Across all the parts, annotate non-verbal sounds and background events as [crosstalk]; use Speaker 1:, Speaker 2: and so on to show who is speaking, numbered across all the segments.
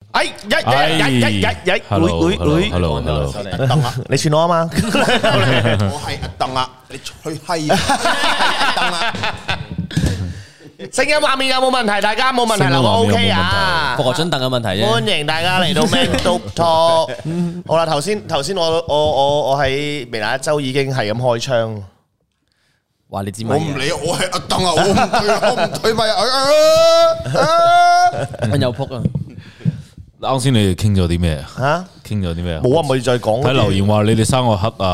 Speaker 1: 哎，一、一、一、一、
Speaker 2: 哎
Speaker 3: 哎
Speaker 1: 一、一，會、會、會，鄧啊，你算我啊嘛， [laughs]
Speaker 4: 我係阿鄧啊，你吹閪啊，阿鄧啊，
Speaker 1: 聲音畫面有冇問題？大家冇問題啦，我 OK à. 啊。
Speaker 2: 霍俊鄧嘅
Speaker 1: [laughs]
Speaker 2: 問題啫。
Speaker 1: 歡迎大家嚟到 Man Talk Talk。好啦，頭先頭先我我我我喺微辣一周已經係咁開槍，
Speaker 2: 哇！你知
Speaker 4: 我
Speaker 2: 咪？
Speaker 4: 唔理，我係阿鄧啊，我唔對，我唔對咪啊，
Speaker 2: 温有撲啊！
Speaker 3: 啱先你哋傾咗啲咩啊？
Speaker 1: 嚇
Speaker 3: 傾咗啲咩啊？
Speaker 1: 冇啊，咪再講。
Speaker 3: 睇留言話你哋三個黑啊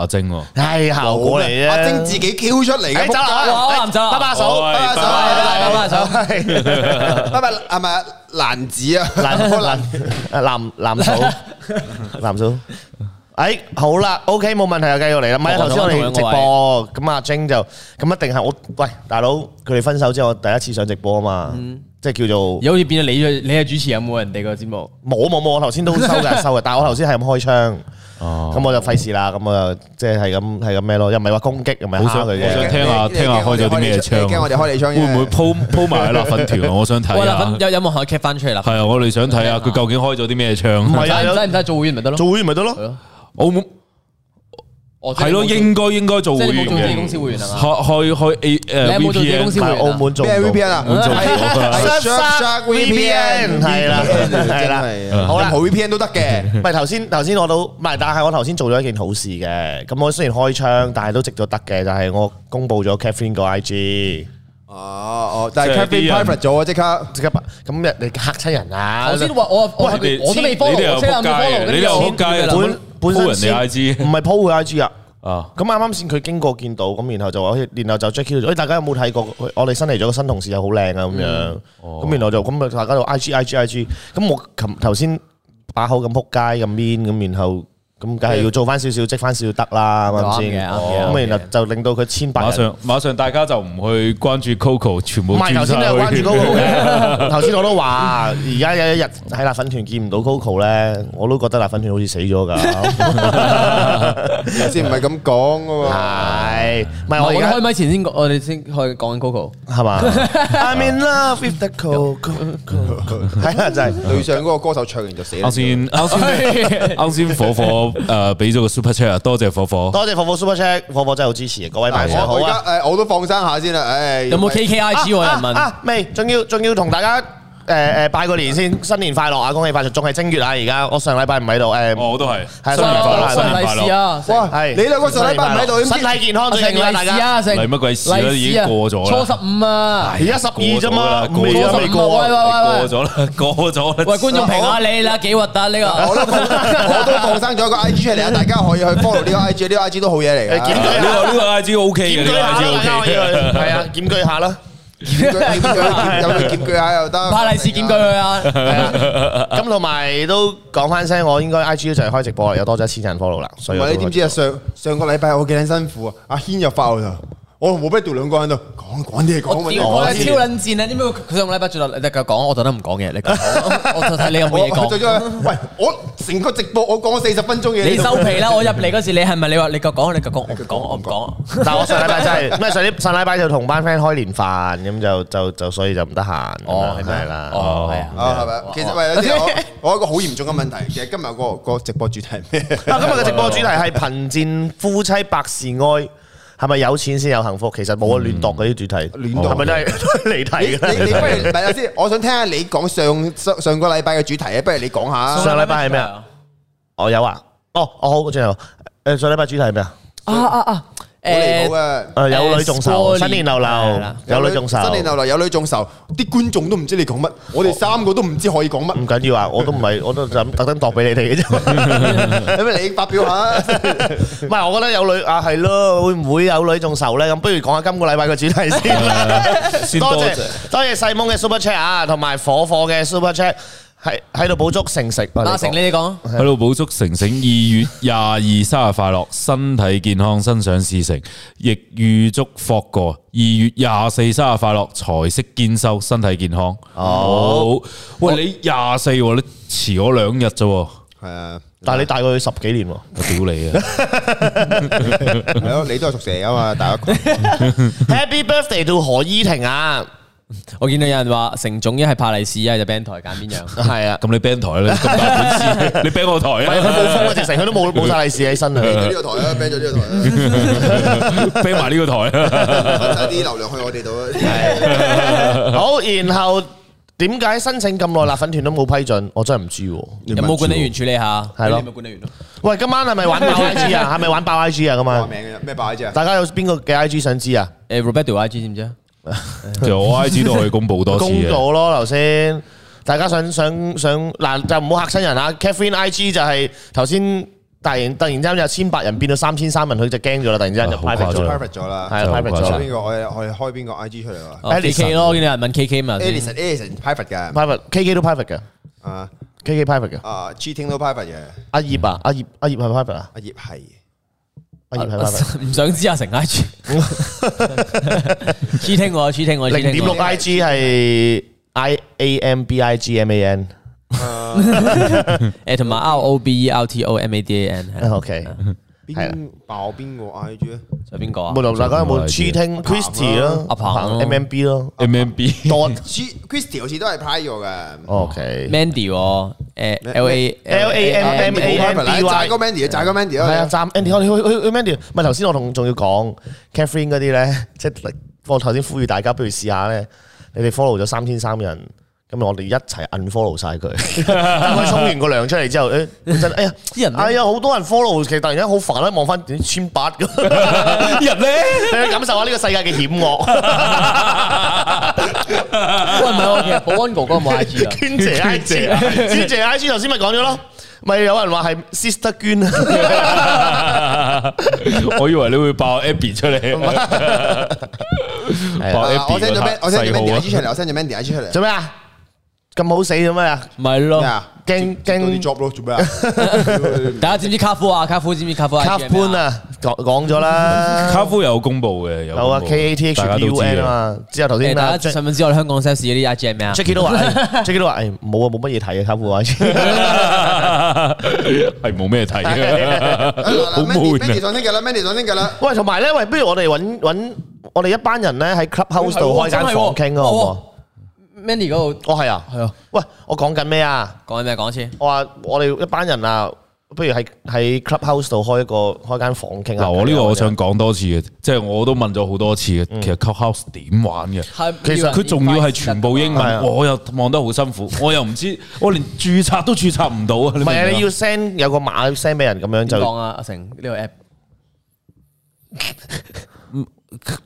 Speaker 3: 阿晶喎，
Speaker 1: 係效果嚟啫。
Speaker 4: 阿晶自己 Q 出嚟嘅，
Speaker 1: 誒走啦，
Speaker 2: 哇好唔錯
Speaker 1: 拜拜手，
Speaker 3: 喂
Speaker 4: Ờ,
Speaker 1: 拜拜手，
Speaker 2: 拜
Speaker 1: 拜拜
Speaker 2: 拜手
Speaker 1: 手。
Speaker 4: 拜拜，係咪蘭子啊？
Speaker 1: 男男男男嫂，男嫂。哎，好啦，OK，冇問題啊，繼續嚟啦。唔係啊，頭先我哋直播，咁阿 Jing 就咁一定係我喂大佬，佢哋分手之後，我第一次上直播啊嘛，即係叫做
Speaker 2: 而家好似變咗你咗，你係主持有冇人哋個節目？
Speaker 1: 冇冇冇，我頭先都收嘅收嘅，但係我頭先係咁開槍，咁我就費事啦，咁我就即係係咁係咁咩咯，又唔係話攻擊，又唔係
Speaker 3: 好
Speaker 1: 蝦
Speaker 3: 想
Speaker 1: 佢
Speaker 3: 好
Speaker 1: 嘅
Speaker 3: 想。聽下聽下開咗啲咩槍，
Speaker 4: 驚我哋開你槍，
Speaker 3: 會唔會
Speaker 2: [laughs]
Speaker 3: 鋪鋪埋辣粉條啊？我想睇
Speaker 2: 喂，
Speaker 3: 下
Speaker 2: 嗱，，有有冇可以 cap 翻出嚟啦？
Speaker 3: 係啊，我哋想睇下佢究竟開咗啲咩槍。
Speaker 1: 係啊
Speaker 2: 唔使唔使做會員咪得咯？
Speaker 1: 做會員咪得咯，
Speaker 3: 澳門
Speaker 2: 哦即係
Speaker 3: 係咯，
Speaker 2: 你冇做
Speaker 3: 應該應該做
Speaker 2: 即
Speaker 3: 會
Speaker 2: 係你
Speaker 3: 員
Speaker 2: 冇做自己
Speaker 3: 嘅，
Speaker 2: 公司會員係啊嘛？
Speaker 3: 開開 A
Speaker 2: 你
Speaker 3: 誒
Speaker 2: 有冇做自己公
Speaker 3: VPN
Speaker 2: 司。
Speaker 1: 但係澳門做唔
Speaker 4: 咩
Speaker 1: 到
Speaker 4: VPN à? 啊？
Speaker 3: 咁做到啦
Speaker 4: Shark VPN
Speaker 1: 係啦，係
Speaker 4: 真
Speaker 1: 啦，
Speaker 4: 係
Speaker 1: 好
Speaker 4: 任
Speaker 1: 啦
Speaker 4: 何。VPN 都得嘅。
Speaker 3: 嗯
Speaker 1: 唔係頭先頭先我都唔係，但係我頭先做咗一件好事嘅。咁我雖然開槍，但係都值咗得嘅，就係我公佈咗 Catherine 個 IG，
Speaker 4: 哦哦，但係
Speaker 3: 即
Speaker 4: Cafe
Speaker 3: 係啲人
Speaker 4: private 咗啊，即刻。
Speaker 1: 即刻白咁人哋嚇親人啊！
Speaker 2: 頭先話我我
Speaker 3: 你哋
Speaker 2: 我都未
Speaker 3: 黐你哋
Speaker 2: follow，
Speaker 3: 又
Speaker 2: 我
Speaker 3: 仆
Speaker 2: 即刻唔 follow
Speaker 3: 街，你哋又仆街，做乜
Speaker 1: 本本身
Speaker 3: po 人哋
Speaker 1: 先
Speaker 3: IG
Speaker 1: 唔係 po 佢 IG 啊。
Speaker 3: 啊！
Speaker 1: 咁啱啱先佢經過見到，咁然後就話，哎然後就 Jackie 就，哎大家有冇睇過？我哋新嚟咗個新同事又好靚啊咁樣。咁然後就咁啊，大家就 I G I G I G。咁我琴頭先把口咁仆街咁 mean，咁然後咁梗係要做翻少少積翻少少得啦，係咪先？
Speaker 2: 啱嘅啱嘅
Speaker 1: 咁然後就令到佢千百
Speaker 3: 馬
Speaker 2: 啊
Speaker 1: 人。
Speaker 3: 上馬上大家就唔去關注 Coco，全部
Speaker 1: 唔係頭
Speaker 3: 轉
Speaker 1: 先你
Speaker 3: 晒
Speaker 1: 有關
Speaker 3: 去
Speaker 1: 注
Speaker 2: [laughs]
Speaker 1: Coco 嘅，頭先我都話，而家有一日喺辣粉團見唔到 Coco 咧，我都覺得辣粉團好似死咗
Speaker 2: [laughs]
Speaker 1: 㗎。
Speaker 4: 頭先唔係咁講嘅喎，
Speaker 1: 係，唔係
Speaker 2: 我
Speaker 1: 我而
Speaker 2: 哋開
Speaker 1: 家
Speaker 2: 咪前先講，我哋先去講緊 Coco。
Speaker 1: 係嘛？I'm in love with the Coco，係啊，就係
Speaker 4: 對上嗰個歌手唱完就死啦
Speaker 3: 啱。先啱
Speaker 2: [laughs]
Speaker 3: 先啱先火火誒俾咗個 super chat，多啊謝火火。
Speaker 1: 多謝火火 Super Check，火火真係好支持，各位朋友
Speaker 4: 我
Speaker 1: 好
Speaker 4: 我而
Speaker 1: 啊！
Speaker 4: 家誒我都放生下先啦，唉。
Speaker 2: 有冇
Speaker 4: 因為
Speaker 2: K K I G 我有人
Speaker 1: 啊
Speaker 2: 問？
Speaker 1: 啊未，仲要仲要同大家。誒誒，拜個年先，新年快樂啊！恭喜發財，仲係正月啊！而家我上禮拜唔喺度，誒，
Speaker 3: 哦我都係，
Speaker 1: 係
Speaker 3: 新年快樂，
Speaker 1: 啊
Speaker 3: 新
Speaker 2: 上
Speaker 3: 年
Speaker 2: 利
Speaker 3: 快
Speaker 2: 是
Speaker 3: 樂！
Speaker 2: 啊！
Speaker 4: 哇！
Speaker 1: 係
Speaker 4: 你兩個上禮拜唔喺度，
Speaker 1: 身體健
Speaker 2: Ờ,
Speaker 1: 康最緊要啊！大
Speaker 2: 利是
Speaker 1: 家。
Speaker 2: 啊！成
Speaker 3: 嚟乜鬼事啊
Speaker 2: 利
Speaker 3: 已經過咗啦
Speaker 2: 初十五啊！
Speaker 1: 而家十二啫嘛，
Speaker 3: 過
Speaker 1: 未
Speaker 3: 咗
Speaker 1: 啊
Speaker 3: 啦
Speaker 1: 未過
Speaker 2: 喂喂
Speaker 1: 啊，
Speaker 3: 過
Speaker 2: 喂
Speaker 3: 咗啦，過咗啦。
Speaker 2: 喂，觀眾評下你啦，幾核突啊呢個？
Speaker 4: 我都放我都放生咗個 I G 出嚟啊！大家可以去 follow 呢個 I G，呢個 I G 都好嘢嚟
Speaker 1: 誒
Speaker 4: 嘅。
Speaker 1: 檢舉
Speaker 3: 呢
Speaker 1: 下，
Speaker 3: 個呢個 I G O K 嘅，
Speaker 1: 檢
Speaker 3: 呢
Speaker 1: 舉
Speaker 3: 個
Speaker 1: 下
Speaker 3: I G O
Speaker 1: 啦，大家可以
Speaker 3: K
Speaker 1: 去，係啊，檢舉下啦，
Speaker 4: 檢舉檢舉有去檢舉下又得。
Speaker 2: 派利是檢舉佢啊！
Speaker 1: 係啊，咁同埋都講翻聲，我應該 I G 就係開直播啦，有多咗一千人 follow 啦，所
Speaker 4: 唔
Speaker 1: 以
Speaker 4: 係
Speaker 1: 我
Speaker 4: 你知唔知啊？上上個禮拜我幾撚辛苦啊！阿軒又發我就，我同冇俾度兩個喺度講講啲嘢
Speaker 2: 我
Speaker 4: 講乜
Speaker 2: 屌
Speaker 4: 嘢。
Speaker 2: 佢係超啊撚賤啊！點解佢上個禮拜最後你講，我特登唔講嘅，你講，我我就睇你有冇嘢
Speaker 4: 我
Speaker 2: 講
Speaker 4: 做。咗，喂！我成個直播我講咗四十分鐘嘢。
Speaker 2: 你收皮啦！我入嚟嗰時，你係咪你話你夠講，你夠講，我唔講，我唔講。
Speaker 1: 但係我上禮拜真係，咩上啲上禮拜就同班 friend 開年飯，咁就就就所以就唔得閒，
Speaker 2: 哦，係
Speaker 1: 係
Speaker 2: 咪
Speaker 1: 啦，
Speaker 2: 哦，係啊。
Speaker 4: 啊，係咪？其實喂，有啲我我有一個好嚴重嘅問題，其實今日個個直播主題係咩？
Speaker 1: 啊，今日嘅直播主題係貧賤夫妻百事哀。係咪有錢先有幸福？其實冇啊，亂度嗰啲主題，亂
Speaker 4: 度
Speaker 1: 係咪都係都係離
Speaker 4: 你
Speaker 1: 題
Speaker 4: 你
Speaker 1: 嘅咧？
Speaker 4: 你不如等下先，我想聽下你講上上上個禮拜嘅主題啊，不如你講下啊。
Speaker 1: 上禮拜係咩啊？我有啊， [laughs] 哦，我好，最後誒上禮拜主題係咩啊？
Speaker 2: 啊啊啊！
Speaker 4: 好離
Speaker 2: 誒
Speaker 4: 譜，嘅，
Speaker 1: 誒有女眾
Speaker 2: 誒
Speaker 1: 籌，新年流流
Speaker 2: 係啦
Speaker 1: 有女眾籌，
Speaker 4: 新年流流有女眾籌，啲觀眾都唔知你講乜，我哋三個都唔知可以講乜，
Speaker 1: 唔緊要啊，我都唔係，我都就咁特登度俾你哋嘅啫。
Speaker 4: 咁咪你發表下。
Speaker 1: 唔係，我覺得有女啊，係咯，會唔會有女眾籌咧？咁不如講下今個禮拜嘅主題先 [laughs] 啦。
Speaker 3: 先
Speaker 1: 多
Speaker 3: 多
Speaker 1: 謝
Speaker 3: 謝。
Speaker 1: 多謝細檬嘅 Super Chat 啊，同埋火火嘅 Super Chat，喺喺度補足成食。啊
Speaker 2: 阿成你哋講，
Speaker 3: 喺度補祝成成二月廿二生日快樂，身體健康，心想事成。亦預祝霍哥二月廿四生日快樂，財色兼收，身體健康。
Speaker 1: 哦
Speaker 3: 好，喂，你廿四，你遲我兩日啫喎，我
Speaker 4: 係啊，
Speaker 1: 但係你大過佢十幾年喎。
Speaker 3: 屌你
Speaker 1: [laughs]
Speaker 3: 啊！
Speaker 4: 係咯，你都係屬蛇噶嘛，大家
Speaker 1: Happy birthday to 何依婷啊！
Speaker 2: 我見到有人話成總一係帕利士，一係就 band 台揀邊樣？係啊，
Speaker 3: 咁你 ban 台啦，你咁大本事，
Speaker 1: [laughs]
Speaker 3: 你 ban 我台
Speaker 1: 佢
Speaker 3: 啊
Speaker 1: 冇封啊，直成佢都 [laughs] 冇冇晒利是喺身啊！
Speaker 5: 呢個台啊 b 咗呢個台啊
Speaker 3: ，ban 埋呢個台啊，
Speaker 5: 揾晒啲流量去我哋度啊！
Speaker 1: 好，然後點解申請咁耐辣粉團都冇批准？我真係唔知喎。
Speaker 2: 有冇管理員處理下？
Speaker 1: 係咯
Speaker 2: 你有冇管理員咯？
Speaker 1: 喂，今晚係咪玩爆 I G 啊？係咪玩爆 I G 啊？咁
Speaker 4: 話
Speaker 1: 啊，
Speaker 4: 名嘅啫，咩擺啫？
Speaker 1: [laughs] 大家有邊個嘅 I G 想知啊？
Speaker 2: 誒 Roberto I G 知唔知啊？
Speaker 1: [laughs]
Speaker 3: 其實我 I G 都可以公佈多次
Speaker 1: 公
Speaker 3: 嘅。
Speaker 1: 道咯，頭先大家想想想嗱，就唔好嚇親人啊。Catherine I G 就係頭先突然突然之間有千八人變到三千三人，佢就驚咗啦。突然之間就
Speaker 3: 啊好誇
Speaker 1: private
Speaker 3: 張
Speaker 1: 咗
Speaker 4: private
Speaker 1: 啦，
Speaker 4: 咗啦，
Speaker 1: 係啊 private
Speaker 3: 好
Speaker 1: 咗
Speaker 3: 誇
Speaker 1: 啦
Speaker 4: 邊個我哋我哋開邊個 IG 出嚟啊
Speaker 2: 哦 K
Speaker 1: Alison
Speaker 2: K 咯，我見到有人問 K K 嘛頭先
Speaker 4: ？Alison Alison private 嘅，
Speaker 1: private K K 都 private 嘅
Speaker 4: 啊
Speaker 1: ，K K private 嘅。
Speaker 4: 啊 cheating 都 private 嘅，
Speaker 1: 阿葉
Speaker 3: 嗯
Speaker 1: 啊，阿葉阿葉係 private 啊，
Speaker 4: 阿葉係
Speaker 1: 阿葉係
Speaker 3: 啊 [laughs]
Speaker 1: private。
Speaker 2: [laughs] 唔想知阿啊成 I G。黐聽我，黐聽我，黐
Speaker 1: 零點
Speaker 2: 聽
Speaker 1: 六
Speaker 2: 我。
Speaker 1: I G 係 I A M B I G M A N。
Speaker 2: 誒同埋 R O B E R T O M A D A N
Speaker 1: 嗯
Speaker 3: 嗯
Speaker 2: 係
Speaker 1: OK，係啦
Speaker 4: 邊爆邊個 IG 咧？
Speaker 2: 仲有邊個啊
Speaker 1: 無？論大家有冇
Speaker 3: 冇
Speaker 1: cheating Christy 啦，
Speaker 2: 阿彭咯
Speaker 1: M M B 咯
Speaker 3: M M B，
Speaker 1: ，Don。
Speaker 3: [laughs]
Speaker 4: Christy 好似都係 p r i 咗嘅。
Speaker 1: OK。
Speaker 2: Mandy 喎，誒 L A
Speaker 1: L A M M A N D
Speaker 4: 炸
Speaker 1: Y
Speaker 4: 個。Mandy，炸個 Mandy
Speaker 1: 係啊，
Speaker 4: 啊！
Speaker 1: 站 Andy，去去去 Mandy，唔係頭先我同仲要講 Catherine 嗰啲咧， [laughs] 即係我頭先呼籲大家不如試下咧，你哋 follow 咗三千三人。咁我哋一齊 unfollow 晒佢， [laughs] 等佢沖完個涼出嚟之後，誒本身，哎呀，
Speaker 2: 啲人呢
Speaker 1: 哎呀，好多人 follow，其實突然間好煩啊啦，望翻點千八 [laughs] 咁，
Speaker 3: 人咧，
Speaker 1: 你感受下呢個世界嘅險惡。
Speaker 2: 喂，唔係喎，其實保安哥哥有冇 I
Speaker 1: [laughs]
Speaker 2: G 啊？
Speaker 1: 娟姐 I G，娟姐 I G 頭先咪講咗咯，咪有人話係啊 sister 娟，
Speaker 3: 我以為你會爆 Abby 出
Speaker 1: [laughs]
Speaker 3: 嚟，
Speaker 1: 啊係
Speaker 3: 爆
Speaker 1: 啊
Speaker 4: 我
Speaker 3: Abby 嗰
Speaker 4: send 咗
Speaker 3: 個
Speaker 4: Mandy，我 send 咗 Mandy
Speaker 3: 細啊
Speaker 4: IG 出嚟，我 send 咗 Mandy IG 出嚟。
Speaker 1: [laughs] 做咩啊？咁好死做咩啊？
Speaker 2: 咪
Speaker 4: 咩
Speaker 2: 咯，
Speaker 4: 啊？
Speaker 1: 驚
Speaker 4: 啲
Speaker 1: 驚
Speaker 4: job 咯，做
Speaker 1: [laughs]
Speaker 4: 咩啊？
Speaker 2: 大家知唔知卡夫啊？卡夫知唔知卡夫
Speaker 1: 卡
Speaker 2: I G
Speaker 1: 潘啊，講講咗啦，
Speaker 3: 卡夫有公佈嘅，有
Speaker 1: 有啊
Speaker 3: 公佈
Speaker 1: K A T
Speaker 3: 大家
Speaker 1: H P
Speaker 3: 都
Speaker 1: U
Speaker 3: 知
Speaker 1: N 啊
Speaker 3: 嘅。
Speaker 1: 嘛，之後頭
Speaker 2: 誒，
Speaker 1: 先
Speaker 2: 大
Speaker 1: 啊
Speaker 2: 家想唔知我哋香港 sales 嗰啲 I G 係咩啊？
Speaker 1: Jackie 都
Speaker 2: [laughs]
Speaker 1: 話哎，Jackie 都話，誒冇啊，冇乜嘢睇啊，卡潘話， [laughs]
Speaker 3: 係冇咩睇嘅，好
Speaker 4: Mandy
Speaker 3: 悶
Speaker 4: Mandy
Speaker 3: 啊！
Speaker 4: 上天㗎啦，Mandy 上天㗎啦。
Speaker 1: 喂，同埋咧，喂，不如我哋揾揾我哋一班人咧喺
Speaker 2: 哦
Speaker 1: clubhouse 度開間房傾啊，好唔好？
Speaker 2: Mandy 嗰度
Speaker 1: 哦，係啊，
Speaker 2: 哦係啊，
Speaker 1: 喂，我講緊咩啊？
Speaker 2: 講緊咩講先？
Speaker 1: 我話我哋一班人啊，不如喺喺 clubhouse 度開一個開間房傾下偈啊。
Speaker 3: 嗱，我呢個我
Speaker 1: 或
Speaker 3: 想
Speaker 1: 者
Speaker 3: 講多次嘅，即係我都問咗好多次
Speaker 1: 嗯
Speaker 3: 嘅，其實 Clubhouse 點玩嘅？
Speaker 1: 其實
Speaker 3: 佢仲要係全部英
Speaker 1: 啊係啊
Speaker 3: 文，我又望得好辛苦，我又唔知，我連註冊都註冊唔到啊！
Speaker 1: 唔係啊，
Speaker 3: 明
Speaker 1: 你
Speaker 3: 唔
Speaker 1: 要
Speaker 3: 明
Speaker 1: send 有個碼 send 俾人咁樣
Speaker 2: 點講
Speaker 1: 就
Speaker 2: 啊？阿成呢個 app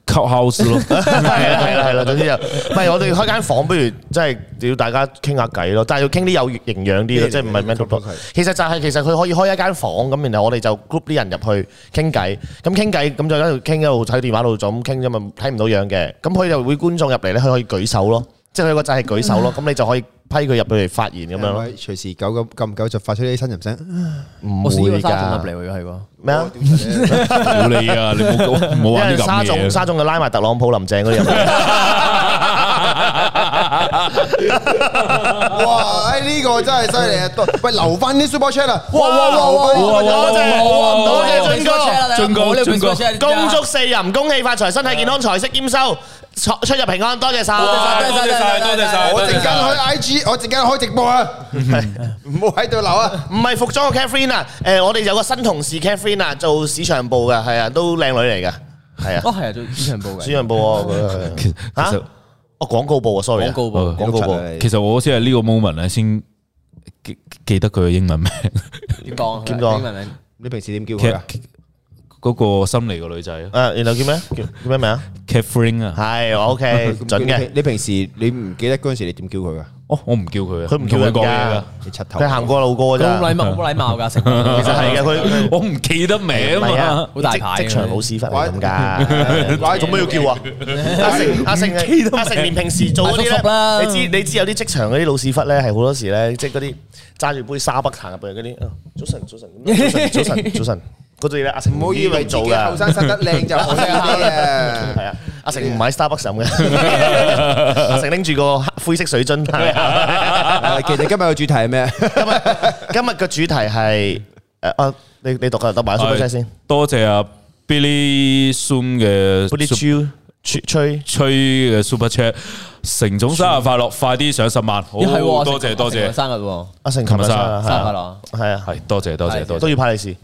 Speaker 3: Clubhouse 咯，
Speaker 1: 係啦係啦係啦，總之就唔係我哋開間房，不如即係要大家傾下偈咯，但係要傾啲有營養啲嘅，即係唔係 mental talk 其實就係其實佢可以開一間房咁，然後我哋就 group 啲人入去傾偈，咁傾偈咁就一路傾一路喺電話度就咁傾啫嘛，睇唔到樣嘅，咁佢就會觀眾入嚟咧，佢可以舉手咯，即係佢有個掣係舉手咯，咁你就可以批佢入去嚟發言咁樣咯。
Speaker 4: 喂隨時久咁久唔久就發出啲呻吟聲。
Speaker 1: 唔
Speaker 2: 我試過
Speaker 1: 會
Speaker 2: 沙
Speaker 1: 㗎
Speaker 2: 仲入嚟喎，係喎。
Speaker 1: 咩啊？
Speaker 3: 屌你啊！你冇講唔好
Speaker 1: 因
Speaker 3: 玩
Speaker 1: 為
Speaker 3: 啲
Speaker 1: 沙
Speaker 3: 咁
Speaker 1: 總
Speaker 3: 嘅
Speaker 1: 沙總就拉埋特朗普、林鄭嗰啲入嚟，
Speaker 4: 哇！哎呢個真係犀利啊！多喂，留翻啲 super chat 啊！哇哇哇
Speaker 3: 哇
Speaker 4: 哇！
Speaker 3: 哇
Speaker 1: 多謝多
Speaker 2: 哦
Speaker 1: 謝哦俊哥，
Speaker 3: 俊哥俊哥
Speaker 1: 恭祝四人恭喜發財、身體健康、財色兼收、出出入平安，多謝晒。
Speaker 3: 哇多謝晒，多謝晒，
Speaker 4: 我
Speaker 3: 多
Speaker 4: 陣間
Speaker 3: 謝晒。
Speaker 4: 開 IG，我陣間開直播啊！唔好喺度留啊！
Speaker 1: 唔係服裝嘅 Catherine 啊，誒，我哋有個新同事 Catherine 啊，做市場部嘅，係啊，都靚女嚟嘅，係啊，
Speaker 2: 哦，係啊，做市場部
Speaker 1: 市
Speaker 2: 嘅
Speaker 1: 場部喎，
Speaker 3: 其實其
Speaker 1: 嚇
Speaker 3: 實
Speaker 1: 哦廣告部啊，sorry 啊
Speaker 2: 廣，告部。
Speaker 1: 廣告部，
Speaker 3: 其實我先係呢個 moment 咧，先記記得佢嘅英文 [laughs] 名。
Speaker 2: 點講？
Speaker 1: 點講
Speaker 2: 英文名
Speaker 4: 你平時點叫
Speaker 3: 其
Speaker 4: 佢
Speaker 3: 實
Speaker 4: 啊？
Speaker 3: 嗰個心理個女仔
Speaker 1: 誒，然後叫咩？叫叫咩名啊？
Speaker 3: Catherine 啊，
Speaker 1: 係，OK，準嘅，。
Speaker 4: 你平時你唔記得嗰陣時，你點叫佢噶？
Speaker 3: 哦，我唔叫佢啊，
Speaker 1: 佢唔叫
Speaker 3: 同
Speaker 1: 人
Speaker 3: 佢講嘢
Speaker 1: 㗎
Speaker 3: 噶，，
Speaker 4: 你柒頭。
Speaker 1: 佢行過路過
Speaker 2: 佢
Speaker 1: 㗎
Speaker 2: 好
Speaker 1: 咋，
Speaker 2: 禮貌，好禮貌㗎，成
Speaker 1: 其實係嘅，佢佢。
Speaker 3: 我唔記得名
Speaker 1: 唔係
Speaker 3: 啊
Speaker 1: 啊
Speaker 2: 好大牌
Speaker 1: 職職場老屎忽係咁 [laughs] 㗎，
Speaker 4: 喂
Speaker 1: 做咩要叫啊？阿成阿成係阿成連平時做嗰啲
Speaker 2: 大叔叔啦
Speaker 1: 咧，你知你知有啲職場嗰啲老屎忽咧，係好多時咧，即係嗰啲揸住杯沙北行入去嗰啲，啊早晨早晨早晨早晨早晨嗰對咧，阿成
Speaker 4: 唔好以為自
Speaker 1: 做
Speaker 4: 己後
Speaker 1: 㗎，
Speaker 4: 生生得靚就好啲 [laughs] 啊！
Speaker 1: 係啊，阿成唔喺 Starbucks à, 飲嘅，阿成拎住個灰色水樽。
Speaker 4: 誒其實今日嘅主題係咩？
Speaker 1: 今日今日嘅主題係誒啊，你你讀啊，讀埋
Speaker 3: 嘛。
Speaker 1: 個 super chat 先
Speaker 3: 多謝啊 Billy Sun 嘅
Speaker 1: ，Billy Chu 吹吹
Speaker 3: 吹嘅 Super Chat，成總生日快樂，快啲上十萬，好
Speaker 2: 咦係喎，
Speaker 3: 多謝多謝，
Speaker 2: 生日喎，
Speaker 1: 阿成琴日生
Speaker 3: 琴
Speaker 1: 日
Speaker 3: 日
Speaker 2: 生日快樂，
Speaker 1: 系啊，
Speaker 3: 係多謝多謝
Speaker 2: 係
Speaker 3: 多謝
Speaker 1: 都。要派利是。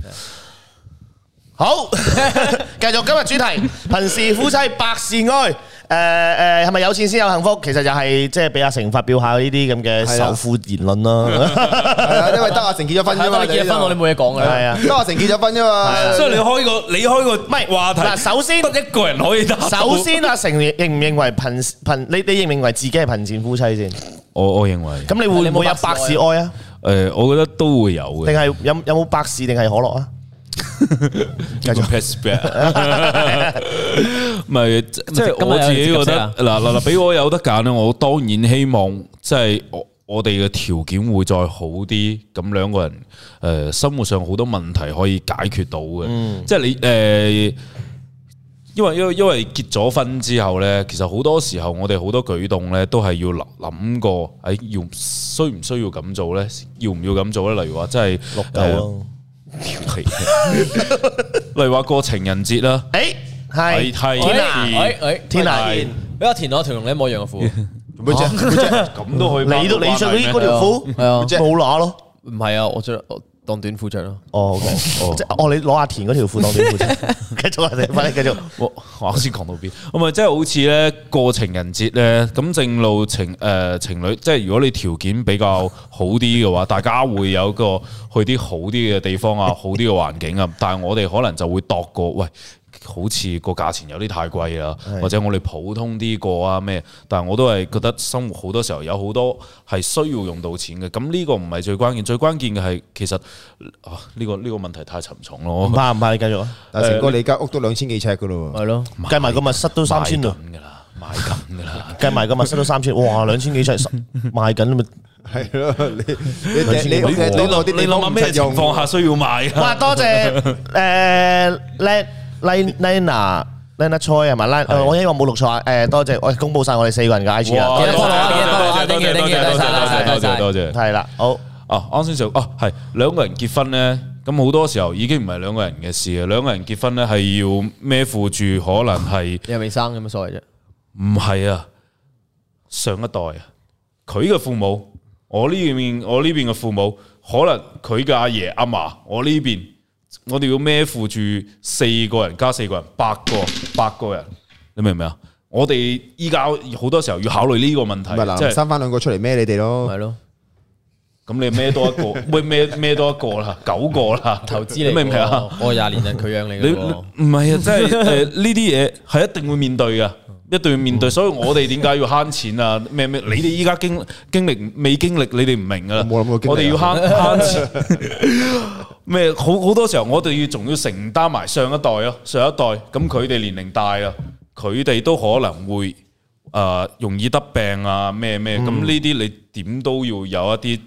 Speaker 1: 好， [laughs] 繼續今日主題，貧是夫妻百事哀。诶诶，係咪有錢先有幸福？其實就係即係俾阿成發表下呢啲咁嘅
Speaker 4: 係啊
Speaker 1: 首富言論啦。
Speaker 4: 係啊，因為得阿成結咗婚啫
Speaker 2: 睇
Speaker 4: 嘛，
Speaker 2: 翻你結咗婚，我哋冇嘢講㗎啦。
Speaker 1: 係啊，
Speaker 4: 得阿成結咗婚啫嘛，
Speaker 3: 所以你開個你開個唔係話題，
Speaker 1: 呃嗱，首先
Speaker 3: 得一個人可以答。
Speaker 1: 首，先啊阿成認唔認為貧貧你你認唔認為自己係貧賤夫妻先？
Speaker 3: 我我認為
Speaker 1: 咁你會唔會有百事哀啊？
Speaker 3: 誒，我覺得都會有
Speaker 1: 定
Speaker 3: 嘅。
Speaker 1: 係有有冇百事定係可樂啊？
Speaker 3: 繼續 pass back，唔係即即係
Speaker 2: 今日
Speaker 3: 我自己覺
Speaker 2: 有接
Speaker 3: 得
Speaker 2: 觸
Speaker 3: 嗱嗱嗱，俾我有得揀咧，我當然希望即係我我哋嘅條件會再好啲，咁兩個人誒、呃生活上好多問題可以解決到嘅，即係你誒。呃因為因為因為結咗婚之後呢，其實好多時候我哋好多舉動呢，都係要諗諗過，誒要需唔需要咁做呢？要唔要咁做呢？例如話，即係
Speaker 1: 六九
Speaker 3: 呃
Speaker 1: 咯。
Speaker 3: 例如話過情人節啦，
Speaker 1: 诶，係
Speaker 3: 係係
Speaker 2: 喂
Speaker 1: 天啊！
Speaker 2: 喂哎喂，
Speaker 1: 天啊
Speaker 2: 喂俾我填落條同你一模一樣嘅褲，
Speaker 4: 做咩啫？
Speaker 3: 咁都可以包
Speaker 1: 你都你
Speaker 3: 埋
Speaker 1: 着
Speaker 3: 咩
Speaker 1: 嗰啲嗰條褲
Speaker 2: 係啊
Speaker 1: 冇攞咯。
Speaker 2: 唔係啊，我着我當短褲着咯。
Speaker 1: 哦，
Speaker 3: 哦
Speaker 1: [laughs] 即係哦，你攞阿田嗰條褲當短褲 [laughs] 啫。繼續啊，你快啲繼續。
Speaker 3: 我 [laughs] 我啱先講到邊？咁啊，即係好似咧過情人節咧，咁正路情誒、呃情侶，即係如果你條件比較好啲嘅話， [laughs] 大家會有個去啲好啲嘅地方啊，好啲嘅環境啊。但係我哋可能就會度過，喂，好似個價錢有啲太貴啦，或者我哋普通啲過啊咩？但係我都係覺得生活好多時候有好多係需要用到錢嘅。咁呢個唔係最關鍵，最關鍵嘅係其實啊呢、個呢、個問題太沉重咯
Speaker 1: 唔。怕唔怕，你繼續啊。
Speaker 4: 阿成哥，你間屋都兩千幾尺噶咯喎，
Speaker 2: 係咯，
Speaker 1: 計埋個密室都三千
Speaker 3: 買
Speaker 1: 咯，
Speaker 3: 緊㗎啦，買緊㗎啦。
Speaker 1: 計埋個密室都三千，哇，兩千幾 [laughs] 尺十賣緊咪。
Speaker 4: 係咯，你你你你
Speaker 3: 你
Speaker 4: 你
Speaker 3: 你
Speaker 4: 攞
Speaker 3: 諗
Speaker 4: 啲
Speaker 3: 你
Speaker 4: 地
Speaker 3: 諗下
Speaker 4: 方
Speaker 3: 咩情況下需要買啊？
Speaker 1: 哇， [laughs] 多謝誒 Le Lena Lena Choi 係咪？Len- 呃我希望冇錄錯啊。誒，多謝我公佈晒我哋四個人嘅 IG 啊
Speaker 3: 哇。
Speaker 2: 記得 follow 啊記得 follow 啊
Speaker 3: 多謝
Speaker 2: thank you，
Speaker 3: 多謝多謝
Speaker 2: thank you，多謝
Speaker 3: 多謝
Speaker 2: 多
Speaker 3: 多
Speaker 2: 謝
Speaker 3: 謝。
Speaker 1: 係啦，好。
Speaker 3: 啊，啱先就哦，係兩個人結婚咧，咁好多時候已經唔係兩個人嘅事啊。兩個人結婚咧係要孭負住，可能係
Speaker 2: 你又未生有乜所謂啫？
Speaker 3: 唔係啊？上一代啊，佢嘅父母，我呢邊我呢邊嘅父母，可能佢嘅阿爺阿嫲，我呢邊我哋要孭負住四個人加四個人，八個八個人，你明唔明啊？我哋依家好多時候要考慮呢個問題，
Speaker 4: 咪
Speaker 3: 即
Speaker 4: 嗱，
Speaker 3: 係
Speaker 4: 生翻兩個出嚟孭你哋
Speaker 2: 係
Speaker 4: 咯，
Speaker 2: 咯，
Speaker 3: 咁你孭多一個， [laughs] 喂孭孭多一個啦，九個啦，
Speaker 2: 投資嚟㗎喎。
Speaker 3: 你明唔明啊？
Speaker 2: 我廿年係佢養你
Speaker 3: 你
Speaker 2: 嘅
Speaker 3: 你
Speaker 2: 喎。
Speaker 3: 唔係
Speaker 2: [laughs]
Speaker 3: 啊，即係誒呢啲嘢係一定會面對噶，一定要面
Speaker 2: 嗯
Speaker 3: 對。所以我哋點解要慳錢啊？咩咩？你哋依家經經歷未經歷，你哋唔明噶啦。
Speaker 4: 我冇諗過經歷啊
Speaker 3: 我哋要慳慳錢。咩？好好多時候我哋要仲要承擔埋上一代咯，上一代咁佢哋年齡大啊，佢哋都可能會誒、呃容易得病啊咩咩。咁呢啲你點都要有一啲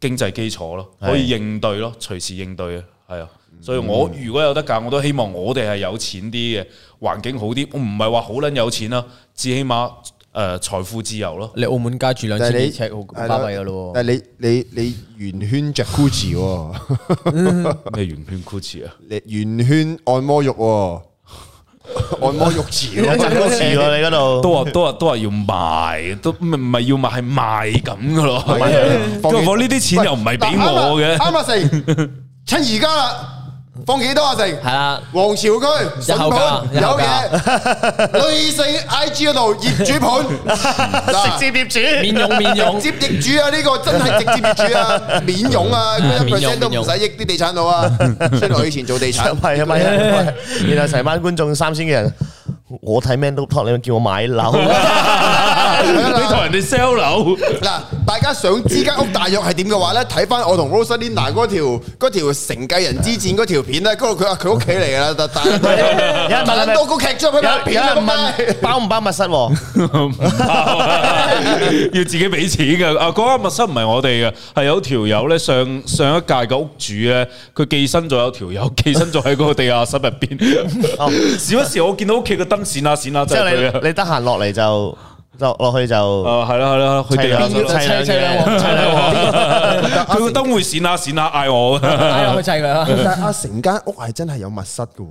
Speaker 3: 經濟基礎咯，可以應對咯，隨時應對啊，係啊。所以我如果有得揀，我都希望我哋係有錢啲嘅，環境好啲。我唔係話好撚有錢啦，至起碼誒、呃、財富自由咯。
Speaker 2: 你澳門街住兩
Speaker 4: 但
Speaker 2: 千
Speaker 4: 係
Speaker 2: 幾
Speaker 4: 你
Speaker 2: 尺，好巴閉㗎咯喎。
Speaker 4: 但係你你你圓圈 Jacuzzi 喎， [laughs]
Speaker 3: 咩圓圈 Gucci 啊？
Speaker 4: 你圓圈按摩
Speaker 3: [laughs]
Speaker 4: 浴喎，按摩浴池
Speaker 1: 有
Speaker 4: 喎。
Speaker 1: 陣
Speaker 4: [laughs]
Speaker 1: 都似喎，你嗰度。
Speaker 3: 都話都話都話要賣，都唔唔係要賣，係賣咁噶咯。
Speaker 4: 係啊
Speaker 3: 因為我呢啲錢又唔係俾我
Speaker 4: 嗱啱啊
Speaker 3: 嘅，
Speaker 4: 啱阿成，趁而家啦，放幾多啊成？
Speaker 2: 係啦，
Speaker 4: 皇朝區
Speaker 2: 一
Speaker 4: 神
Speaker 2: 口價
Speaker 4: 盤
Speaker 2: 一
Speaker 4: 有
Speaker 2: 口
Speaker 4: 嘢
Speaker 2: 價，
Speaker 4: 女性 I G 嗰度業主
Speaker 2: [laughs]
Speaker 4: 盤，嗱
Speaker 1: 直接業
Speaker 2: 面
Speaker 1: 主。
Speaker 2: 用面用。
Speaker 4: 接業主啊！呢個真係直接業
Speaker 2: [laughs]
Speaker 4: 主啊，免佣啊，一
Speaker 2: 免佣
Speaker 4: percent 都唔使益啲地產
Speaker 2: [laughs]
Speaker 4: 佬啊。雖然我以前做地產
Speaker 1: 唔， [laughs] 係啊，唔係啊，然後成班觀眾三千幾人，我睇 Man Talk，你咪叫我買 [laughs] 樓。
Speaker 3: [laughs] 你同人哋 sell 樓，
Speaker 4: 嗱，大家想知間屋大約係點嘅話咧，睇翻我同 Rosalina 嗰條嗰條承繼人之戰嗰條片咧，嗰度佢話佢屋企嚟㗎啦，但但
Speaker 1: 有人問係
Speaker 4: 但
Speaker 1: 咪
Speaker 4: 多個劇咗佢拍
Speaker 1: 有有
Speaker 4: 片啊，
Speaker 1: 人
Speaker 4: 仆街
Speaker 1: 問包唔包密室喎？
Speaker 3: 唔包 [laughs] 啊要自己俾錢嘅。啊，嗰間密室唔係我哋嘅，係有條友咧上上一屆嘅屋主咧，佢寄生咗有條友寄生咗喺嗰個地下室入 [laughs]
Speaker 1: 哦
Speaker 3: 邊。時不時我見到屋企嘅燈閃下閃下，
Speaker 1: 即
Speaker 3: 就係
Speaker 1: 係
Speaker 3: 佢
Speaker 1: 你
Speaker 3: 啊。
Speaker 1: 你得閒落嚟就落落去就
Speaker 3: 啊，係啦係啦，去地下室
Speaker 1: 砌兩砌兩
Speaker 2: 砌砌兩鑊
Speaker 1: 砌兩鑊
Speaker 3: 佢個燈會閃下閃下嗌我。
Speaker 2: 哎呀，去砌佢啊！
Speaker 4: 但係阿成間屋係真係有密室嘅喎，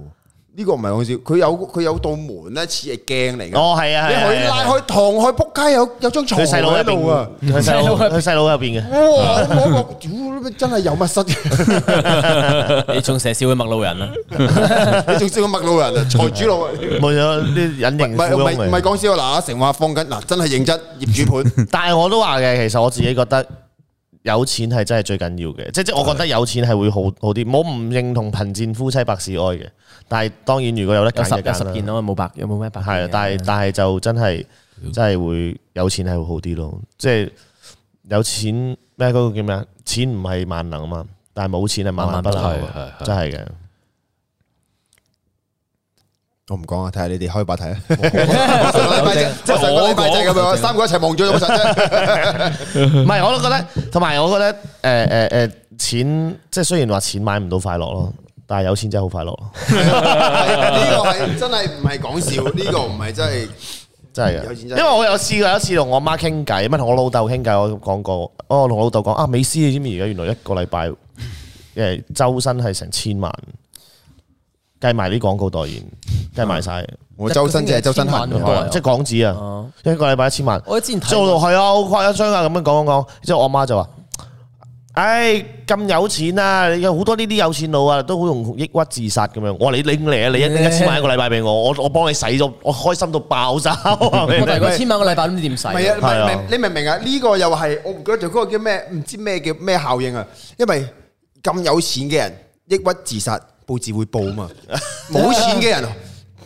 Speaker 4: 呢個唔係講笑，佢有佢有道門咧，似係鏡嚟嘅。
Speaker 1: 哦，係啊，
Speaker 4: 你
Speaker 1: 係啊
Speaker 4: 可以
Speaker 1: 係啊
Speaker 4: 拉開堂開，仆街有有張床
Speaker 1: 佢細佬
Speaker 4: 喺
Speaker 1: 入
Speaker 4: 度啊！
Speaker 1: 邊，佢細佬佢細佬入邊嘅。
Speaker 4: 哇！我摸過屌，真係有密室嘅，
Speaker 2: 你仲射少嘅麥路人啊？
Speaker 4: 你 [laughs] 仲笑個麥路人啊，財主
Speaker 1: [laughs]
Speaker 4: 佬啊！
Speaker 1: 冇咗啲隱
Speaker 4: 唔
Speaker 1: 形
Speaker 4: 係
Speaker 1: 富
Speaker 4: 唔
Speaker 1: 翁
Speaker 4: 係唔係
Speaker 1: 嚟，
Speaker 4: 講笑嗱，阿成話放緊嗱，真係認真業主盤
Speaker 1: 但係我都話嘅，其實我自己覺得有錢係真係最緊要嘅，即即我覺得有錢係會好好啲。我唔認同貧賤夫妻百事哀嘅，但係當然如果有得
Speaker 2: [laughs] 有十
Speaker 1: 揀就
Speaker 2: 有
Speaker 1: 揀
Speaker 2: 十件
Speaker 1: 啦。
Speaker 2: 咯，冇百有冇咩百件嘅？
Speaker 1: 係啊，
Speaker 2: [laughs]
Speaker 1: 但係 [laughs] 但係就真係真係會有錢係會好啲咯，即係有錢咩嗰個叫咩啊？錢唔係萬能啊嘛，但係冇錢係萬萬不能
Speaker 3: 萬萬不能係
Speaker 1: 啊，
Speaker 3: 係係
Speaker 1: 真係嘅。
Speaker 4: 我唔講啊，睇下你哋開把睇啊！我上個禮拜 [laughs] 就
Speaker 3: 即係
Speaker 4: 我上個禮拜
Speaker 3: 我
Speaker 4: 就係咁樣，三個一齊望咗有冇實啫。
Speaker 1: 唔係，我都覺得，同埋我覺得，诶诶诶，钱即係雖然話錢買唔到快樂咯，但係有錢真係好快樂咯，
Speaker 4: 呢個係真係唔係講笑，呢個唔係真係。
Speaker 1: 真係
Speaker 4: 有
Speaker 1: 嘅。
Speaker 4: 錢真
Speaker 1: 因
Speaker 4: 係
Speaker 1: 為我有試過有一次同我媽傾偈，咪同我老豆傾偈，我講過，哦，我同我老豆講啊，美斯你知唔知而家原來一個禮拜 [laughs] 诶周薪係成千萬，計埋啲廣告代言，計埋晒，
Speaker 4: 我周身就係周身
Speaker 2: 一個星期一千萬
Speaker 4: 痕
Speaker 2: 喎。啊
Speaker 1: 即係港紙啊，一個禮拜一千萬。
Speaker 2: 我之前睇
Speaker 1: 做到係啊，好誇張啊！咁樣講講講，之後我媽就話：，唉，咁有錢啊！有好多呢啲有錢佬啊，都好容易抑鬱自殺咁樣。我話你拎嚟啊！你一拎一千萬一個禮拜俾我，我我幫你使咗，我開心到爆
Speaker 2: [laughs]
Speaker 1: 炸。
Speaker 2: 我大概千萬個禮拜都唔知點使
Speaker 4: 唔。係啊，唔
Speaker 1: 係啊
Speaker 4: 係你明唔明啊？呢個又係我唔記得咗嗰個叫咩，唔知咩叫咩效應啊！因為咁有錢嘅人抑鬱自殺，報紙會報啊
Speaker 1: [laughs]
Speaker 4: 嘛；冇錢嘅人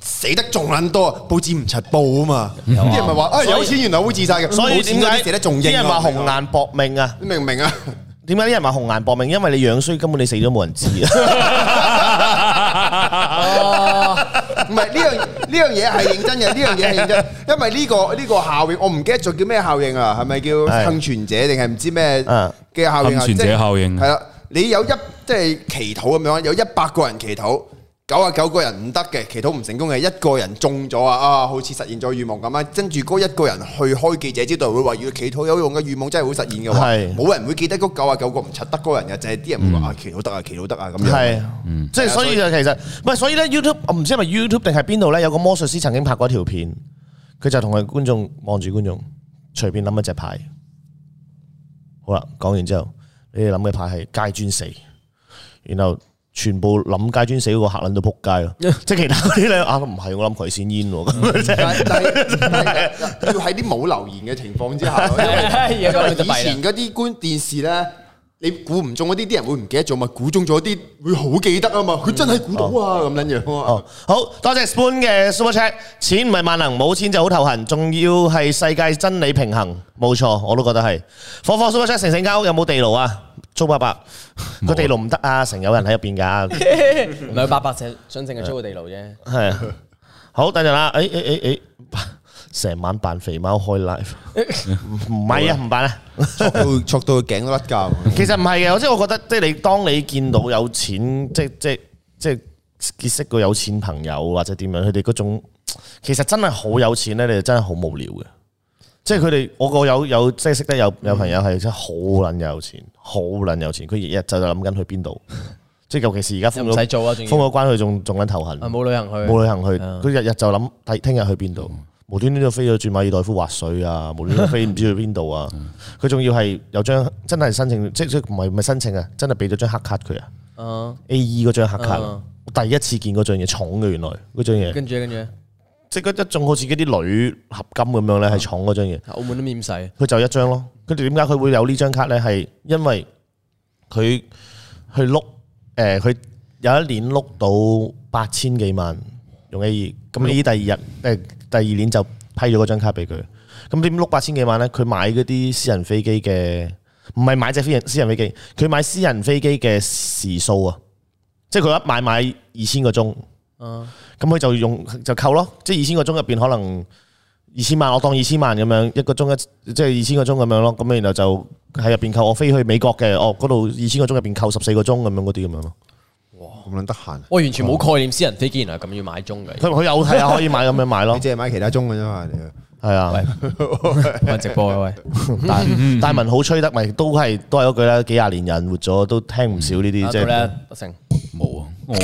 Speaker 4: 死得仲撚多，報紙唔柒報啊嘛。啲人咪話啊，有錢原來會自殺嘅，
Speaker 1: 所以
Speaker 4: 冇錢
Speaker 1: 點
Speaker 4: 嗰
Speaker 1: 解
Speaker 4: 啲死得仲
Speaker 1: 啲
Speaker 4: 英啊
Speaker 1: 人話紅顏薄命啊？
Speaker 4: 你明唔明啊？
Speaker 1: 點解啲人話紅顏薄命？因為你樣衰，根本你死咗冇人知啊！
Speaker 4: 唔係呢樣呢樣嘢係認真嘅，呢樣嘢係認
Speaker 1: [laughs]
Speaker 4: 真，因為呢個呢個效應，我唔記得咗叫咩效應啊？係咪
Speaker 1: 係
Speaker 4: 叫幸存者定係唔知咩
Speaker 1: 嗯
Speaker 4: 嘅效應
Speaker 3: 幸
Speaker 4: 啊？
Speaker 3: 存者
Speaker 4: 即係
Speaker 3: 效應
Speaker 4: 係啦，你有一即係祈禱咁樣，有一百個人祈禱。九啊九個人唔得嘅，祈禱唔成功嘅，一個人中咗啊！啊，好似實現咗願望咁啊！跟住嗰一個人去開記者招待會，話要祈禱有用嘅願望真係會實現嘅話，
Speaker 1: 係嗯
Speaker 4: 冇人會記得嗰九啊九個唔柒得嗰人嘅，就係啲人會話啊祈禱得啊，祈禱得啊 [laughs] 咁樣。啊
Speaker 1: 係，即係所以就其實唔係，所以咧 YouTube 我唔知係咪 YouTube 定係邊度咧，有個魔術師曾經拍過一條片，佢就同佢觀眾望住觀眾，隨便諗一隻牌。好啦，講完之後，你哋諗嘅牌係街磚四，然後全部諗街磚四嗰個客撚到撲
Speaker 4: [laughs]
Speaker 1: 街咯，即係其他嗰啲咧啊唔係，我諗佢先煙喎，咁即係
Speaker 4: 但但但要喺啲冇留言嘅情況之下，
Speaker 2: [laughs]
Speaker 4: 因為
Speaker 2: 係啊
Speaker 4: 因為
Speaker 2: 咁就弊啦
Speaker 4: 以前嗰啲觀電視咧，你估唔中嗰啲，啲人會唔記得咗嘛？估中咗啲會好記得啊嘛，佢真係估到啊咁樣樣啊
Speaker 1: 哦，好多謝 Spoon 嘅 Super Chat，錢唔係萬能，冇錢就好頭痕，仲要係世界真理平衡，冇錯，我都覺得係。火火 Super Chat 成成間屋有冇地牢啊？租伯伯個地牢唔得啊，成有人喺入邊㗎，
Speaker 2: 唔係八百尺準正嘅租個地牢啫。
Speaker 1: 係啊。好，等陣啦，誒誒誒誒， [laughs] 成晚扮肥貓開 live，唔唔係啊，唔扮啊。
Speaker 4: 戳到戳到頸都甩膠。
Speaker 2: [laughs]
Speaker 1: 其實唔係嘅，即係我覺得，即係你當你見到有錢，即係即係即係結識個有錢朋友或者點樣，佢哋嗰種其實真係好有錢咧，你就真係好無聊嘅。即係佢哋，我個有有即係識得有有朋
Speaker 2: 嗯
Speaker 1: 友係真係好撚有錢，好撚有錢，佢日日就諗緊去邊
Speaker 2: [laughs]
Speaker 1: 度，即係尤其是而家封
Speaker 2: 又唔使
Speaker 1: 咗
Speaker 2: 做啊仲要
Speaker 1: 封咗關，佢仲仲撚頭痕，
Speaker 2: 啊，冇旅行去。嗯
Speaker 1: 冇旅行去，佢日日就諗睇聽日去邊度，無端端就飛咗轉馬爾代夫滑水
Speaker 2: [laughs]
Speaker 1: 啊，無端端飛唔知去邊度啊，
Speaker 2: 嗯
Speaker 1: 佢仲要係有張真係申請，即即唔係唔係申請啊，真係俾咗張黑卡佢啊
Speaker 2: 啊，
Speaker 1: ，A E 嗰張黑卡，
Speaker 2: 嗯
Speaker 1: 我第一次見嗰張嘢重嘅原來嗰張嘢，
Speaker 2: 跟住啊跟住，
Speaker 1: 即嗰一種好似嗰啲鋁合金咁樣
Speaker 2: 哦
Speaker 1: 咧係重嗰張嘢。
Speaker 2: 澳門都免使。
Speaker 1: 佢就一張咯。佢哋點解佢會有呢張卡咧？係因為佢去碌誒，佢、有一年碌到八千幾萬用 A 二，咁 A 第二日誒、第二年就批咗嗰張卡俾佢。咁點碌八千幾萬咧？佢買嗰啲私人飛機嘅，唔係買只私人私人飛機，佢買私人飛機嘅時數啊，即係佢一買買二千個鐘。
Speaker 2: 啊，
Speaker 1: 咁佢就用就扣咯，即係二千個鐘入邊可能二千萬，我當二千萬咁樣一個鐘一即係二千個鐘咁樣咯。咁然後就喺入邊扣，我飛去美國嘅，哦嗰度二千個鐘入邊扣十四個鐘咁樣嗰啲咁樣咯。
Speaker 4: 咁撚得閒，
Speaker 2: 我完全冇概念，私人飛機原來咁要買鐘嘅。
Speaker 1: [laughs] 佢佢有係啊，可以買咁樣買咯
Speaker 4: 你，淨係買其他鐘嘅啫嘛？你
Speaker 1: 係啊。
Speaker 2: 喂，直播啊喂，
Speaker 1: 但但文好吹得咪都係都係嗰句
Speaker 4: 嗯
Speaker 1: 啦，幾廿年人活咗都聽唔少呢啲
Speaker 2: 啊
Speaker 1: 即
Speaker 2: 到
Speaker 1: 係
Speaker 2: 咧，德成
Speaker 3: 冇啊，我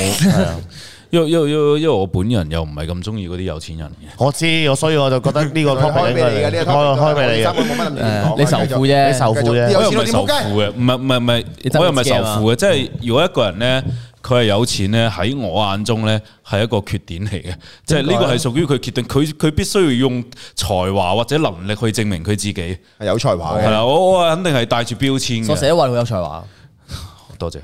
Speaker 3: 因因為因為因為因為我本人又唔係咁中意嗰啲有錢人嘅，
Speaker 1: 我知，我所以我就覺得呢個 topic
Speaker 4: [laughs] 開
Speaker 1: 應
Speaker 4: 俾你嘅
Speaker 1: 該
Speaker 4: 呢
Speaker 1: 開
Speaker 4: 個 topic，
Speaker 1: 開俾你
Speaker 4: 三個
Speaker 1: 嘅，
Speaker 4: 冇乜諗住
Speaker 2: 誒你仇富啫，
Speaker 1: 你仇富
Speaker 4: 繼
Speaker 1: 啫
Speaker 4: 續。
Speaker 3: 我又唔
Speaker 4: 有
Speaker 3: 係
Speaker 4: 錢
Speaker 3: 仇
Speaker 4: 到點
Speaker 3: 富嘅，唔係唔係唔係，
Speaker 2: 你真係
Speaker 3: 我又唔係
Speaker 2: 好驚啊
Speaker 3: 仇富嘅，即係如果一個人咧，佢係有錢咧，喺我眼中咧係一個缺點嚟嘅，即係
Speaker 2: 啊
Speaker 3: 呢個係屬於佢決定，佢佢必須要用才華或者能力去證明佢自己，係
Speaker 2: 啊
Speaker 4: 係有才華嘅，
Speaker 3: 啦，我我肯定係帶住標籤
Speaker 2: 我
Speaker 3: 嘅
Speaker 2: 成。日都話你好有才華，
Speaker 3: 多謝。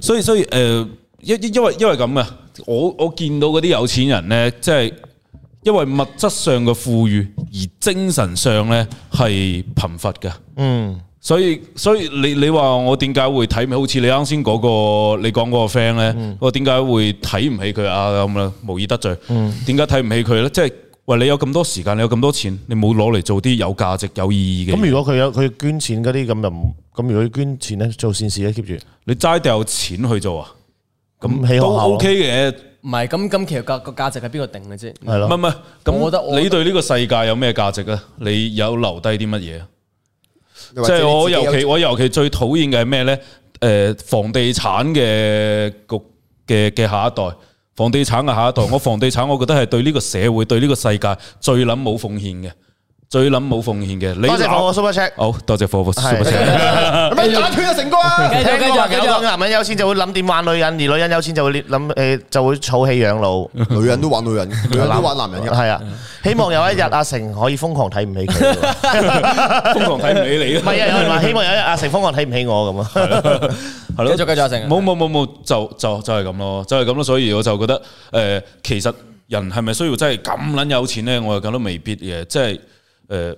Speaker 3: 所以所以誒、呃因因因為因為咁嘅，我我見到嗰啲有錢人咧，即係因為物質上嘅富裕，而精神上咧係貧乏嘅。嗯。所以所以你你話我點解會睇唔好似你啱先嗰個你講嗰個 friend 咧，
Speaker 1: 嗯
Speaker 3: 我點解會睇唔起佢啊咁啦？無意得罪。
Speaker 1: 嗯
Speaker 3: 點解睇唔起佢咧？即係喂，你有咁多時間，你有咁多錢，你冇攞嚟做啲有價值、有意義嘅嘢。
Speaker 1: 咁如果佢有佢捐錢嗰啲咁就唔，咁如果佢捐錢咧做善事咧 keep 住，
Speaker 3: 你齋掉錢去做啊？
Speaker 1: 咁起學校啊
Speaker 3: 都
Speaker 1: 咯
Speaker 3: OK 嘅，
Speaker 2: 唔係咁咁，其實個個價值係邊個定嘅
Speaker 1: 係
Speaker 2: 啫？
Speaker 3: 唔係
Speaker 1: 咯，
Speaker 3: 唔係，
Speaker 2: 我覺
Speaker 3: 咁
Speaker 2: 得我
Speaker 3: 你對呢個世界有咩價值啊？你有留低啲乜嘢啊？
Speaker 4: 即
Speaker 3: 即係我尤其我尤其最討厭嘅係咩咧？誒，房地產嘅局嘅嘅下一代，房地產嘅下一
Speaker 1: [laughs]
Speaker 3: 代，我房地產我覺得係對呢個社會、對呢個世界最撚冇奉獻嘅，最撚冇奉獻嘅。你
Speaker 1: 多謝
Speaker 3: 鬧
Speaker 1: 我 super check。
Speaker 3: 好多謝火 super
Speaker 1: 係 [laughs]
Speaker 3: Chat
Speaker 4: 咪打斷啊成哥啊！
Speaker 2: 繼續繼
Speaker 1: 聽過話
Speaker 2: 續繼
Speaker 1: 有個
Speaker 2: 續，
Speaker 1: 男人有錢就會諗點玩女人，而女人有錢就會諗誒就會儲起養老。
Speaker 4: 女人都玩女人，女人都玩男人嘅。
Speaker 1: 係啊，希望有一日阿成可以瘋狂睇唔起佢喎。
Speaker 3: 瘋狂睇唔起你
Speaker 1: 唔係啊，有人話希望有一日阿成瘋狂睇唔起我咁 [laughs] 啊。
Speaker 3: 係咯，
Speaker 2: 繼續繼續阿成
Speaker 3: 冇冇冇冇，就就就係咁咯，就係咁咯。所以我就覺得，誒、呃其實人係咪需要真係咁撚有錢咧？我又覺得未必嘅，即係誒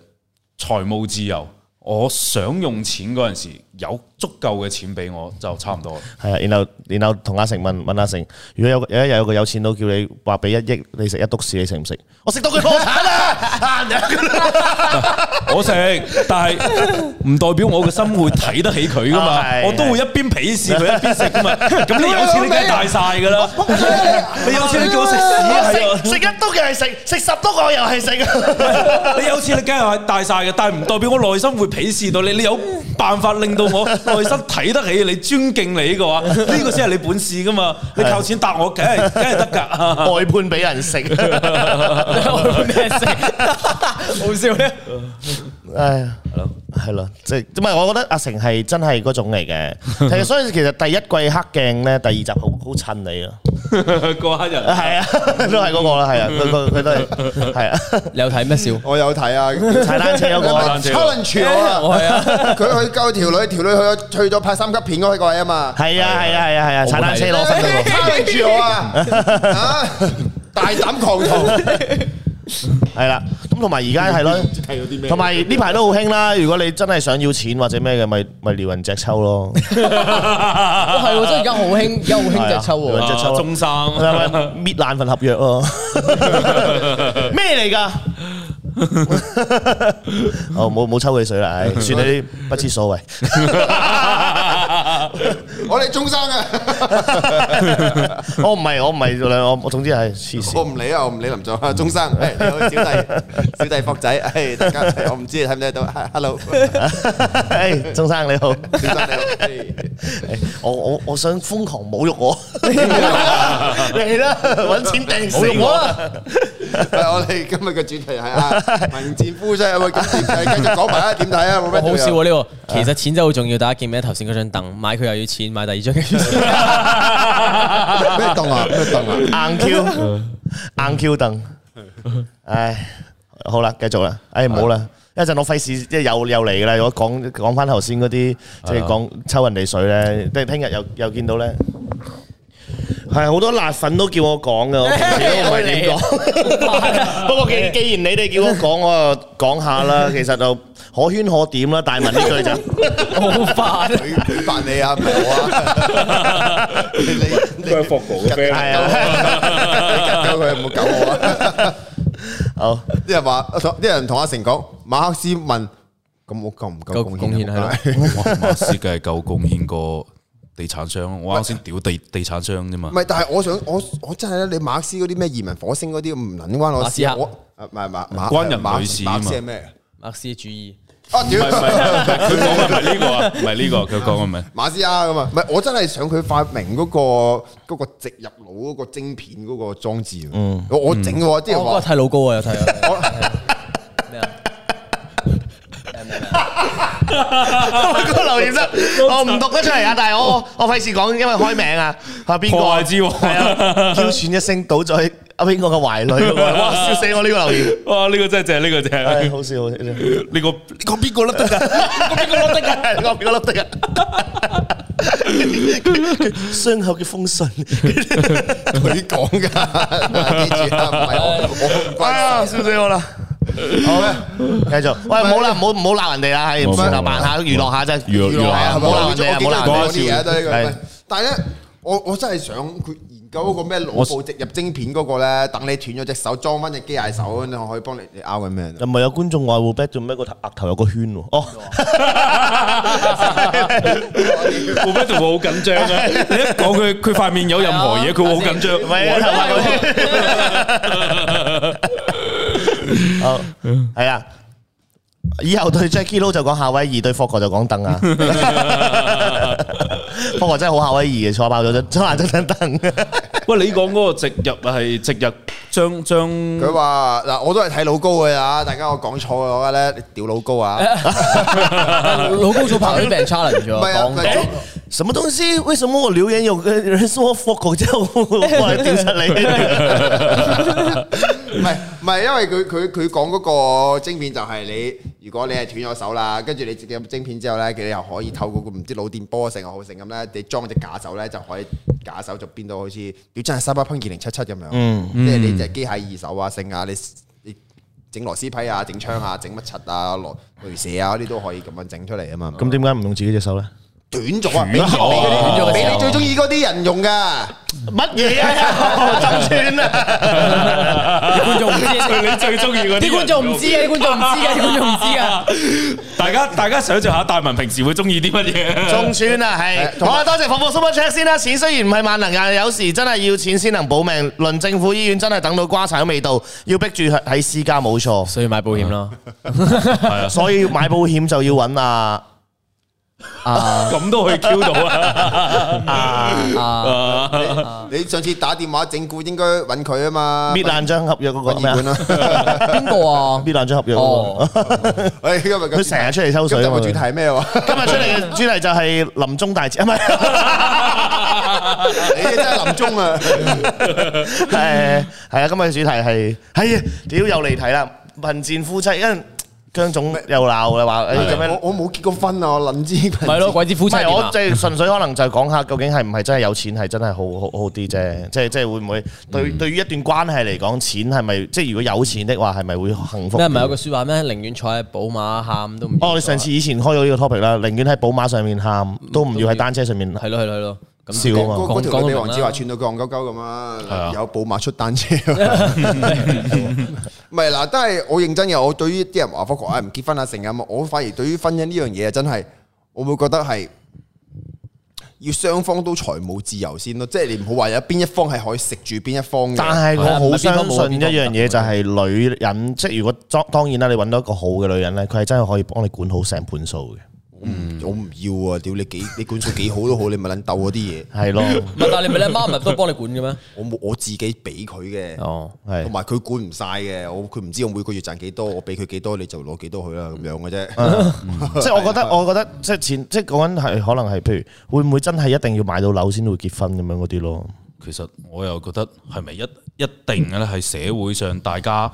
Speaker 3: 財務自由。我想用錢嗰陣時，有足夠嘅錢俾我就差唔多啦。
Speaker 1: 係啊，然後然後同阿成問問阿成，如果有有一日有個有錢佬叫你話俾一億你食一篤屎，你食唔食？我食到佢破產 À, 啦！
Speaker 3: 我食，但係唔代表我嘅心會睇得起佢噶嘛
Speaker 1: 啊係，
Speaker 3: 我都會一邊鄙視佢一邊食噶嘛。咁你有錢你梗係大晒噶啦，你有錢你叫我食屎係啊
Speaker 1: 我食食一篤又係食，食十篤我又係食。
Speaker 3: 你有錢你梗係大晒嘅，但係唔代表我內心會鄙視到你。你有辦法令到我內心睇得起你、尊敬你嘅話，呢個先係你本事噶嘛。你靠錢搭我，梗係梗係得㗎。
Speaker 1: 外判俾人食，
Speaker 2: 我咩事？好笑咧！
Speaker 1: 唉，係咯，係咯，即係唔係？我覺得阿成係真係嗰種嚟嘅， [laughs] 其實所以其實第一季黑鏡咧，第二集好好襯你啊，
Speaker 3: 嗰刻人
Speaker 1: 係啊， [laughs] 都係嗰個啦，係啊，佢佢佢都係係啊，
Speaker 2: 你有睇咩笑？
Speaker 4: 我有睇啊，
Speaker 1: [laughs] 踩單車嗰個啊，
Speaker 4: challenge 我
Speaker 2: 我係啊，
Speaker 4: 啊！佢去救條女，條女去咗去咗拍三級片嗰個位啊嘛
Speaker 1: [laughs] 係啊係啊係啊係啊，踩單車攞分嗰個，
Speaker 4: ，challenge 我啊！啊，大膽狂徒，
Speaker 1: [laughs] 係啦，咁同埋而家係 [laughs] 咯，同埋呢排都好興啦，如果你真係想要錢或者咩嘅，咪咪撩人隻抽咯，
Speaker 2: 我哦
Speaker 3: [laughs]
Speaker 2: 係喎，真係而家好興，而家好興隻抽
Speaker 1: 係啊
Speaker 2: 喎。
Speaker 1: 隻抽咯
Speaker 3: 中三
Speaker 1: 係咪搣爛份合約 [laughs] 咯，咩嚟 [laughs] 㗎？哦，冇冇抽佢水啦， [laughs] 唉算你不知所 [laughs] 謂。
Speaker 4: 我哋中生啊！
Speaker 1: 我唔係，我唔係兩，我我總之係黐
Speaker 4: 我
Speaker 1: 線。 [laughs]
Speaker 4: 唔理啊，我唔理林作啊，中生，誒，你好，小弟，小弟福仔，誒，大家一齊，我唔知你睇唔睇得到，hello，
Speaker 1: 誒，鍾生你好，
Speaker 4: 小生
Speaker 1: [laughs]
Speaker 4: 你好。
Speaker 1: 我我我想瘋狂侮辱 [laughs] 我，你啦，揾錢掟死我啦。
Speaker 4: 我哋今日嘅主題係啊，民戰夫妻有冇咁繼續講埋啊？點睇啊？冇咩
Speaker 2: 好笑喎呢個，其實錢真係好重要。大家見唔見頭先嗰張凳？買佢又要錢，買第二張又
Speaker 1: [laughs]
Speaker 2: 要錢。
Speaker 4: 咩凳啊？咩凳啊？ [laughs]
Speaker 1: 硬 Q 硬 Q 凳，唉，好啦，繼續啦，唉，唔好啦，一陣我費事即係又又嚟㗎啦。我講講翻頭先嗰啲，即係講抽人哋水咧，即係聽日又又見到咧，係好多辣粉都叫我講嘅，我平時都唔係點講。不過既既然你哋叫我講，我就講下啦。其實就可圈可點啦，大文呢句就。
Speaker 2: 好煩。
Speaker 4: 佢佢扮你啊，唔係我啊！你你你
Speaker 3: 霍哥嘅 friend
Speaker 1: 係啊，
Speaker 4: 救佢唔好救我啊！
Speaker 1: 好，
Speaker 4: 啲人話，啲人同阿成講，馬克思問：咁我夠唔夠貢獻啊？
Speaker 3: 馬斯梗係夠貢獻過地產商，我啱先屌地地產商啫嘛
Speaker 4: 唔。係，但係我想，我我真係咧，你馬克思嗰啲咩移民火星嗰啲唔撚關我事，我唔係馬馬馬馬馬馬馬馬馬
Speaker 2: 馬克思主義，
Speaker 4: 啊
Speaker 3: 唔
Speaker 4: 屌
Speaker 3: 係唔係，佢講嘅唔係呢個啊，唔係呢個，佢講嘅唔係。
Speaker 4: 馬斯亞咁啊！唔係，我真係想佢發明嗰個嗰個植入腦嗰個晶片嗰個裝置啊。我我整喎，即係
Speaker 2: 我嗰個
Speaker 4: 話
Speaker 2: 睇老高啊，有睇啊。
Speaker 4: 我
Speaker 2: 咩啊？
Speaker 1: 個留言室，我唔讀得出嚟啊，但係我我費事講，因為開名啊，啊邊
Speaker 3: 破
Speaker 1: 個
Speaker 3: 壞之王
Speaker 1: 係啊，挑選一聲倒在阿邊個嘅懷裏嗰個， [laughs] 哇！笑死我呢個留言，
Speaker 3: 哇！呢個真係正，呢個正，
Speaker 1: [laughs] 唉，好笑好笑，呢
Speaker 3: 呢個呢個邊個甩得㗎？
Speaker 1: 個攞得㗎，我邊個攞得㗎？傷口嘅風信，
Speaker 4: 佢講
Speaker 1: [laughs]
Speaker 4: 㗎，記住啊，唔係我我唔關
Speaker 1: 哎
Speaker 4: 事
Speaker 1: 呀，笑死我啦！
Speaker 4: 好咩？
Speaker 1: 繼續，喂，唔好啦，唔好唔好鬧人哋啦，係唔好扮下娛樂下啫，
Speaker 3: 娛樂娛
Speaker 4: 啊
Speaker 3: 樂下
Speaker 1: 唔好鬧人哋，啊唔好鬧人
Speaker 4: 我
Speaker 1: 哋。
Speaker 4: 啲嘢都呢個啊
Speaker 1: 係。
Speaker 4: 但係咧，我我真係想佢研究嗰個咩腦部植入晶片嗰個咧，等你斷咗隻手，裝翻隻機械手，咁我可以幫你你拗緊咩？啊
Speaker 1: 又唔係有觀眾愛護 back 做咩個額頭有個圈喎？哦，
Speaker 3: 胡斌同我好緊張啊！你一講佢，佢塊面有任何嘢，佢會好緊張。
Speaker 1: 唔係頭髮個圈。好， [laughs] 係啊。以後對 Jackie Lou 就講夏威夷，對霍哥就講凳啊。 [laughs] 霍哥真係好夏威夷嘅，坐爆咗張坐爛咗張凳。
Speaker 3: 喂，你講嗰個植入係植入將將
Speaker 4: 佢話嗱，我都係睇老高㗎啦，大家我講錯嘅話咧，你屌老高
Speaker 1: [laughs]
Speaker 4: 啊！
Speaker 2: 老高早拍咗啲病 challenge 咗，
Speaker 4: 唔係啊，唔
Speaker 2: 講
Speaker 4: 係
Speaker 1: 什麼東西？為什麼我留言有個人說霍哥之後， [laughs] 我嚟屌柒 [laughs] 你？
Speaker 4: 唔係唔係，因為佢佢佢講嗰個晶片就係你，如果你係斷咗手啦，跟住你自己有晶片之後咧，佢你又可以透過個唔知腦電波啊成又好成咁咧，你裝隻假手咧就可以假手就變到好似屌真係三百烹二零七七咁樣，嗯即係你隻機械二手啊、剩啊，你你整螺絲批啊、整槍啊、整乜柒啊、螺雷射啊嗰啲都可以咁樣整出嚟啊嘛。
Speaker 1: 咁點解唔用自己隻手咧？
Speaker 4: 短咗啊，俾
Speaker 3: 咗啊
Speaker 4: 你俾你最中意嗰啲人用噶。
Speaker 1: 乜嘢 [laughs] 啊？針穿啊！
Speaker 2: 啲觀眾唔知，
Speaker 3: [laughs] 你最中意嗰
Speaker 2: 啲觀眾唔 [laughs] 知嘅，啲觀眾唔知嘅，啲觀眾唔知啊。
Speaker 3: 大家大家想象下，大文平時會中意啲乜嘢？
Speaker 1: 中村啊，係好啊！多謝火火 Super Check 先啦，錢雖然唔係萬能，但係有時真係要錢先能保命。輪政府醫院真係等到瓜柴都未到，要逼住喺私家冇錯，
Speaker 2: 所以買保險咯。
Speaker 1: 所以買保險就要揾啊
Speaker 3: 咁都可以 Q 到 [laughs] 啊！
Speaker 4: 你上次打電話整蠱應該揾佢啊嘛，
Speaker 1: 搣爛張合約嗰個
Speaker 4: 醫
Speaker 1: 咩
Speaker 4: 館
Speaker 1: 啊？
Speaker 4: 啦。
Speaker 2: 邊個啊？
Speaker 1: 搣爛張合約嗰 [laughs]
Speaker 2: 哦
Speaker 1: 個，啊
Speaker 4: 诶，哎今日佢
Speaker 1: 佢成日出嚟收水啊嘛
Speaker 4: 今日個主題咩
Speaker 1: [laughs]
Speaker 4: 話？
Speaker 1: 今日出嚟嘅主題就係臨終大戰， [laughs] 唔係。
Speaker 4: 你真係臨終啊！
Speaker 1: [laughs] 诶，系啊，今日嘅主題係，系啊，屌又離題啦，貧賤夫妻，因為姜總又鬧啦，話诶做咩？
Speaker 4: 我我冇結過婚啊，我諗知。唔
Speaker 2: 咪咯，鬼知夫
Speaker 1: 唔
Speaker 2: 妻
Speaker 1: 係，
Speaker 2: 點
Speaker 1: 我
Speaker 2: 啊
Speaker 1: 即？係純粹可能就係講下究竟係唔係真係有錢係真係好好好啲啫，即係即係會唔會對
Speaker 2: 嗯
Speaker 1: 對於一段關係嚟講，錢係咪即係如果有錢的話係咪會幸福嗯
Speaker 2: 咩？唔係有句説話咩？寧願坐喺寶馬喊都唔
Speaker 1: 哦，你上次以前開咗呢個 topic 啦，寧願喺寶馬上面喊，都唔要喺單車上面
Speaker 2: 嗯係咯係咯係咯，咁
Speaker 1: 笑啊嘛
Speaker 4: 嗰嗰條女俾黃子華
Speaker 2: 話
Speaker 4: 串到佢戇鳩鳩咁啊
Speaker 3: 啊！
Speaker 4: 有寶馬出單車，啊
Speaker 1: [laughs]
Speaker 4: 唔係嗱，都係我認真嘅。我對於啲人話福哥啊唔結婚啊成咁，我反而對於婚姻呢樣嘢真係，我會覺得係要雙方都財務自由先咯。即係你唔好話有邊一方係可以食住邊一方
Speaker 1: 但
Speaker 4: 嘅。
Speaker 1: 係我好相
Speaker 2: 係啊唔係邊個冇
Speaker 1: 信一樣嘢就係女人，即係如果當當然啦，你揾到一個好嘅女人咧，佢係真係可以幫你管好成盤數嘅，
Speaker 4: 我唔我唔要啊！屌你幾你管數幾好都好，你咪撚鬥嗰啲嘢。
Speaker 1: 係咯，
Speaker 2: 唔係，但係你咪你媽唔係都幫你管嘅咩？
Speaker 4: 我冇我自己俾佢嘅，
Speaker 2: [laughs] 哦，
Speaker 4: 同
Speaker 1: 係。
Speaker 4: 埋佢管唔晒嘅，我佢唔知我每個月賺幾多，我俾佢幾多你就攞幾多佢啦，咁樣嘅啫。 [laughs]
Speaker 1: 即係我覺得，我覺得即係錢，即係講緊係可能係，譬如會唔會真係一定要買到樓先會結婚咁樣嗰啲咯？
Speaker 3: 其實我又覺得係咪一一定嘅咧？係社會上大家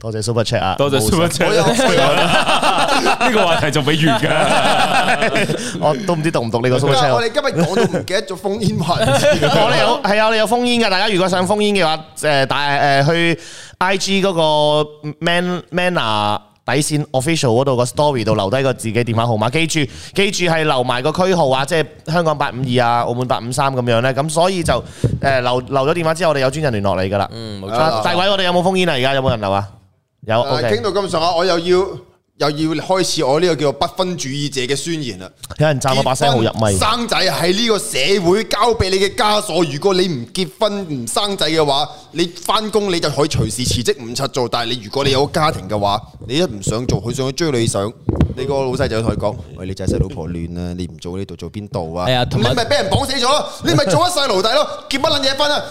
Speaker 1: 多謝 Super Chat 啊！
Speaker 3: 多謝 Super
Speaker 4: 我有
Speaker 3: Chat，呢 [laughs] 個話題仲未完㗎。
Speaker 1: 我都唔知讀唔讀呢個 Super
Speaker 4: 我
Speaker 3: [laughs]
Speaker 1: Chat。
Speaker 4: 我
Speaker 1: 我
Speaker 4: 哋今日講到唔記得咗封煙話
Speaker 1: [laughs]
Speaker 4: [laughs] 題，
Speaker 1: 哋有係啊，我哋有封煙嘅，大家如果想封煙嘅話，誒但係誒去 IG 嗰個 Man Manner 底線 Official 嗰度個 Story 度留低個自己電話號碼，記住記住係留埋個區號啊，即係香港八五二啊，澳門八五三咁樣咧。咁所以就誒留留咗電話之後，我哋有專人聯絡你㗎啦。嗯，
Speaker 2: 冇
Speaker 4: 錯
Speaker 1: 大偉，我哋有冇封煙啊？而家有冇人留啊？有
Speaker 4: 啊
Speaker 1: ，OK
Speaker 4: 傾。到咁上下，我又要又要開始我呢個叫做不婚主義者嘅宣言啦。
Speaker 1: 有人讚我把聲好入咪
Speaker 4: 結婚，生仔係呢個社會交俾你嘅枷鎖。如果你唔結婚唔生仔嘅話，你翻工你就可以隨時辭職唔出做，但係你如果你有個家庭嘅話，你一唔想做，佢想追你想，你個老細就要同佢講：，喂，你仔細老婆亂啊，你唔做呢度做邊度啊？
Speaker 2: 係啊同埋
Speaker 4: 你咪俾人綁死咗咯，你咪做一世奴隸咯，結乜撚嘢
Speaker 2: [laughs]
Speaker 4: 婚啊？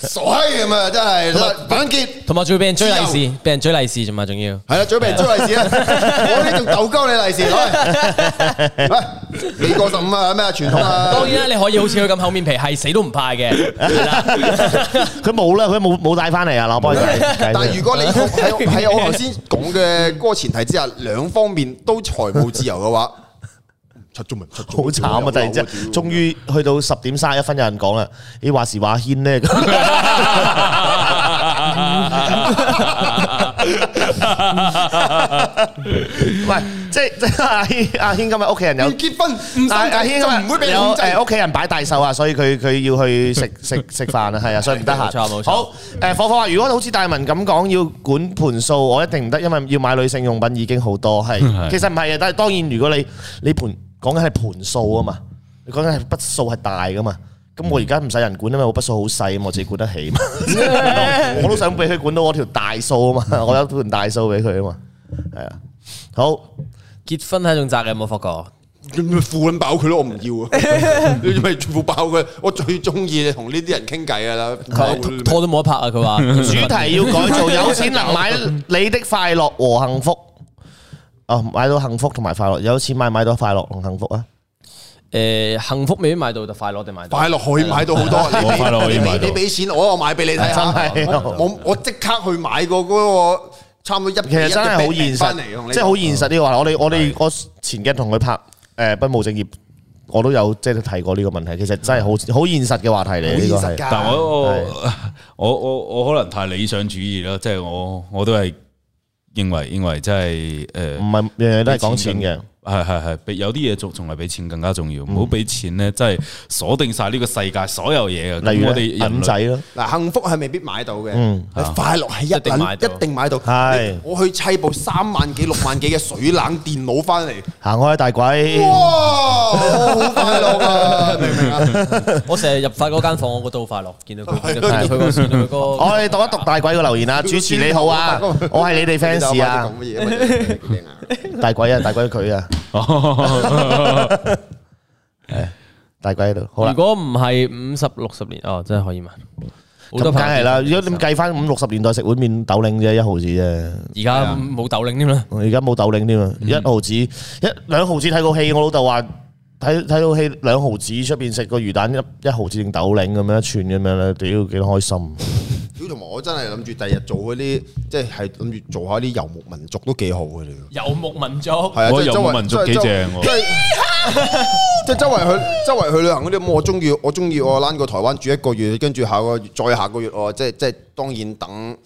Speaker 4: 傻閪咁啊，真係，反結。
Speaker 2: 同埋仲要俾人追利是，俾人追利是啫嘛，仲要。
Speaker 4: 系啦，準備追利是
Speaker 2: [laughs]
Speaker 4: 啦！我呢仲鬥鳩你利是，攞
Speaker 2: [laughs]
Speaker 4: 嚟喂，你過十五啊，咩傳統啊？
Speaker 2: 當然啦，你可以好似佢咁厚面皮，係死都唔怕嘅。係啦
Speaker 1: 佢冇啦，佢冇冇帶翻嚟啊！嗱我幫佢計計
Speaker 4: [laughs] 但係
Speaker 1: 先
Speaker 4: 如
Speaker 1: [laughs]
Speaker 4: 果你喺喺我頭先講嘅嗰個前提之下，兩方面都財務自由嘅話，出中文出
Speaker 1: 好慘啊！突然之間，終於去到十點三十一分，有人講啦：，你話時話軒咧， [laughs] 喂，即係即係阿軒阿軒今日屋企人有
Speaker 4: 要。結婚唔
Speaker 1: 阿阿軒
Speaker 4: 生
Speaker 1: 今
Speaker 4: 就唔會俾
Speaker 1: 日
Speaker 4: 你
Speaker 1: 有
Speaker 4: 控制。
Speaker 1: 誒屋企人擺大壽啊，所以佢佢要去食食食飯啊，係啊，所以唔得閒。
Speaker 2: 冇錯冇錯
Speaker 1: 好誒，火火話：如果好似大文咁講，要管盤數，我一定唔得，因為要買女性用品已經好多。係，其實唔係嘅，但係當然如果你你盤講緊係盤數啊嘛，你講緊係筆數係大噶嘛。咁我而家唔使人管，因為我筆數好細，我自己管得起嘛。我都想俾佢管到我條大數啊嘛，我有盤大數俾佢啊嘛。係啊，好。
Speaker 2: 結婚係一種責任，我發覺。
Speaker 4: 咁咪富撚爆佢咯，我唔要
Speaker 1: [laughs]
Speaker 4: 啊！你咪富爆佢，我最中意同呢啲人傾偈噶啦。
Speaker 2: 佢拖都冇得拍啊！佢話
Speaker 3: [laughs]
Speaker 1: 主題要改造，有錢能買你的快樂和幸福。哦，買到幸福同埋快樂，有錢買唔買到快樂同幸福啊！
Speaker 2: 誒幸福未必買到，就快樂定買到。
Speaker 4: 快樂可以買到好多，你
Speaker 3: 我
Speaker 4: 俾
Speaker 1: 啊
Speaker 3: 快樂可以買到
Speaker 4: 你俾錢我，我買俾你睇下。
Speaker 1: 真係啊
Speaker 4: 我我即刻去買個嗰個差唔多一
Speaker 1: 其實真係好現
Speaker 4: 翻嚟同
Speaker 1: 實，
Speaker 4: 你
Speaker 1: 即係好現實呢個話。我哋我哋我前幾日同佢拍誒《不務正業》，我都有即係提過呢個問題。其實真係好好現實嘅話題嚟，呢
Speaker 4: 嗯
Speaker 1: 個
Speaker 4: 好現實
Speaker 1: 係
Speaker 4: 㗎。
Speaker 3: 但我我我我我可能太理想主義啦，即係我我都係認為認為即係誒
Speaker 1: 唔。係樣樣都係講錢嘅？
Speaker 4: 嗯
Speaker 3: 係係係，比有啲嘢仲仲係比錢更加重要，唔好俾錢咧，真係鎖定晒呢個世界所有嘢嘅。
Speaker 1: 例如
Speaker 3: 咁我
Speaker 1: 呢
Speaker 3: 哋人
Speaker 1: 銀
Speaker 3: 類
Speaker 1: 仔咯，
Speaker 4: 嗱，幸福係未必買到嘅，
Speaker 1: 嗯
Speaker 4: 但快樂係一
Speaker 2: 定買到
Speaker 4: 定一定買到。
Speaker 1: 係
Speaker 4: 你我去砌部三萬幾六萬幾嘅水冷電腦翻嚟，
Speaker 1: 行開大鬼，
Speaker 4: 哇！我好快樂
Speaker 2: [laughs]
Speaker 4: 啊，明唔明啊？
Speaker 2: 我成日入快嗰間房，我覺得好快樂，見
Speaker 4: [laughs]
Speaker 2: 到佢，見到
Speaker 1: 係
Speaker 2: 佢個，
Speaker 3: [laughs]
Speaker 2: 見到佢個。
Speaker 1: 我哋讀一讀大鬼嘅留言啊！主持你
Speaker 4: [laughs]
Speaker 1: 好啊，我係你哋 fans 啊！
Speaker 4: 你就買啲咁嘅嘢咪就係
Speaker 1: 大鬼啊，大鬼佢啊， [laughs] 大鬼喺度，好啦
Speaker 2: 如，果唔係五十六十年，哦，真係可以買。好
Speaker 1: 咁梗
Speaker 2: 多朋友
Speaker 1: 係啦。如果你計翻五六十年代食碗面豆領啫，一毫子啫，
Speaker 2: 而
Speaker 3: 啊
Speaker 2: 家冇豆領
Speaker 3: [laughs]
Speaker 2: 添啦。
Speaker 1: 而家冇豆領添啊，一毫子一兩毫子睇套戲，我老豆話睇睇套戲兩毫子出邊食個魚蛋一一毫子定豆領咁樣一串咁樣咧，屌幾開
Speaker 2: [laughs]
Speaker 1: 心！
Speaker 4: 屌，同埋我真係諗住第日做嗰啲，即係諗住做下啲遊牧民族都幾好嘅你。
Speaker 2: 遊牧民族
Speaker 4: 係啊，
Speaker 3: 我
Speaker 4: 即係周
Speaker 3: 遊牧
Speaker 4: 圍
Speaker 3: 民族
Speaker 4: 即係
Speaker 3: 幾
Speaker 4: 周圍
Speaker 3: 正喎
Speaker 4: 即係即係周圍去周圍去旅行嗰啲，咁我中意我中意我躝過台灣住一個月，跟住下個月再下個月我即係即係當然等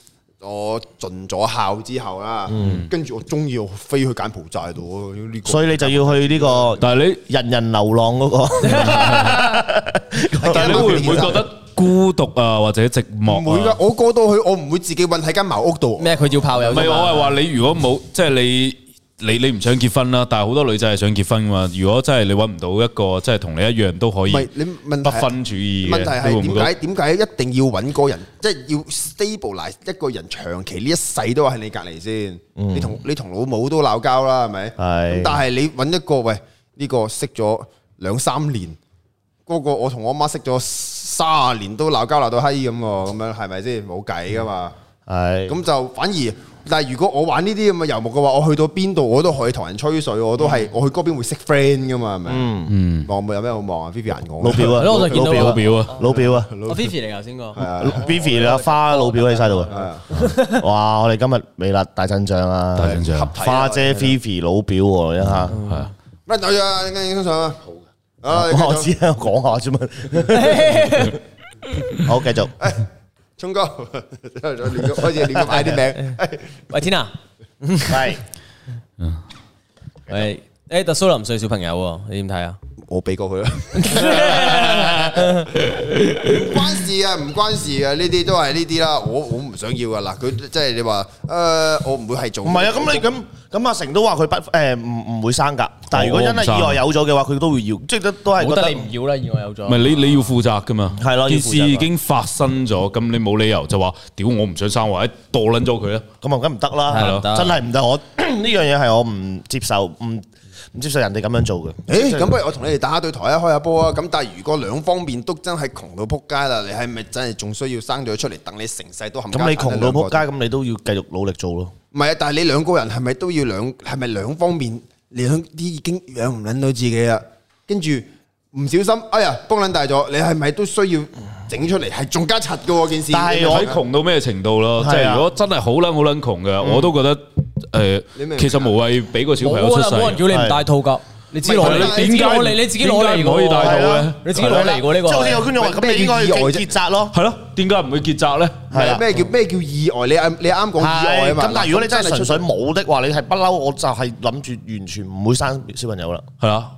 Speaker 4: 我盡咗孝之後啦，跟住我中意我飛去柬埔寨度呢個。
Speaker 1: 所以你就要去呢個
Speaker 3: 但係你
Speaker 1: 人人流浪嗰
Speaker 2: [laughs]
Speaker 1: 個，
Speaker 3: 但係你會唔會覺得孤獨啊，或者寂
Speaker 4: 啊唔會
Speaker 3: 寞
Speaker 4: 㗎
Speaker 3: 啊？，
Speaker 4: 我過到去我唔會自己韞喺間茅屋度。
Speaker 2: 咩？佢要炮友
Speaker 3: 唔
Speaker 2: 啫嘛。
Speaker 3: 係，我係話你如果冇，即係你。你你唔想結婚啦，但係好多女仔係想結婚㗎嘛。如果真係你揾唔到一個即係同你一樣都可以
Speaker 4: 唔係你問題
Speaker 3: 不分主義嘅，
Speaker 4: 問題
Speaker 3: 你
Speaker 4: 係
Speaker 3: 會唔會
Speaker 4: 點
Speaker 3: 覺
Speaker 4: 解
Speaker 3: 得
Speaker 4: 點解一定要揾個人，即係要 stabilize 一個人長期呢一世都喺你隔離先。
Speaker 3: 嗯
Speaker 4: 你同你同老母都鬧交啦，係咪？
Speaker 1: 係
Speaker 4: 咁但係你揾一個喂呢個識咗兩三年，嗰個我同我媽識咗三十年都鬧交鬧到閪咁喎，咁樣係咪先？冇計噶嘛。
Speaker 3: 嗯
Speaker 1: 係
Speaker 4: 咁就反而，但係如果我玩呢啲咁嘅遊牧嘅話，我去到邊度我都可以同人吹水，我都
Speaker 3: 嗯
Speaker 4: 係我去嗰邊會識 friend 噶嘛，係咪？嗯，望冇有咩好望啊？Vivian 講
Speaker 1: 老表啊，
Speaker 2: 係咯我就見到
Speaker 1: 老
Speaker 3: 老
Speaker 1: 表
Speaker 3: 表啊？
Speaker 1: 啊，老表啊。
Speaker 2: 我哦 Fifi 嚟頭先個。
Speaker 1: Vivi
Speaker 4: 啊
Speaker 1: 啦，花老表喺晒度啊！哇，我哋今日微辣大陣仗啊！
Speaker 3: 大陣仗合
Speaker 4: 體啊
Speaker 1: 花姐 Vivi 老表喎，一下
Speaker 3: 係啊
Speaker 4: 乜走咗啊？影張相啊！好啊，
Speaker 1: 我
Speaker 4: 繼
Speaker 1: 知
Speaker 4: 續
Speaker 1: 啊，我講下啫嘛。
Speaker 4: [laughs]
Speaker 1: 好，繼續
Speaker 4: 哎聰哥， [laughs] 亂咁開始亂咁嗌啲
Speaker 1: [laughs]
Speaker 4: 名。
Speaker 2: [laughs] 喂，Tina，
Speaker 1: 係
Speaker 2: 喂，誒，特蘇林歲小朋友喎，你點睇啊？
Speaker 6: 我俾過佢
Speaker 1: [laughs]
Speaker 6: 啦。
Speaker 4: 唔關事啊，唔關事啊，呢啲都係呢啲啦，我我唔想要噶啦，佢即係你話誒，我唔會係做，
Speaker 1: 唔係啊，咁你咁咁阿成都話佢不誒唔唔會生㗎，但係如果真係意外有咗嘅話，佢都會要，即係都都係
Speaker 2: 冇
Speaker 1: 覺
Speaker 2: 得
Speaker 1: 得
Speaker 2: 你唔要啦，意外有咗。
Speaker 3: 唔係你你要負責噶嘛？
Speaker 1: 係咯要
Speaker 3: 件
Speaker 1: 負責㗎
Speaker 3: 事已經發生咗，咁你冇理由就話屌我唔想生或者墮撚咗佢啊！
Speaker 1: 咁啊，梗唔得
Speaker 2: 係
Speaker 1: 啦
Speaker 2: 唔，得
Speaker 1: 真係唔得。我 [coughs] 呢樣嘢係我唔接受，唔唔接受人哋咁樣做嘅。
Speaker 4: 誒，咁不如我同你哋打下對台啊，開下波啊！咁但係如果兩方面都真係窮到撲街啦，你係咪真係仲需要生咗佢出嚟，等你成世都冚家啊
Speaker 1: 咁你
Speaker 4: 產
Speaker 1: 窮
Speaker 4: 呢
Speaker 1: 到
Speaker 4: 兩個
Speaker 1: 撲街，咁你都要繼續努力做咯。
Speaker 4: 唔係啊，但係你兩個人係咪都要兩係咪兩方面兩啲已經養唔撚到自己啦？跟住唔小心，哎呀，幫撚大咗，你係咪都需要整出嚟？係仲加柒嘅喎件事。
Speaker 1: 但係我
Speaker 3: 睇窮到咩程度咯？
Speaker 1: 係啊
Speaker 3: 即係如果真係好撚好撚窮嘅，我都覺得
Speaker 4: 你明唔
Speaker 3: 誒，
Speaker 4: 明啊
Speaker 3: 其實無謂俾個小朋友
Speaker 2: 冇
Speaker 3: 出
Speaker 2: 啦，
Speaker 3: 世。
Speaker 2: 冇人叫你唔戴套㗎，你自己攞
Speaker 4: 唔係
Speaker 2: 嚟，
Speaker 4: 但係
Speaker 3: 點
Speaker 2: 你自己
Speaker 3: 解
Speaker 2: 攞嚟，你自己攞嚟
Speaker 3: 點解
Speaker 2: 㗎
Speaker 3: 唔可以戴套
Speaker 2: 喎
Speaker 1: 係
Speaker 3: 咧
Speaker 1: 啊？
Speaker 2: 你自己攞嚟㗎呢個
Speaker 1: 即係好
Speaker 2: 係
Speaker 1: 似有觀眾話，咁你應該去結扎咯。
Speaker 3: 係咯，點解唔會結扎咧？
Speaker 1: 係啦嗯
Speaker 4: 係咩叫咩叫意外？你啱你啱講意外
Speaker 1: 係
Speaker 4: 啊嘛。
Speaker 1: 咁，但係如果你真係
Speaker 4: 出
Speaker 1: 純粹冇的話，你係不嬲，我就係諗住完全唔會生小朋友啦。
Speaker 3: 係啦，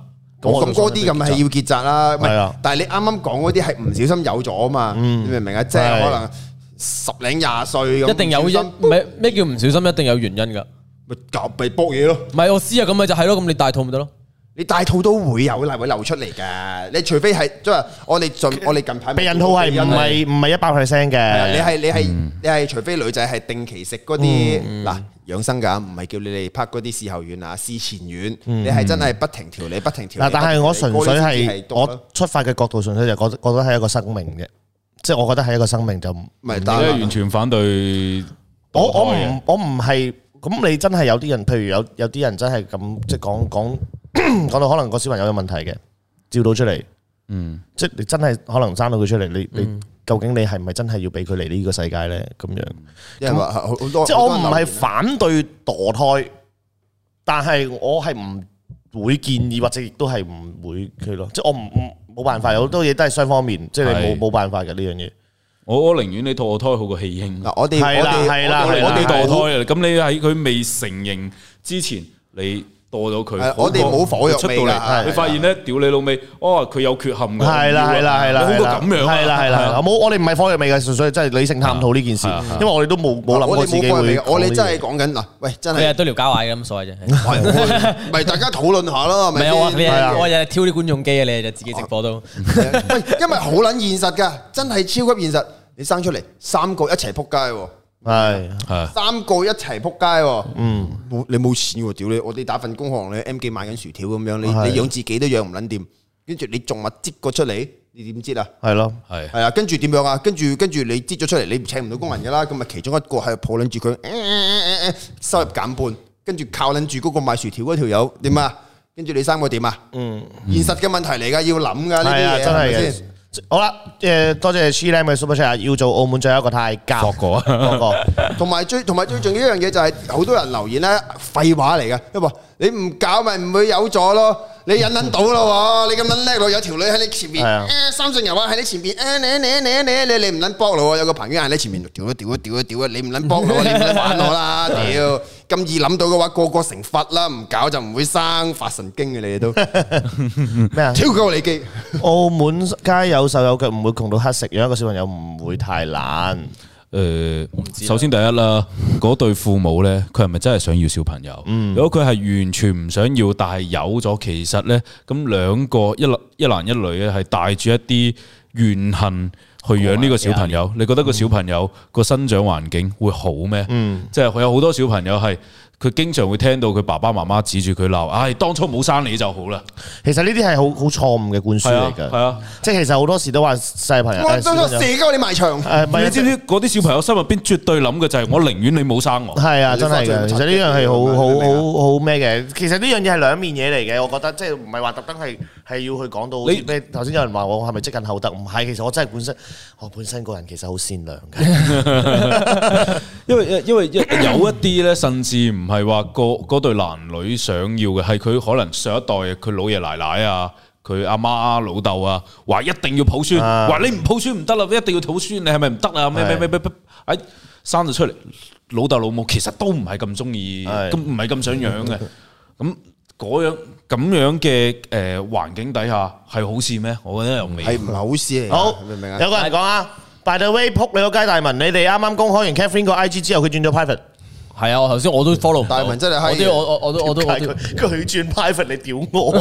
Speaker 4: 我咁嗰啲咁係要結扎啦，唔
Speaker 1: 係啊嗯
Speaker 4: 係。但係你啱啱講嗰啲係唔小心有咗啊嘛，你明唔明啊？即係
Speaker 1: 係
Speaker 4: 可能十零廿歲咁，
Speaker 2: 一定有
Speaker 4: 唔
Speaker 2: 因
Speaker 4: 小心，
Speaker 2: 咩咩叫唔小心一定有原因㗎。
Speaker 4: 咪夾咪搏嘢咯。
Speaker 2: 唔係我知啊，咁咪就係咯，咁你戴套咪得咯。
Speaker 4: 你大肚都會有係會流出嚟嘅，你除非係即係我哋近我哋近排
Speaker 1: 避孕套係唔係唔係一百 percent
Speaker 4: 係啊你
Speaker 1: 嘅？
Speaker 4: 係你係你係除非女仔係定期食嗰啲嗱養生㗎，唔係叫你哋拍嗰啲事後丸啊、事前丸，你係真係不停調理、不停調理。
Speaker 1: 嗱，但係我純粹
Speaker 4: 嗰啲先
Speaker 1: 係
Speaker 4: 至多啊咯
Speaker 1: 我出發嘅角度，純粹就覺得覺得係一個生命嘅，即係我覺得係一個生命就唔
Speaker 4: 唔係
Speaker 3: 你
Speaker 4: 但
Speaker 3: 係
Speaker 4: 係
Speaker 3: 完全反對
Speaker 1: 我
Speaker 3: 墮
Speaker 1: 我
Speaker 3: 胎嘅
Speaker 1: 唔我唔係咁，你真係有啲人，譬如有有啲人真係咁，即係講 [clears throat] 講講到可能個小朋友有問題嘅，照到出嚟，嗯，即係你真係可能生到佢出嚟，你你究竟你係咪真係要俾佢嚟呢個世界咧？咁樣，
Speaker 4: 因為話好好多，
Speaker 1: 即係我
Speaker 4: 好多
Speaker 1: 唔
Speaker 4: 人
Speaker 1: 係
Speaker 4: 留言
Speaker 1: 反對墮胎，但係我係唔會建議，或者亦都係唔會佢咯。即係我唔唔冇辦法，有好多嘢都係雙方面，即係你
Speaker 3: 係
Speaker 1: 冇冇辦法嘅呢樣嘢。
Speaker 3: 我，我寧願你墮胎好過棄嬰。
Speaker 4: 嗱，我哋
Speaker 1: 係啦
Speaker 4: 我哋
Speaker 1: 係啦
Speaker 4: 我哋
Speaker 1: 係
Speaker 4: 我
Speaker 1: 啦
Speaker 3: 我哋墮
Speaker 4: 哋冇
Speaker 3: 胎啊！咁你喺佢未成形之前，你墮咗
Speaker 4: 係
Speaker 3: 佢。
Speaker 4: 我哋冇火藥
Speaker 3: 出到
Speaker 4: 味㗎
Speaker 3: 嚟，
Speaker 4: 係
Speaker 3: 你發現咧，屌你老味，哦，佢有缺陷㗎。
Speaker 1: 係啦，
Speaker 3: 我唔要啊
Speaker 1: 係
Speaker 3: 我好
Speaker 1: 啦，係啦，係
Speaker 3: 過
Speaker 1: 啦
Speaker 3: 咁樣啊。
Speaker 1: 係啦，係啦，冇，我哋唔係火藥味嘅，純粹真係理性探討呢件事
Speaker 3: 係啊係啊，
Speaker 1: 因為我哋都冇冇諗
Speaker 4: 我
Speaker 1: 過
Speaker 4: 哋
Speaker 1: 自己
Speaker 4: 冇
Speaker 1: 會
Speaker 4: 嘅，我
Speaker 1: 講呢
Speaker 4: 哋
Speaker 1: 啲
Speaker 4: 真
Speaker 1: 嘢
Speaker 4: 係講緊嗱，喂，真
Speaker 2: 你
Speaker 4: 係
Speaker 2: 日都聊交嗌嘅咁所謂啫。
Speaker 4: 係我咪大家討論下咯，係哦
Speaker 2: 唔係我話你
Speaker 4: 咪
Speaker 2: 日
Speaker 4: 先？
Speaker 1: 啊
Speaker 2: 我日日挑啲觀眾機啊，你日日自己直播都。
Speaker 4: 喂，因為好撚現實㗎，真係超級現實。你生出嚟三個一齊撲街喎，
Speaker 1: 係
Speaker 3: 係
Speaker 4: 三個一齊撲街喎。嗯，冇你冇錢喎，屌你！我哋打份工可能你 M 記買緊薯條咁樣，你
Speaker 1: 係
Speaker 4: 你養自己都養唔撚掂，跟住你仲物擠個出嚟，你點擠啊？
Speaker 1: 係咯，
Speaker 3: 係
Speaker 4: 係啊，跟住點樣啊？跟住跟住你擠咗出嚟，你請唔到工人㗎啦。咁咪其中一個係抱撚住佢，呃呃呃呃收入減半，跟住靠撚住嗰個賣薯條嗰條友點
Speaker 1: 嗯
Speaker 4: 啊？跟住你三個點啊？嗯，現實嘅問題嚟㗎，要諗㗎呢
Speaker 1: 係
Speaker 4: 啲
Speaker 1: 啊，
Speaker 4: 嘢，
Speaker 1: 真
Speaker 4: 係咪
Speaker 1: 係
Speaker 4: 先
Speaker 1: 嘅？。好啦，誒多謝 c h i l a m 嘅 Super Chat，要做澳門最後一個太監，
Speaker 3: 霍哥啊
Speaker 1: 霍哥
Speaker 4: [laughs] 同埋最同埋最重要一樣嘢就係好多人留言咧廢話嚟嘅，因為話你唔搞咪唔會有咗咯，你忍撚到咯喎，你咁撚叻咯，有條女喺你前面，
Speaker 1: 係啊
Speaker 4: 啊三上游啊喺你前面，啊你你你你你你唔撚搏咯喎，有個朋友喺你前面，屌啊屌啊屌啊屌啊，你唔撚搏咯，你唔撚玩我啦，屌咁易諗到嘅話，個個成佛啦，唔搞就唔會生，發神經嘅你哋都
Speaker 1: 咩啊？
Speaker 4: 超鳩你機，
Speaker 1: 澳門街有手有腳，唔會窮到乞食，養一個小朋友唔會太懶。呃
Speaker 3: 誒，首先第一啦，嗰對父母呢，佢係咪真係想要小朋友？
Speaker 1: 嗯
Speaker 3: 如果佢係完全唔想要，但係有咗，其實呢，咁兩個一男一男一女咧，係帶住一啲怨恨去養呢個小朋
Speaker 1: 啊
Speaker 3: 友，你覺得個小朋友
Speaker 1: 嗯
Speaker 3: 個生長環境會好咩？即係佢有好多小朋友係佢經常會聽到佢爸爸媽媽指住佢鬧，唉，當初冇生你就好啦。
Speaker 1: 其實呢啲係好好錯誤嘅灌輸
Speaker 3: 係啊
Speaker 1: 嚟，
Speaker 3: 係
Speaker 1: 㗎，
Speaker 3: 啊。
Speaker 1: 即係其實好多時都話細朋友，
Speaker 4: 我
Speaker 1: 誒
Speaker 4: 真
Speaker 1: 小
Speaker 4: 係
Speaker 1: 朋友
Speaker 4: 射鳩你埋牆。
Speaker 1: 誒唔係
Speaker 3: 你
Speaker 1: 啊
Speaker 3: 知唔知嗰啲小朋友心入邊絕對諗嘅
Speaker 1: [laughs]
Speaker 3: 就係我寧願你冇生我。
Speaker 1: 係啊，
Speaker 4: 你花
Speaker 1: 真係
Speaker 4: 咗
Speaker 1: 嘅。其
Speaker 4: 咁
Speaker 1: 實
Speaker 4: 多
Speaker 1: 呢
Speaker 4: 錢
Speaker 1: 樣係好
Speaker 4: 咁樣
Speaker 1: 好
Speaker 4: 你明唔
Speaker 1: 好好咩嘅。其實呢樣嘢係兩面嘢嚟嘅，我覺得即係唔係話特登係係要去講到好似
Speaker 3: 你
Speaker 1: 咩？頭先有人話我係咪積近厚德？唔係，其實我真係本身我本身個人其實好善良嘅。
Speaker 2: [laughs]
Speaker 3: 因為因為一有一啲咧，甚至唔係話個嗰對男女想要嘅，係佢可能上一代佢老爺奶奶啊，佢阿媽老豆啊，話一定要抱孫，
Speaker 1: 啊
Speaker 3: 話你唔抱孫唔得啦，一定要抱孫，你係咪唔得啊？咩咩咩咩咩，哎生咗出嚟，老豆老母其實都唔係咁中意，[laughs]
Speaker 1: 係
Speaker 3: 咁唔係咁想養嘅，咁嗰樣咁樣嘅诶環境底下係好事咩？我覺得又未。
Speaker 4: 係唔係好事嚟㗎？
Speaker 1: 好，
Speaker 4: 明唔明啊？
Speaker 1: 有個人講啊，by the way，撲你個街大文，你哋啱啱公開完 Catherine 個 IG 之後，佢轉咗 private，
Speaker 2: 係啊，我頭先我都 follow 唔到
Speaker 4: 大文真係
Speaker 2: 我
Speaker 4: 閪
Speaker 2: 都我我我都我都我
Speaker 1: 但係
Speaker 2: 都
Speaker 1: 佢佢轉 private，你屌我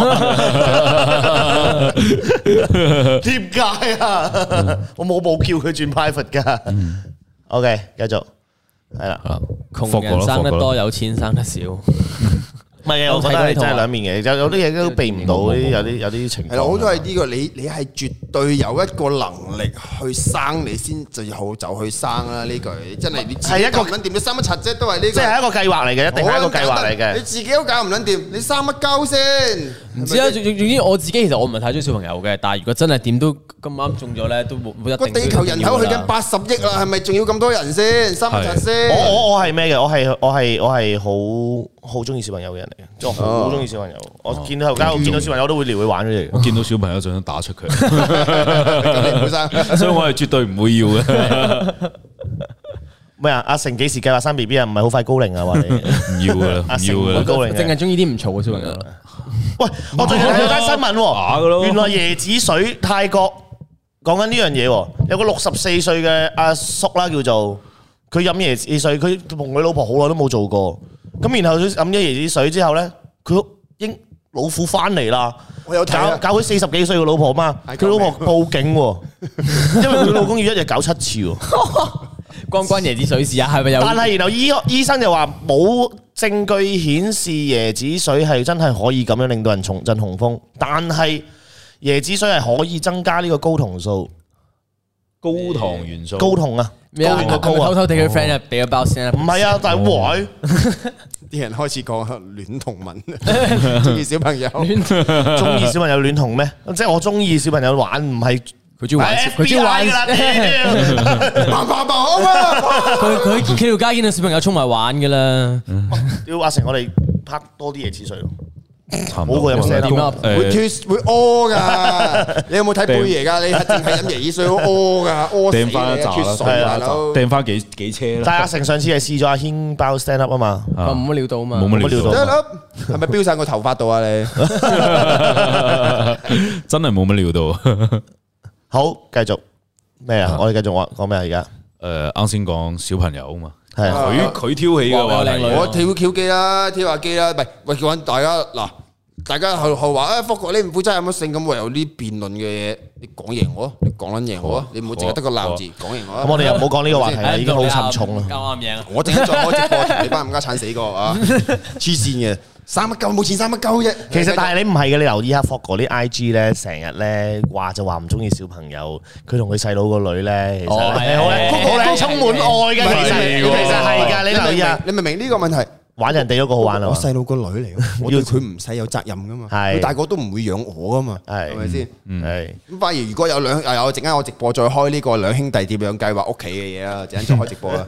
Speaker 1: 啊，點解啊？我冇冇叫佢轉 private 噶。OK，繼續係啦，
Speaker 3: 啊
Speaker 2: 窮人生得多，，有錢生得少。
Speaker 1: 唔係嘅，我覺得係真啊係兩面嘅，有有啲嘢都避唔到，有啲有啲有啲情
Speaker 4: 係啦，好
Speaker 1: 況。
Speaker 4: 在係呢個你你係絕對有一個能力去生，你先最好就去生啦。呢句真係你自己
Speaker 1: 係一個
Speaker 4: 搞唔撚掂，你生乜柒啫？都係呢句。
Speaker 1: 即係一個計劃嚟嘅，一定係一個計劃嚟
Speaker 4: 你
Speaker 1: 嘅。
Speaker 4: 自己都搞唔撚掂，你生乜鳩先？
Speaker 2: 唔知啊，總總之我自己其實我唔係太中意小朋友嘅，但係如果真係點都咁啱中咗咧，都冇冇一定啊
Speaker 4: 個地球人口去緊八
Speaker 2: 八，
Speaker 4: 十億啦，係咪仲要咁多人先？生乜柒
Speaker 1: 我
Speaker 4: 先？
Speaker 1: 我我係咩嘅？我係我係我係好好中意小朋友嘅人嚟嘅，即係我
Speaker 4: 哦
Speaker 1: 好中意小朋友。我見到後街，我見到小朋友都會撩佢玩佢哋嘅。 [laughs]
Speaker 3: 我見到小朋友就想打出佢， [laughs]
Speaker 4: 哦你唔好生。
Speaker 3: 所以我係絕對唔會要嘅，
Speaker 1: 咩啊？阿成幾時計劃生 B B 啊？唔係好快高齡啊？話你
Speaker 3: 唔要噶啦，
Speaker 1: 阿
Speaker 3: 唔
Speaker 1: 成
Speaker 3: 要噶
Speaker 1: 好
Speaker 3: 啦。
Speaker 1: 高
Speaker 4: 啊
Speaker 1: 齡
Speaker 2: 淨
Speaker 1: 嘅
Speaker 2: 係。中意啲唔嘈嘅小朋友
Speaker 4: 嗯
Speaker 2: 啦。
Speaker 1: 喂，我最近睇咗單新聞
Speaker 3: 打㗎
Speaker 1: 喎，
Speaker 3: 咯
Speaker 1: 原來椰子水泰國講緊呢樣嘢喎，有個六十四歲嘅阿叔啦，叫做佢飲椰子水，佢同佢老婆好耐都冇做過，咁然後佢飲咗椰子水之後咧，佢英老虎翻嚟啦。
Speaker 4: 我有睇
Speaker 1: 搞
Speaker 4: 啊
Speaker 1: 搞佢四十幾歲嘅老婆嘛，
Speaker 4: 係
Speaker 1: 佢老婆報警喎，因為佢老公要一日搞七次喎。
Speaker 2: 關唔關椰子水事啊？係咪有？
Speaker 1: 但係然後醫學醫生就話冇證據顯示椰子水係真係可以咁樣令到人重振雄風，但係椰子水係可以增加呢個睾酮素，
Speaker 3: 高糖元素，
Speaker 1: 睾酮啊，
Speaker 2: 咩啊？
Speaker 1: 高個高
Speaker 2: 偷
Speaker 1: 啊，
Speaker 2: 偷地佢 friend 啊，俾個包先啊。
Speaker 1: 唔係啊，但係哇，
Speaker 4: 啲人開始講 [laughs] 戀童
Speaker 2: [laughs]
Speaker 4: 文，中意小朋友。
Speaker 1: 中意小朋友戀童咩？即係我中意小朋友玩，唔係
Speaker 2: 佢中意玩，
Speaker 4: 哎
Speaker 2: 佢中意
Speaker 1: FBI
Speaker 2: 玩
Speaker 1: 㗎。啦，
Speaker 2: [laughs]
Speaker 1: 屌
Speaker 4: 砰砰砰好啊！
Speaker 1: 嗯
Speaker 2: 佢佢佢條街見到小朋友衝埋玩㗎啦。 [laughs]
Speaker 1: 屌阿成，我哋拍多啲椰子水咯，
Speaker 3: 差唔
Speaker 1: 冇個
Speaker 3: 多
Speaker 1: 人寫得
Speaker 3: 誒
Speaker 2: 多
Speaker 4: 會脱會屙㗎，你有冇睇貝爺㗎？你係淨係飲椰子水好屙㗎，屙死
Speaker 3: 掟翻一
Speaker 4: 你啊
Speaker 3: 扎
Speaker 4: 脱
Speaker 3: 啦，
Speaker 4: 水大佬。
Speaker 3: 掟翻幾幾車
Speaker 1: 但
Speaker 3: 啦，
Speaker 1: 係阿成上次係試咗阿軒包 stand up 啊嘛，
Speaker 2: 話冇乜料到啊嘛。
Speaker 3: 冇乜料
Speaker 1: 冇乜料
Speaker 3: 到，
Speaker 4: 一粒係咪飆晒個頭髮度啊？你
Speaker 3: [laughs] 真係冇乜料到。 [laughs]
Speaker 1: 好，繼續咩啊？我哋繼續講講咩啊？而家
Speaker 3: 誒，啱先講小朋友啊嘛，
Speaker 1: 係啊
Speaker 4: 啊
Speaker 3: 佢佢挑起嘅話
Speaker 2: 哇有
Speaker 3: [laughs]
Speaker 2: 靚女
Speaker 3: 題，
Speaker 4: 我跳跳機啦，跳下機啦，唔係喂叫緊大家嗱，大家後後話啊，福哥你唔負責任乜性咁，唯有啲辯論嘅嘢，你講贏我啊，你講撚贏我啊，你唔好淨係得個鬧字，講贏我
Speaker 1: 咁
Speaker 4: 啊！
Speaker 1: 我哋又唔好講呢個話題
Speaker 2: 哎
Speaker 1: 啦，已經好沉重啦。
Speaker 2: 啱啱贏啊！
Speaker 4: 我正喺再開直播，同你班冚家鏟死過啊！黐線嘅，生乜鳩冇錢生乜鳩啫。
Speaker 1: 其實但係你唔係嘅，你留意下 Fog 嗰啲 IG 咧，成日咧話就話唔中意小朋友，佢同佢細佬個女咧，其實
Speaker 2: 哦係
Speaker 1: 係
Speaker 2: 啊
Speaker 1: 好
Speaker 2: 係啊
Speaker 1: 靚，
Speaker 2: 係啊
Speaker 1: 好
Speaker 2: 係啊
Speaker 1: 靚，充滿愛嘅，其實
Speaker 4: 唔係
Speaker 1: 其實係㗎，
Speaker 4: 你明唔
Speaker 1: 你留意
Speaker 4: 明
Speaker 1: 下，
Speaker 4: 你明唔明呢個問題？
Speaker 1: 玩人哋嗰個好玩啊
Speaker 4: 我
Speaker 1: 嘛，
Speaker 4: 細佬個女
Speaker 1: [laughs]
Speaker 4: 嚟㗎，我對佢唔使有責任噶嘛，
Speaker 1: 係
Speaker 4: 佢大個都唔會養我噶嘛，
Speaker 1: 係
Speaker 4: 係咪先？
Speaker 1: 係
Speaker 4: 咁反而如果有兩，有陣間我直播再開呢個兩兄弟點樣計劃屋企嘅嘢啦，陣間再開直
Speaker 1: [laughs]
Speaker 4: 播啦，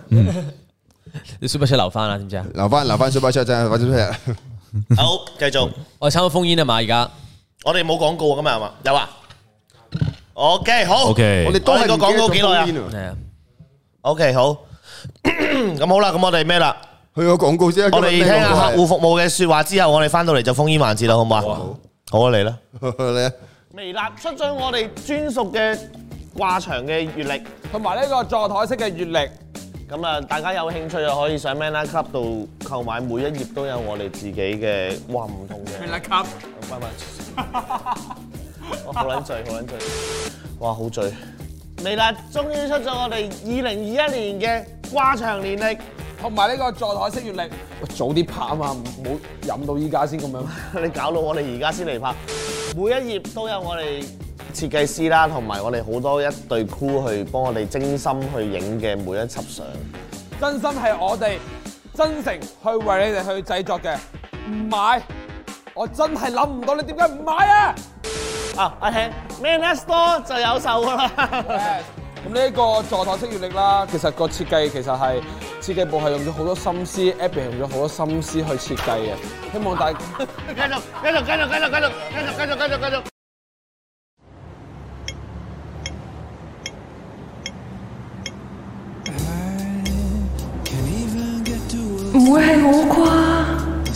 Speaker 2: 你 super chat 留翻啦，知唔知啊？
Speaker 4: 留翻留翻 super chat 真係，或者
Speaker 1: [laughs]
Speaker 4: super
Speaker 1: 好，繼續，
Speaker 2: 我哋差唔多封煙啊嘛，而家
Speaker 1: 我哋冇廣告啊今日係嘛？有啊，OK 好
Speaker 3: OK
Speaker 1: 我哋多個廣告幾耐啊
Speaker 2: 係啊，
Speaker 1: [clears throat] ？OK 好，咁好啦，咁我哋咩啦？
Speaker 4: 去個廣告先啊，
Speaker 1: 我哋聽下
Speaker 4: [laughs]
Speaker 1: 客
Speaker 4: 户
Speaker 1: 戶服務嘅説話之後，我哋翻到嚟就封煙環節啦，好唔好啊？好啊，嚟啦！微辣出咗我哋專屬嘅掛牆嘅月曆，
Speaker 7: 同埋呢個座台式嘅閲歷，
Speaker 1: 咁啊大家有興趣就可以上 Man Up Club 度購買，每一頁都有我哋自己嘅哇唔同嘅。Man Up Club，喂喂，我好撚醉，好撚醉，哇好醉！微辣終於出咗我哋二零二一年嘅掛牆年歷，
Speaker 7: 同埋呢個座台式閲歷。喂，早啲拍啊嘛，唔好飲到依家先咁樣。
Speaker 1: 你搞到我哋而家先嚟拍，每一頁都有我哋。設計師啦，同埋我哋好多一隊 crew 去幫我哋精心去影嘅每一輯相。
Speaker 7: 真心係我哋真誠去為你哋去製作嘅，唔買，我真係諗唔到你點解唔買啊！
Speaker 1: 啊，阿慶，Man Next Door 就有售噶啦。
Speaker 7: [laughs] 咁呢個座台式閲歷啦，其實個設計其實係設計部係用咗好多心思，Abby 用咗好多心思去設計嘅，希望大
Speaker 1: [laughs] 繼續，繼續，繼續，繼續，繼續，繼續，繼續，繼續，繼續。
Speaker 8: 唔會係我啩？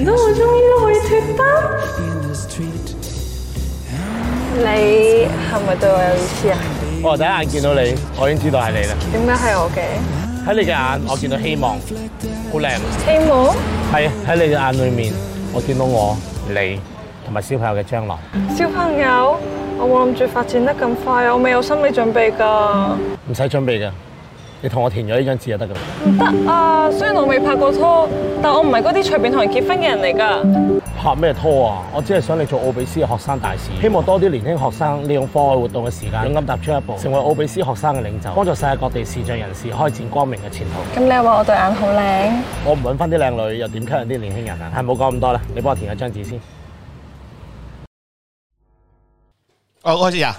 Speaker 8: 唔通我終於可以脱單？你係咪對我有意思啊？
Speaker 9: 我第一眼見到你，我已經知道係你啦。
Speaker 8: 點解係我嘅？
Speaker 9: 喺你嘅眼，我見到希望，好靚。
Speaker 8: 希望
Speaker 9: 係喺你嘅眼裏面，我見到我、你同埋小朋友嘅將來。
Speaker 8: 小朋友，我冇諗住發展得咁快，我未有心理準備㗎。
Speaker 9: 唔使準備嘅，你同我填咗呢張紙就得㗎啦。
Speaker 8: 唔得
Speaker 10: à,
Speaker 8: 啊！雖然我未拍過拖，但我唔係嗰啲隨便同人結婚嘅人嚟㗎。
Speaker 9: 拍咩拖啊？我只係想你做奧比斯嘅學生大使，希望多啲年輕學生利用課外活動嘅時間，勇敢踏出一步，成為奧比斯學生嘅領袖，幫助世界各地視障人士開展光明嘅前途。
Speaker 8: 咁你又話我對眼好靚，
Speaker 9: 我唔揾翻啲靚女，又點吸引啲年輕人啊？係冇講咁多啦，你幫我填一張紙先。
Speaker 1: 哦，開始啊！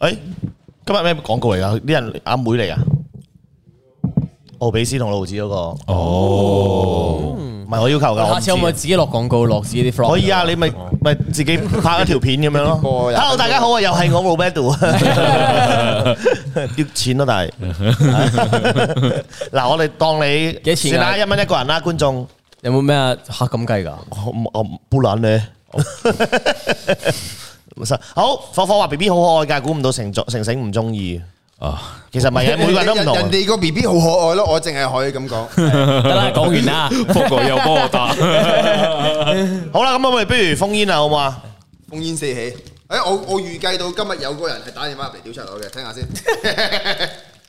Speaker 1: 诶，今日咩廣告嚟噶？啲人阿妹嚟噶，奧比斯同路子嗰個。哦，唔係我要求噶，我
Speaker 2: 下
Speaker 1: 唔
Speaker 2: 次可唔可
Speaker 1: 知。啊
Speaker 2: 以自己落廣告，落自己啲 flog？
Speaker 1: 可以啊，你咪咪自己拍一條片咁樣咯。
Speaker 4: 播又
Speaker 1: Hello，大家好啊，又係我 Roberto 啊，要錢咯，但係嗱，我哋當你
Speaker 2: 幾錢啊
Speaker 1: 算啦，一蚊一個人啦，觀眾。
Speaker 2: 有冇咩啊？嚇咁計㗎？
Speaker 1: 我唔我唔不懒咧。 [laughs] 好，火火話 B B 好可愛㗎，估唔到成成成唔中意。
Speaker 3: 啊，
Speaker 1: 其實唔係嘅，每個人都唔同
Speaker 4: 人
Speaker 1: 嘅。
Speaker 4: 哋個 B B 好可愛咯，我淨係可以咁講。 [laughs]
Speaker 2: 得啦，講
Speaker 1: [laughs]
Speaker 2: 完啦。
Speaker 3: 福哥又幫我打，
Speaker 1: 好啦，咁我哋不如封煙啦，好唔好啊？
Speaker 4: 烽煙四起。誒，我我預計到今日有個人係打電話入嚟屌柒我嘅，聽下先。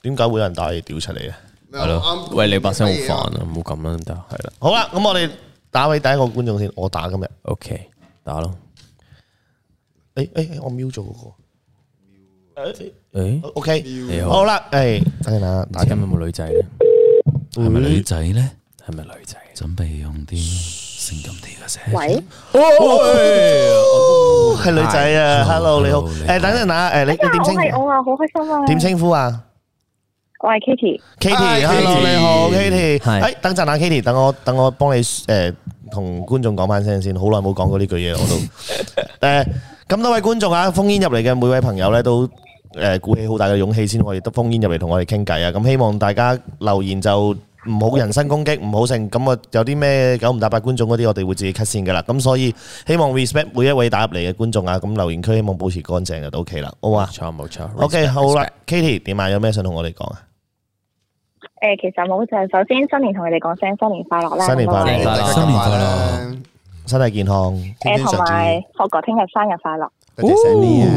Speaker 1: 點解會有人打你屌出嚟啊？
Speaker 4: 係
Speaker 3: 咯
Speaker 2: 喂，你把聲好煩啊，唔好咁啦，得係啦。
Speaker 1: 好啦，咁我哋打俾第一個觀眾先，我打今日。
Speaker 2: OK，打咯。
Speaker 1: 诶诶，誒我瞄咗嗰個。誒
Speaker 2: 誒，
Speaker 1: O K，
Speaker 2: 你好
Speaker 1: 好啦，哎诶，等陣啦，打
Speaker 2: 大家
Speaker 1: 緊
Speaker 2: 有冇女仔咧？
Speaker 3: 係咪女仔咧？
Speaker 2: 係咪女仔？
Speaker 3: 準備用啲性感啲嘅聲。
Speaker 10: 喂，
Speaker 1: 哦哎係女仔啊，Hello，你好。
Speaker 3: Hello，你好
Speaker 1: 诶，等陣啊，诶，你你
Speaker 10: 我
Speaker 1: 點稱
Speaker 10: 係我啊，好開心啊！
Speaker 1: 點稱呼啊？
Speaker 10: 我係 Kitty，
Speaker 1: Katie，
Speaker 4: Hi，
Speaker 1: hello，
Speaker 3: Katie
Speaker 1: 你好，Katie。
Speaker 2: 係
Speaker 1: 誒，等陣啊，Katie，等我等我幫你誒同觀眾講翻聲先，好耐冇講過呢句嘢啦，我 [laughs] 都誒咁多位觀眾啊，封煙入嚟嘅每位朋友咧都。誒鼓起好大嘅勇氣先可以得封煙入嚟同我哋傾偈啊！咁希望大家留言就唔好人身攻擊，唔好成咁啊！有啲咩九唔搭八觀眾嗰啲，我哋會自己 cut 線噶啦。咁所以希望 respect 每一位打入嚟嘅觀眾啊！咁留言區希望保持乾淨就到 OK 啦，好嘛
Speaker 2: 冇錯冇錯。
Speaker 1: ？OK，好啦，Katie 點啊？有咩想同我哋講啊？
Speaker 10: 誒，其實冇就首先新年同你哋講聲新年快樂啦，
Speaker 1: 新年快樂
Speaker 10: 咁啊
Speaker 3: 新年快樂
Speaker 4: 樂！
Speaker 1: 身體健康，
Speaker 10: 誒，同埋霍哥聽日生日快樂，
Speaker 1: [laughs]
Speaker 4: 多謝晒你
Speaker 1: à.
Speaker 4: 啊，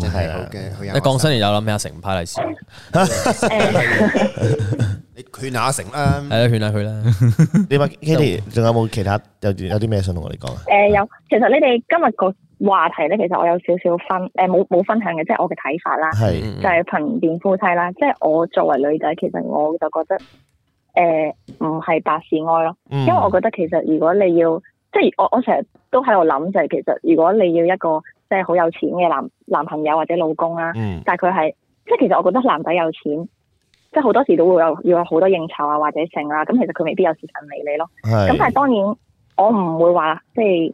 Speaker 4: 真
Speaker 1: 係
Speaker 4: 係
Speaker 1: 啦
Speaker 4: 好嘅，好有
Speaker 2: 你
Speaker 4: 愛心
Speaker 2: 講新年有諗咩啊？成派利是，係
Speaker 10: 誒，
Speaker 1: 嗯
Speaker 4: 你勸下成啦。
Speaker 1: Ờ.
Speaker 2: 啦，勸下佢啦。
Speaker 1: 你話 Kitty 仲有冇其他有有啲咩想同我哋講啊？
Speaker 10: 誒有，其實你哋今日個話題咧，其實我有少少分誒冇冇分享嘅，即係我嘅睇法啦。
Speaker 1: 係
Speaker 10: 就係貧賤夫妻啦。即係我作為女仔，其實我就覺得誒唔係百事哀咯，
Speaker 1: 嗯
Speaker 10: 因為我覺得其實如果你要即係我我成日都喺度諗就係其實如果你要一個即係好有錢嘅男男朋友或者老公啦，
Speaker 1: 嗯
Speaker 10: 但係佢係即係其實我覺得男仔有錢。即係好多時都會有要有好多應酬啊，或者剩啦，咁其實佢未必有時間理你咯。咁但
Speaker 1: 係
Speaker 10: 係當然，我唔會話即係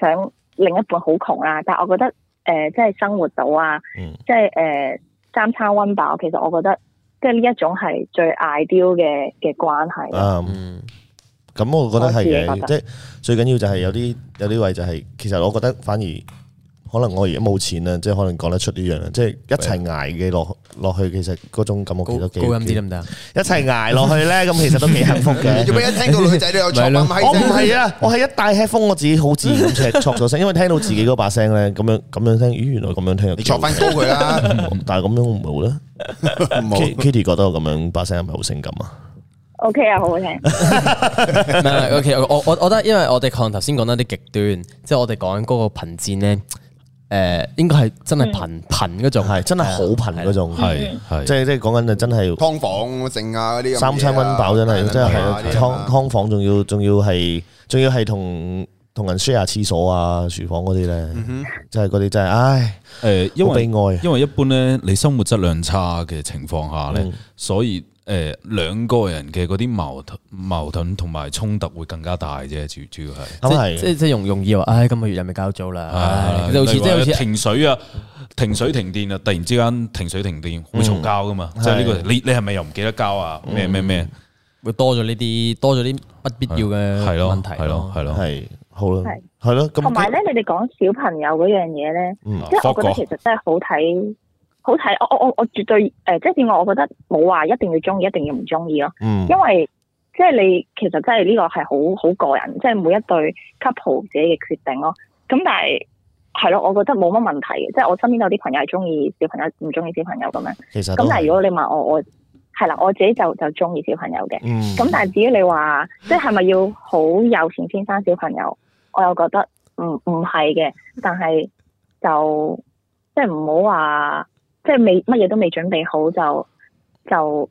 Speaker 10: 想另一半好窮啦，但係我覺得誒、呃即係生活到啊，
Speaker 1: 嗯
Speaker 10: 即係誒、呃三餐温飽，其實我覺得即係呢一種係最 ideal 嘅嘅關係咯。
Speaker 1: 嗯
Speaker 2: 嗯，
Speaker 1: 咁，我覺得
Speaker 10: 我自己覺
Speaker 1: 係嘅，
Speaker 10: 得
Speaker 1: 即係最緊要就係有啲有啲位就係其實我覺得反而可能我而家冇錢啦，即係可能講得出呢樣啦，即係一齊捱嘅落落去，其實嗰種感覺
Speaker 2: 高
Speaker 1: 其實
Speaker 2: 高
Speaker 1: [laughs] 幾
Speaker 2: 音啲得唔得啊？
Speaker 1: 一齊捱落去咧，咁其實都幾幸福
Speaker 4: 你
Speaker 1: 嘅
Speaker 4: 做。咩一聽到女仔都有錯
Speaker 2: 咪咯
Speaker 4: 咁閪
Speaker 1: 我唔係啊，我係一戴 headphone，我自己好自然咁赤 [laughs] 錯咗聲，因為聽到自己嗰把聲咧，咁樣咁樣聽，咦，原來咁樣聽又
Speaker 4: 你
Speaker 1: 幾
Speaker 4: 錯翻高佢
Speaker 1: [laughs]
Speaker 4: 啦，
Speaker 1: 但係咁樣唔好啦。K- Kitty 覺得我咁樣把聲係咪好性感啊？
Speaker 10: OK 啊，好好聽。
Speaker 2: 唔係，OK，我我我覺得，因為我哋可能頭先講得啲極端，即係我哋講緊嗰個貧賤咧，誒應該係真係貧貧嗰種，
Speaker 1: 係真係好貧嗰種，
Speaker 3: 係係
Speaker 1: 即係即係講緊就真係
Speaker 4: 劏房剩啊嗰啲咁嘅嘢啊
Speaker 1: 三餐温
Speaker 4: ờ,
Speaker 1: 飽，真係真係係啊
Speaker 4: 嗰啲啊
Speaker 1: 劏劏房，仲要仲要係仲要係同同人 share 廁所啊、廚房嗰啲咧，真係嗰啲真係唉，
Speaker 3: 诶，因
Speaker 1: 好悲
Speaker 3: 為
Speaker 1: 哀
Speaker 3: 因為一般咧，你生活質量差嘅情況下咧，所以诶兩個人嘅嗰啲矛盾矛盾同埋衝突會更加大啫，主主要係。
Speaker 1: 啊，咁
Speaker 2: 即即
Speaker 1: 係
Speaker 2: 即容容易話，唉，今個月有咪交租啦？唉，就好似即係
Speaker 3: 啊
Speaker 2: 好
Speaker 3: 例如話
Speaker 2: 似
Speaker 3: 停水啊，停水停電啊，突然之
Speaker 2: 嗯
Speaker 3: 間停水停電會嘈交噶嘛，即係呢個你你係咪又唔記得交啊？咩咩咩？
Speaker 2: 會多咗呢啲多咗啲不必要嘅
Speaker 3: 係咯
Speaker 2: 嗯問，題
Speaker 3: 係咯，係啊咯，
Speaker 1: 係好啦
Speaker 10: 係，
Speaker 1: 係咯，咁
Speaker 10: 同埋咧，你哋講小朋友嗰樣嘢咧，
Speaker 1: 嗯
Speaker 10: 即係我覺得其實真係好睇，好睇。我我我我絕對誒、呃即係點講？我覺得冇話一定要中意，一定要唔中意咯。
Speaker 1: 嗯
Speaker 10: 因為即係你其實真係呢個係好好個人，即係每一對 couple 自己嘅決定咯。咁但係係咯，我覺得冇乜問題嘅。即係我身邊有啲朋友係中意小朋友，唔中意小朋友咁樣。
Speaker 1: 其實
Speaker 10: 咁
Speaker 1: 啊都
Speaker 10: 但係
Speaker 1: 係
Speaker 10: 如果你問我，我係啦，我自己就就中意小朋友嘅。
Speaker 1: 嗯
Speaker 10: 咁但係至於你話，即係咪要好有錢先生小朋友，我又覺得唔唔係嘅，但係就即係唔好話，即係未乜嘢都未準備好就就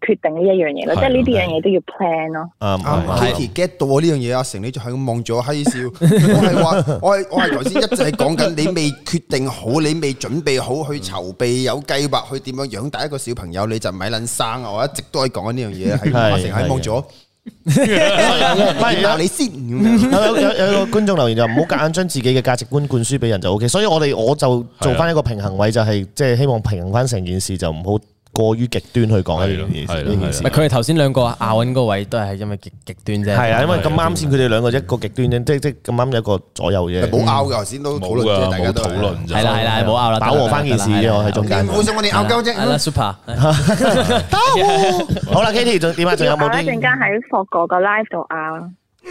Speaker 10: 決定呢一樣嘢咯，
Speaker 3: 係
Speaker 10: 即係呢啲樣嘢都要 plan 咯。
Speaker 1: 啱啱
Speaker 4: 啊
Speaker 1: 啱
Speaker 4: Kitty Ờ, get 到我呢樣嘢，阿成你就係咁望住我閪笑。我係話，我係我係頭先一直係講緊，你未決定好，你未準備好去
Speaker 1: Ừ.
Speaker 4: 籌備有計劃去點樣養大一個小朋友，你就咪撚生啊！我一直都係講緊呢樣嘢，係
Speaker 1: [laughs] 係
Speaker 4: 阿成喺望住我，
Speaker 1: 唔係
Speaker 4: 點鬧你先咁樣。
Speaker 1: 有有有一個觀眾留言就唔好夾硬將自己嘅價值觀灌輸俾人就 O K，所以我哋我就做翻一個平衡位，就係即係希望平衡翻成件事，就唔好過於極端去講呢件
Speaker 3: 係
Speaker 1: 事。
Speaker 3: 咯
Speaker 1: 呢件
Speaker 3: 係咯
Speaker 1: 事
Speaker 2: 唔係佢哋頭先兩個拗緊嗰位都係因為極極端啫。
Speaker 1: 係啊，因為咁啱先佢哋兩個一個極端啫，即即咁啱有一個左右啫。
Speaker 4: 冇拗嘅，頭先都討
Speaker 3: 冇
Speaker 4: 論
Speaker 3: 噶
Speaker 4: 啫，，大家
Speaker 3: 冇
Speaker 4: 都
Speaker 3: 討論
Speaker 2: 係
Speaker 3: 啫。
Speaker 2: 啦係啦，冇拗啦，
Speaker 1: 飽和翻件事啫，我喺中間
Speaker 4: 你。唔好想我哋拗交啫。
Speaker 2: 係啦，super。
Speaker 1: 好啦，Kitty 仲點啊？仲有
Speaker 10: 我
Speaker 1: 冇
Speaker 10: 一陣
Speaker 1: 啲？
Speaker 10: 間喺霍哥個 live 度啊！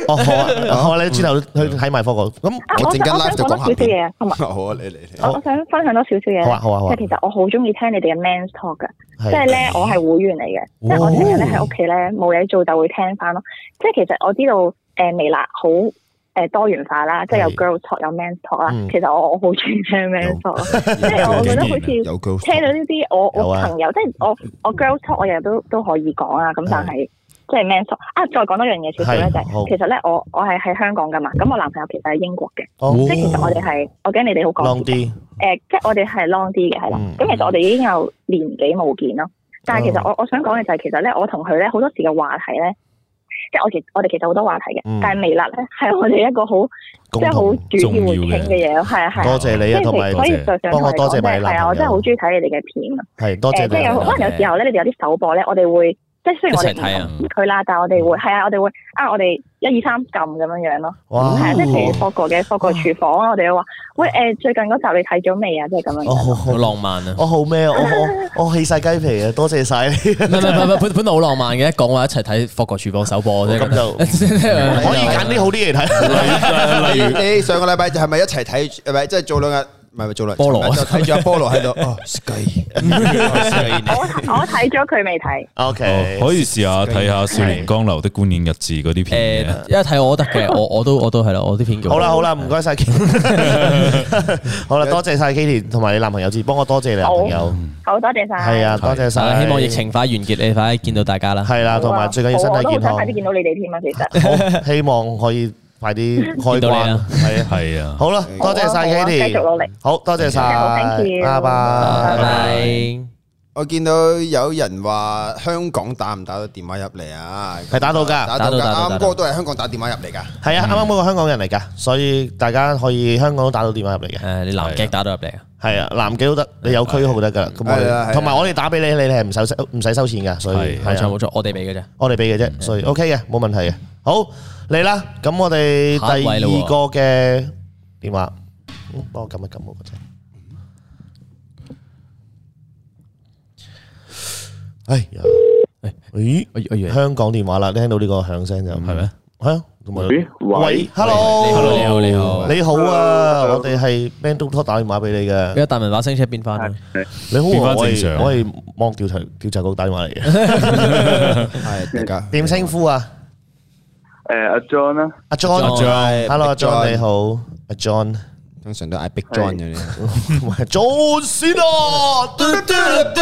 Speaker 1: 哦，好啊，好啊，你轉頭去睇埋科個。咁
Speaker 10: 啊，
Speaker 4: 我
Speaker 10: 我
Speaker 4: 陣
Speaker 10: 想
Speaker 4: 間
Speaker 10: 我想
Speaker 4: live 就
Speaker 10: 講多
Speaker 4: 講
Speaker 10: 少
Speaker 4: 下
Speaker 10: 少
Speaker 4: 邊。
Speaker 10: 嘢啊，同埋
Speaker 4: 好啊，你你你，
Speaker 10: 我我想分享多少少嘢
Speaker 1: 好啊好啊好
Speaker 10: 即
Speaker 1: 啊
Speaker 10: 係其實我好中意聽你哋嘅 Men's Talk 噶。即係咧，我係會員嚟嘅，即係
Speaker 1: 哦
Speaker 10: 我成日咧喺屋企咧冇嘢做就會聽翻咯。即係其實我知道誒微辣好誒多元化啦，即係有
Speaker 1: 係
Speaker 10: girl talk 有 man talk 啦
Speaker 1: 嗯。
Speaker 10: 其實我我好中意聽 man talk，即係我覺得好似
Speaker 4: 有高
Speaker 10: 聽到呢啲我
Speaker 1: 有
Speaker 10: 我
Speaker 1: 啊
Speaker 10: 朋友，即係我我 girl talk 我日日都都可以講啊。咁但係即係 man talk 啊，再講多樣嘢少少咧，
Speaker 1: 係
Speaker 10: 就
Speaker 1: 好
Speaker 10: 係其實咧我我係喺香港噶嘛，咁我男朋友其實喺英國嘅，
Speaker 1: 哦
Speaker 10: 即係其實我哋係我驚你哋好講
Speaker 1: 浪啲，
Speaker 10: 誒、呃即係我哋係 long 啲嘅，係啦。
Speaker 1: 嗯
Speaker 10: 咁、其實我哋已經有年幾冇見咯。但係其實我我想講嘅就係、其實咧，我同佢咧好多時嘅話題咧，即係我其我哋其實好多話題嘅，
Speaker 1: 嗯
Speaker 10: 但係微辣咧係我哋一個好即
Speaker 1: 共
Speaker 10: 係好
Speaker 1: 同。
Speaker 10: 主要會傾嘅嘢咯，係啊係啊
Speaker 1: 多。謝
Speaker 10: 即
Speaker 1: 你啊，同
Speaker 10: 係
Speaker 1: 埋
Speaker 10: 所以就想同
Speaker 1: 幫我
Speaker 10: 你
Speaker 1: 多
Speaker 10: 講，即
Speaker 1: 謝埋
Speaker 10: 係
Speaker 1: 你
Speaker 10: 係
Speaker 1: 男
Speaker 10: 啊！我
Speaker 1: 朋
Speaker 10: 真係好
Speaker 1: 友。
Speaker 10: 中意睇你哋嘅片啊！
Speaker 1: 係多謝
Speaker 10: 誒，即係有
Speaker 1: 你。
Speaker 10: 可能有時候咧，你哋有啲首播咧，我哋會即係雖然我哋
Speaker 2: 一齊睇啊
Speaker 10: 唔同佢啦，但係我哋會
Speaker 1: 嗯
Speaker 10: 係啊，我哋會啊，我哋一二三撳咁樣樣咯。
Speaker 1: 哇
Speaker 10: 係啊，即係譬如霍哥嘅霍哥廚房啊，我哋會話喂誒，最近嗰集你睇咗未啊？即係咁樣樣。
Speaker 1: 哦，
Speaker 2: 好浪漫啊！
Speaker 1: 我好咩啊？我我我起晒雞皮啊！多謝晒你，
Speaker 2: 唔係唔係唔係，本本來好浪漫嘅，一講話一齊睇《霍國廚房》首播啫，
Speaker 1: 咁就可
Speaker 2: 可
Speaker 1: 以揀啲好啲嚟 [laughs] 睇。
Speaker 4: 例如你上個禮拜就係咪一齊睇？係咪即係做兩日？唔係咪做兩日
Speaker 2: 菠蘿
Speaker 4: 就睇住阿菠蘿喺度。哦，雞。
Speaker 10: 我我睇咗佢未睇，
Speaker 1: O
Speaker 3: 哦
Speaker 1: K，
Speaker 3: 可以試下睇下《少年江流的觀影日誌》嗰啲片嘅
Speaker 2: 誒，一呃睇我都得嘅，我我都我都係啦，我啲片叫
Speaker 1: 好啦好啦，唔該晒 Kitty 好啦，多謝晒 Kitty 同埋你男朋友，至幫我多謝你男啊朋友。
Speaker 10: 好多謝晒。
Speaker 1: 係啊，多謝
Speaker 2: 係啦
Speaker 1: 晒。
Speaker 2: 希望疫情快完結，你快啲見到大家啦。
Speaker 1: 係啦，
Speaker 10: 好啊，
Speaker 1: 同埋最緊要身
Speaker 10: 好啊我
Speaker 1: 體
Speaker 10: 都
Speaker 1: 健
Speaker 10: 好想
Speaker 1: 康
Speaker 10: 快。啲見到你哋添啊，其實。
Speaker 1: [laughs] 好，希望可以快啲開
Speaker 2: 見到你
Speaker 1: 關
Speaker 2: 啦。
Speaker 1: 係啊，
Speaker 3: 係啊，
Speaker 1: 好啦，多謝晒
Speaker 10: 好啊好啊
Speaker 1: Kitty，
Speaker 10: 繼續努力。
Speaker 1: 好多謝晒，
Speaker 10: Thank you，thank you
Speaker 1: 拜
Speaker 2: 拜
Speaker 1: 拜。
Speaker 2: 拜。
Speaker 4: 我見到有人話香港打唔打到電話入嚟啊？
Speaker 1: 係打到㗎
Speaker 4: 打
Speaker 2: 打
Speaker 4: 到
Speaker 2: 到
Speaker 4: 㗎。
Speaker 2: 打到
Speaker 4: 啱
Speaker 2: 打到
Speaker 4: 哥都係香港打電話入嚟㗎。
Speaker 1: 係啊，啱啱嗰個香港人嚟㗎，所以大家可以香港都打到電話入嚟嘅。
Speaker 2: 誒，你南極打到入嚟啊？
Speaker 1: 係啊，男幾都得，你有區號得噶啦。咁我
Speaker 4: 係啊係
Speaker 1: 哋
Speaker 4: 啊
Speaker 1: 同埋我哋打俾你，你係唔使收唔使收錢噶，所以
Speaker 3: 係
Speaker 2: 冇
Speaker 1: 係
Speaker 2: 錯
Speaker 1: 啊，
Speaker 2: 冇錯，我哋俾嘅啫。
Speaker 1: 我哋俾嘅啫，所以 OK 嘅，冇問題嘅。好嚟啦，咁我哋
Speaker 2: 下一位
Speaker 1: 第
Speaker 2: 啦喎
Speaker 1: 二個嘅電話，嗯幫我撳一撳我個掣。哎呀，咦，
Speaker 2: 我我以為
Speaker 1: 香港電話啦，聽到呢個響聲就係
Speaker 3: 係咩？
Speaker 1: 係啊，同埋
Speaker 11: 咦喂
Speaker 1: 喂，hello，
Speaker 2: 你好你好你好，
Speaker 1: 你好啊，我哋係 Man Do Talk 打電話俾你嘅。
Speaker 2: 而家大文把聲出邊啊翻？
Speaker 1: 你好，
Speaker 3: 變返
Speaker 1: 我係
Speaker 3: 正常
Speaker 1: 我係網調查調查局打電話嚟
Speaker 4: 係
Speaker 1: 嘅，
Speaker 4: 大家。
Speaker 1: [laughs] 點稱呼啊？
Speaker 11: 誒阿 John 啦，
Speaker 1: 阿 John，Hello，
Speaker 4: John
Speaker 1: 阿 John 你好，阿 [laughs] John，
Speaker 4: 通常都嗌 Big John 嘅呢。
Speaker 1: 唔係 John 先啊！嘟嘟嘟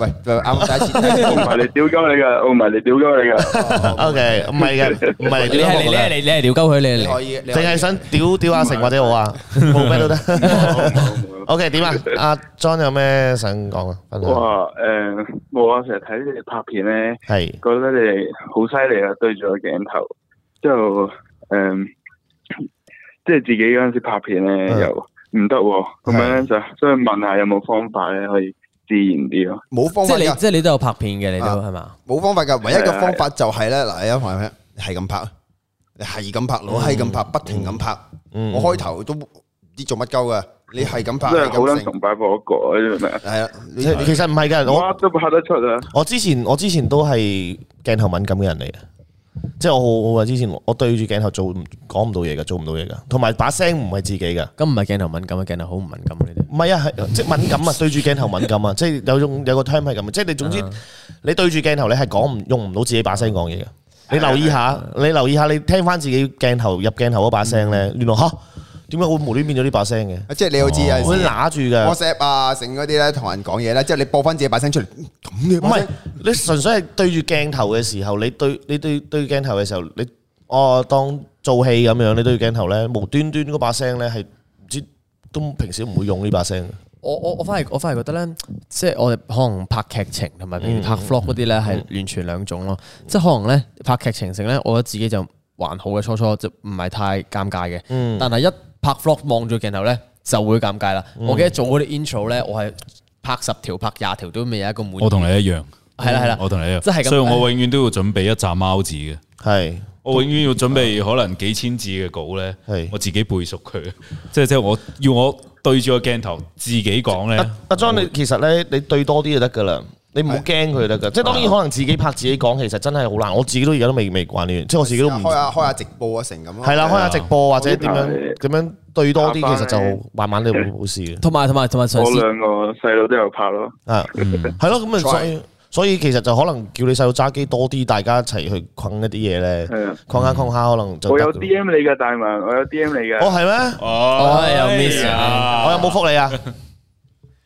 Speaker 4: 喂，喂啱啱第一次聽
Speaker 11: 我唔係嚟屌鳩你㗎，我唔係嚟屌鳩你㗎。
Speaker 1: [laughs] OK，唔係嘅，唔係嚟
Speaker 2: 你係你你係
Speaker 1: 屌
Speaker 2: 你你係撩鳩佢，你係
Speaker 4: 你可
Speaker 2: 嚟
Speaker 4: 以，你
Speaker 1: 我，
Speaker 4: 可以
Speaker 1: 淨係想屌屌阿成或者我啊，冇咩都得。OK，點啊？阿 John 有咩想講啊？分享
Speaker 11: 哇誒，我啊成日睇你哋拍片咧，
Speaker 1: 係
Speaker 11: 覺得你哋好犀利啊，對住個鏡頭，之後誒，即係自己嗰陣時拍片咧
Speaker 1: 嗯
Speaker 11: 又唔得喎，咁樣咧就所以問下有冇方法咧可以自然啲咯。
Speaker 4: 冇方
Speaker 2: 即
Speaker 4: 法
Speaker 2: 係你
Speaker 4: 㗎，
Speaker 2: 即係你都有拍片嘅，你都
Speaker 4: 啊
Speaker 2: 係嘛？
Speaker 4: 冇方法㗎。唯一嘅方法就係咧，嗱，有一朋友係咁拍，你係咁拍，攞係咁拍，不停咁拍。
Speaker 1: 嗯
Speaker 4: 我開頭都唔知做乜鳩㗎，你係咁拍，
Speaker 11: 真係
Speaker 4: 係
Speaker 11: 好
Speaker 4: 咁
Speaker 11: 撚
Speaker 4: 成，
Speaker 11: 崇拜嗰個，你明唔明啊？
Speaker 4: 係啊，你
Speaker 1: 其其實唔係㗎，我
Speaker 11: 乜都拍得出啊！
Speaker 1: 我之前我之前都係鏡頭敏感嘅人嚟嘅，即係我好我話之前我對住鏡頭做唔講唔到嘢㗎，做唔到嘢㗎，同埋把聲唔係自己㗎。
Speaker 2: 咁唔係鏡頭敏感啊，鏡頭好唔敏感啊呢啲。
Speaker 1: 唔係啊，係即係敏感啊，對住鏡頭敏感啊，即係有種有個 term 係咁啊嘅，即係你總之你對住鏡頭你係講唔用唔到自己把聲講嘢嘅。你留意下，你留意下，你聽翻自己鏡頭入鏡頭嗰把聲咧，原來吓點解會無端變咗呢把聲嘅？
Speaker 4: 即係啊你好似有
Speaker 1: 會
Speaker 4: 陣時
Speaker 1: 揦住嘅。
Speaker 4: WhatsApp 啊，成嗰啲咧同人講嘢咧，之後你播翻自己把聲出嚟，嗯咁嘅
Speaker 1: 唔
Speaker 4: 把
Speaker 1: 係
Speaker 4: 聲，
Speaker 1: 你純粹係對住鏡頭嘅時候，你對你對對鏡頭嘅時候，你哦當做戲咁樣，你對住鏡頭咧，無端端嗰把聲咧係唔知都平時唔會用呢把聲嘅。
Speaker 2: 我我我反而我反而覺得咧，即係我哋可能拍劇情同埋譬如拍 vlog 嗰啲咧係完全兩種咯。即係可能咧拍劇情性咧，我覺得自己就還好嘅，初初就唔係太尷尬嘅。但係一拍 vlog 望住鏡頭咧就會尷尬啦。我記得做嗰啲 intro 咧，我係拍十條拍廿條都未有一個滿意。
Speaker 3: 我同你一樣，
Speaker 2: 係啦係啦
Speaker 3: 我同你一樣，
Speaker 2: 即係咁
Speaker 3: 所以我永遠都要準備一紮貓字嘅。
Speaker 1: 係
Speaker 3: 我永遠要準備可能幾千字嘅稿咧
Speaker 1: 係，
Speaker 3: 我自己背熟佢，即係即係我要我對住個鏡頭自己講咧
Speaker 1: 阿，阿 John，你其實咧，你對多啲就得噶啦。你唔好驚佢就得㗎，即係當然可能自己拍自己講，其實真係好難。我自己都而家都未未慣呢樣，即係我自己都唔
Speaker 4: 開下開下直播啊，成咁咯。
Speaker 1: 係啦，開下直播或者點樣
Speaker 11: 係
Speaker 1: 點樣對多啲，
Speaker 11: 打
Speaker 1: 其
Speaker 11: 返
Speaker 1: 實就慢慢你會冇事嘅。
Speaker 2: 同埋同埋同埋嘗
Speaker 11: 我
Speaker 2: 試
Speaker 11: 兩個細佬都有拍咯，
Speaker 1: 啊，係咯，咁啊，所以所以其實就可能叫你細佬揸機多啲，大家一齊去困一啲嘢咧
Speaker 11: 係啊，
Speaker 1: 困下困下可能就得
Speaker 11: 我有
Speaker 1: 㗎
Speaker 11: D M 你嘅大文，我有 D M 你嘅。
Speaker 1: 哦係咩？
Speaker 3: 哦
Speaker 2: 哎呀 miss 啊
Speaker 1: 我有冇覆你啊？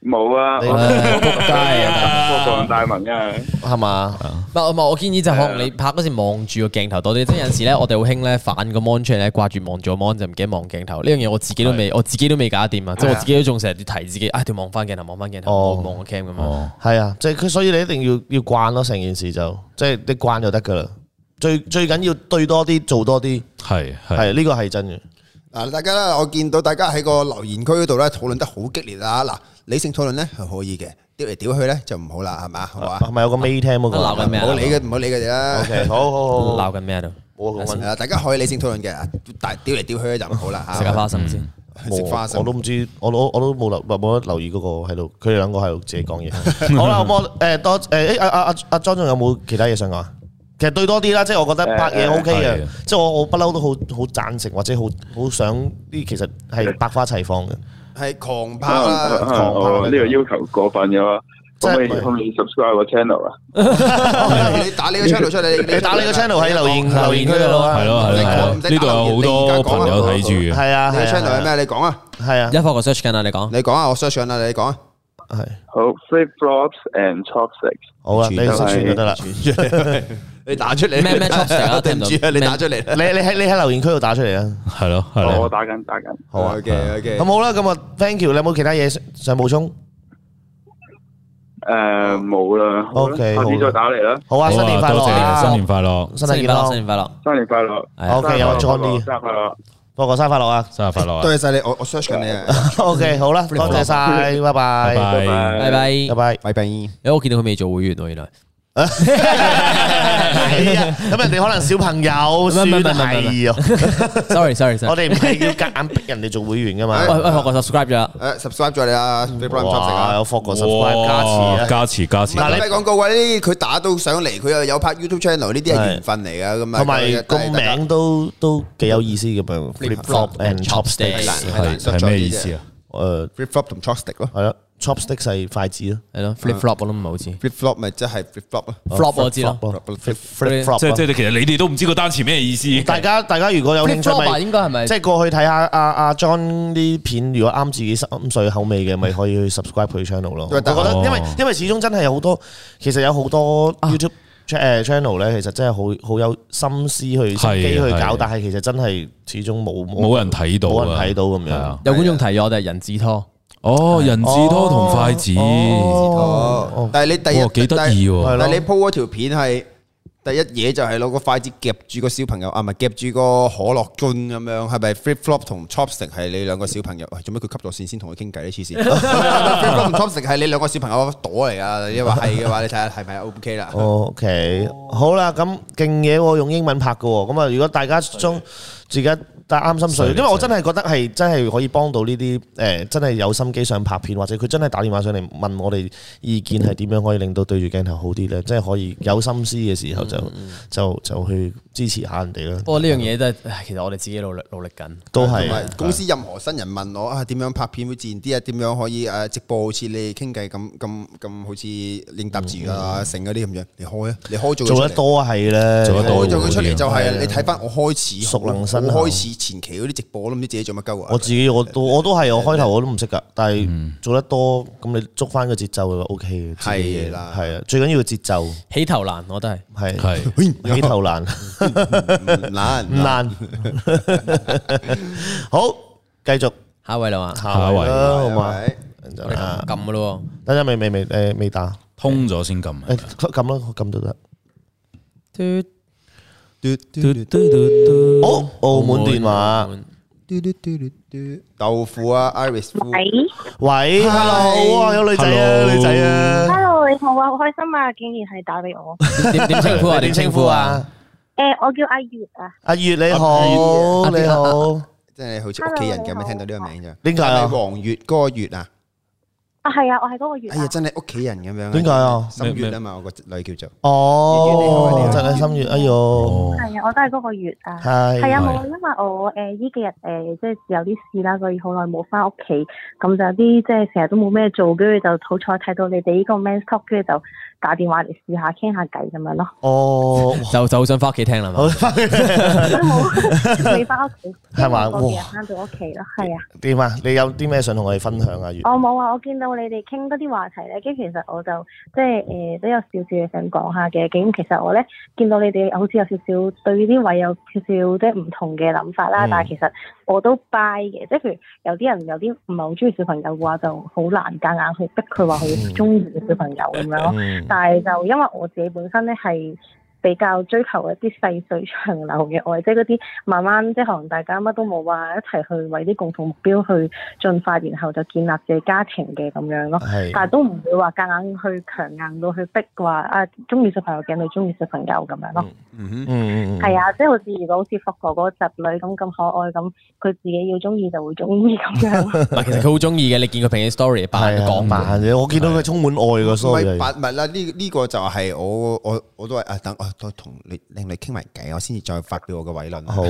Speaker 11: 冇啊，
Speaker 7: 哎
Speaker 1: 你
Speaker 11: 我
Speaker 2: 唉仆街啊！
Speaker 11: 我講大文啊，
Speaker 1: 係嘛？
Speaker 2: 唔係唔係，我建議就係啊可能你拍嗰時望住個鏡頭多啲，即係有陣時咧，我哋好興咧反個 mon 出嚟咧，掛住望住個 mon 就唔記得望鏡頭。呢樣嘢我自己都未，我自己都未搞掂啊！即係我自己都仲成日提自己，啊，條望翻鏡頭，望翻鏡頭，
Speaker 1: 哦
Speaker 2: 望望個 cam 咁樣。
Speaker 3: 哦，
Speaker 1: 係啊，即係佢，所以你一定要要慣咯，成件事就即係你慣就得噶啦。最最緊要對多啲，做多啲，
Speaker 3: 係係
Speaker 1: 係呢個係真嘅。
Speaker 4: 嗱，大家咧，我見到大家喺個留言區嗰度咧討論得好激烈啊！嗱，理性討論咧係可以嘅，屌嚟屌去咧就唔好啦，係嘛？好嘛？
Speaker 1: 係咪有個 May 聽嗰個？
Speaker 2: 鬧緊咩
Speaker 4: 唔
Speaker 2: 啊
Speaker 4: 好理佢，唔好理佢哋啦。
Speaker 1: OK，好好好好，
Speaker 2: 鬧緊咩喺度？
Speaker 1: 冇啊咁
Speaker 4: 係
Speaker 1: 樣
Speaker 4: 啊，大家可以理性討論嘅，啊但屌嚟屌去咧就唔好啦嚇。
Speaker 2: 食下花生先。
Speaker 4: 食花
Speaker 1: 冇
Speaker 4: 生
Speaker 1: 我都唔知，我都我都冇留冇得留意嗰個喺度，佢哋兩個喺度自己
Speaker 4: [laughs]
Speaker 1: 講嘢。好啦，咁我誒多呃誒誒阿阿阿阿莊仲有冇其他嘢想講？啊其實對多啲啦，即係我覺得拍嘢 OK
Speaker 3: 係
Speaker 11: 啊
Speaker 1: 嘅，即係我我不嬲都好好贊成或者好好想啲，其實係百花齊放嘅。
Speaker 4: 係狂拍
Speaker 11: 可能可
Speaker 4: 啦，
Speaker 11: 能啊我哦呢個要求過分嘅話，
Speaker 1: 即
Speaker 11: 可
Speaker 1: 係
Speaker 11: 唔可以可唔可以 subscribe 個 channel 啊？
Speaker 4: [laughs] 你打你個 channel 出嚟，
Speaker 1: [laughs] 你
Speaker 11: [laughs]
Speaker 1: 打你個 channel 喺留言
Speaker 2: 留
Speaker 1: 留
Speaker 2: 言
Speaker 1: 言
Speaker 2: 區
Speaker 1: 區
Speaker 2: 度
Speaker 1: 度啊
Speaker 2: 啦
Speaker 11: 啊
Speaker 1: 啦，
Speaker 3: 係咯係
Speaker 4: 你
Speaker 3: 咯
Speaker 4: 講，
Speaker 3: 呢度有好多朋友睇住嘅，
Speaker 1: 係啊，
Speaker 4: 你個
Speaker 1: 係啊
Speaker 4: channel 係？咩？你講啊，
Speaker 1: 係啊
Speaker 2: 一，科個 search 緊啊，你講。
Speaker 4: 你講啊，我 search 緊啦，你講
Speaker 1: [laughs]
Speaker 4: 啊。
Speaker 1: 係
Speaker 11: 好，flip flops and chopsticks。
Speaker 1: 好啦，你識串就得啦。
Speaker 4: 你打出嚟 [laughs]
Speaker 2: 咩咩 chopstick 啊
Speaker 4: 對唔住啊，
Speaker 2: 聽唔到
Speaker 4: 你打出嚟
Speaker 1: 你你喺你喺留言區度打出嚟啊。
Speaker 3: 係咯係
Speaker 11: 我
Speaker 3: 咯，
Speaker 11: 打緊打緊。
Speaker 1: 好啊。
Speaker 4: OK OK，
Speaker 1: 咁好啦，咁啊，thank you。你有冇其他嘢想想補充？
Speaker 11: 誒冇啦
Speaker 1: OK，
Speaker 11: 下
Speaker 1: 好
Speaker 11: 次再打嚟啦，
Speaker 1: 好
Speaker 3: 好
Speaker 1: 啊，新年
Speaker 3: 啊，
Speaker 1: 快
Speaker 3: 多
Speaker 1: 樂
Speaker 3: 謝
Speaker 1: 啊！
Speaker 3: 新年快樂，
Speaker 1: 身
Speaker 2: 新
Speaker 1: 體
Speaker 2: 年
Speaker 1: 健
Speaker 2: 快樂，
Speaker 1: 康
Speaker 2: 新，年快樂。
Speaker 11: 新年快樂，
Speaker 2: 係
Speaker 1: OK，有
Speaker 11: 生
Speaker 1: 啊
Speaker 11: 日快
Speaker 1: Johnny
Speaker 11: 樂生日快樂。
Speaker 1: 個個生日快樂啊
Speaker 3: 生日快樂
Speaker 4: 多
Speaker 3: 啊，
Speaker 4: 謝晒你，我我 search 緊你
Speaker 1: [laughs]
Speaker 4: 啊，
Speaker 1: ！OK，好啦，多謝晒，拜
Speaker 3: 拜拜。
Speaker 1: 拜，
Speaker 2: 拜拜。誒
Speaker 1: 拜，
Speaker 4: [laughs] 拜
Speaker 1: 拜。
Speaker 4: 拜。
Speaker 2: 我見到佢未做會員喎，原來。
Speaker 1: 係啊，咁人哋可能小朋友
Speaker 2: 係唔係
Speaker 1: 算
Speaker 2: 唔係唔
Speaker 1: 係啊，我
Speaker 2: [laughs] Sorry，sorry，sorry。
Speaker 1: 哋唔係要夾硬逼人哋做會員噶嘛。
Speaker 2: 喂喂，學個 subscribe 咗啦。
Speaker 4: 誒 subscribe 咗你啊，Big Prime Chopstick
Speaker 1: 哇，
Speaker 4: 啊。
Speaker 1: 有 focus
Speaker 3: 哇
Speaker 1: subscribe 加持啊，
Speaker 3: 加持加持，
Speaker 4: 唔係打咩廣告啊？呢啲佢打到上嚟，佢又有拍 YouTube channel，呢啲係
Speaker 1: 係
Speaker 4: 緣分嚟㗎咁啊。
Speaker 1: 同埋個
Speaker 4: 大家
Speaker 1: 名都都幾有意思咁樣，flip flop and
Speaker 4: 係
Speaker 1: chopsticks，
Speaker 4: 難係難
Speaker 3: 係係咩意思啊？
Speaker 1: 誒
Speaker 4: ？Flip flop 同 chopstick 咯
Speaker 1: 係啦，chopsticks 係筷子咯
Speaker 2: 係咯，flip flop 我都唔係好知。
Speaker 4: ，flip flop 咪即係 flip flop 咯。
Speaker 2: flop 我知咯。
Speaker 1: ，flip flip flop
Speaker 3: 即係即
Speaker 1: 咯。
Speaker 3: 係，其實你哋都唔知個單詞咩意思。
Speaker 1: 大家大家如果有
Speaker 2: flip
Speaker 1: 興
Speaker 2: flop 啊
Speaker 1: 趣
Speaker 2: 應該係咪
Speaker 1: 咪，即係過去睇下阿阿 John 啲片，如果啱自己心水口味嘅，咪可以去 subscribe 佢 channel 咯。我
Speaker 4: 喂
Speaker 1: 覺
Speaker 4: 但
Speaker 1: 得
Speaker 3: 嗯哦啊
Speaker 1: 因為因為始終真係有好多，其實有好多 YouTube。誒 channel 咧，其實真係好好有心思去心機去
Speaker 3: 係係
Speaker 1: 搞，但係其實真係始終冇
Speaker 3: 冇人睇到啊，
Speaker 1: 冇人睇到咁樣
Speaker 3: 係啊
Speaker 2: 有觀眾提咗我哋係人字拖。
Speaker 3: 哦，人字拖同筷子，
Speaker 1: 哦
Speaker 4: 哦，但係你第
Speaker 3: 哇幾
Speaker 4: 日
Speaker 3: 得意喎
Speaker 4: 但係你 po 嗰條片係第一嘢就係攞個筷子夾住個小朋友，啊唔係夾住個可樂樽咁樣，係咪 flip flop 同 chopstick 係你兩個小朋友？喂，做咩佢吸咗線先同佢傾偈呢？黐線 flip flop 同 chopstick 係你兩個小朋友朵嚟啊！你話係嘅話，你睇下係咪 OK 啦？
Speaker 1: OK，好啦，咁勁嘢喎，用英文拍嘅喎，咁啊，如果大家中自己但啱心水，
Speaker 3: 犀利
Speaker 1: 因為我真係覺得係真係可以幫到呢啲誒，真係有心機想拍片，或者佢真係打電話上嚟問我哋意見係點樣可以令到對住鏡頭好啲咧，即係可以有心思嘅時候就就就去支持下人哋啦
Speaker 2: 不，過呢樣嘢都係，唉其實我哋自己努力努力緊。
Speaker 1: 哦都
Speaker 4: 同埋
Speaker 1: 係
Speaker 4: 公司任何新人問我啊，點樣拍片會自然啲啊？點樣可以誒直播好似你哋傾偈咁咁咁好似應答字啊、成嗰啲咁樣？你開啊，你開做佢出
Speaker 1: 做
Speaker 4: 嚟
Speaker 1: 得多係咧，
Speaker 3: 做得多
Speaker 4: 我做佢出嚟就係你睇翻我開始
Speaker 1: 啊熟能生巧
Speaker 4: 我開始前期嗰啲直播都唔知自己做乜鳩啊！
Speaker 1: 我自己我都我都係我開頭我都唔識噶，但係做得多咁你捉翻個節奏就 O K 嘅，自己嘢
Speaker 4: 係啦
Speaker 1: 係啊，最緊要個節奏
Speaker 2: 起頭難，我都係。
Speaker 1: 係
Speaker 3: 係
Speaker 1: 起頭難
Speaker 4: 唔難
Speaker 1: 唔 [laughs] 難，啊好繼續
Speaker 2: 下一位啦嘛，
Speaker 1: 下一位啦好嘛？
Speaker 4: 係
Speaker 1: 等
Speaker 2: 我哋
Speaker 1: 陣啊
Speaker 2: 撳噶咯
Speaker 1: 等陣未未未誒未打
Speaker 3: 通咗先撳。啊
Speaker 1: 誒撳啦撳都得。
Speaker 2: 喎。
Speaker 1: 哦，澳門電話，
Speaker 4: 豆腐啊，Iris 夫，
Speaker 5: 喂
Speaker 1: 喂，hello 啊，有女仔啊，
Speaker 3: Hello
Speaker 1: 女仔啊，
Speaker 5: ，Hello，你好啊，好開心啊，竟然係打俾我。
Speaker 2: [laughs] 點點稱呼啊？
Speaker 1: 你
Speaker 2: 點稱呼
Speaker 1: à.
Speaker 2: 啊？？
Speaker 5: 誒，我叫阿月啊，
Speaker 1: 阿月你好，你好，
Speaker 4: 即係好似屋企人咁樣聽到呢個名咋？
Speaker 1: 點解啊
Speaker 4: 係咪黃月嗰個月啊？
Speaker 5: 啊係啊，我係嗰個月
Speaker 4: 哎呀，
Speaker 5: 啊。
Speaker 4: 真係屋企人咁樣啊。
Speaker 1: 點解啊？
Speaker 4: 心月啊嘛，我個女叫做。
Speaker 1: 哦，真係心月，哎呦，
Speaker 3: 哦，
Speaker 5: 係啊，我都係嗰個月啊。
Speaker 1: 係
Speaker 5: 係啊，冇
Speaker 3: 係
Speaker 5: 啊，因為我誒呢幾日誒即係有啲事啦，所以好耐冇翻屋企，咁就有啲即係成日都冇咩做，跟住就好彩睇到你哋呢個 man talk，跟住就打電話嚟試下傾下偈咁樣咯。
Speaker 1: 哦，
Speaker 2: 就就好想翻屋企聽啦嘛。
Speaker 5: 都冇 [laughs] 未翻屋企，
Speaker 1: 係嘛
Speaker 5: 因為我嗰幾日
Speaker 1: 哇
Speaker 5: 翻到屋企咯，係啊。
Speaker 1: 點啊？你有啲咩想同我哋分享啊？月
Speaker 5: 我冇啊，我見到你哋傾嗰啲話題咧，跟住其實我就即係誒都有少少嘢想講下嘅。咁其實我咧見到你哋好似有少少對呢啲位有少少即係唔同嘅諗法啦，
Speaker 1: 嗯
Speaker 5: 但係其實我都 buy 嘅，即係譬如有啲人有啲唔係好中意小朋友嘅話，就好難夾硬去逼佢話佢中意嘅小朋友咁樣咯。
Speaker 1: 嗯
Speaker 5: 但係就因為我自己本身咧係比較追求一啲細水長流嘅愛，即係嗰啲慢慢即係可能大家乜都冇話一齊去為啲共同目標去進發，然後就建立自己家庭嘅咁樣咯。
Speaker 1: 係
Speaker 5: 但係都唔會話夾硬去強硬到去逼話啊，中意小朋友嘅你中意小朋友咁樣咯。
Speaker 1: 嗯嗯嗯
Speaker 5: 係啊，即係好似如果好似霍哥嗰個侄女咁咁可愛咁，佢自己要中意就會中意咁樣咯。
Speaker 2: 唔係，其實佢好中意嘅，你見佢平時 story 扮
Speaker 1: 係啊
Speaker 2: 講
Speaker 1: 慢
Speaker 2: 扮。
Speaker 1: 嘅，我見到佢充滿愛個
Speaker 4: 唔係
Speaker 1: sorry，
Speaker 4: 八物啦，呢呢個就係我我我都係啊，等我都同你靚女傾埋偈，我先至再發表我嘅偉論。啊
Speaker 1: 好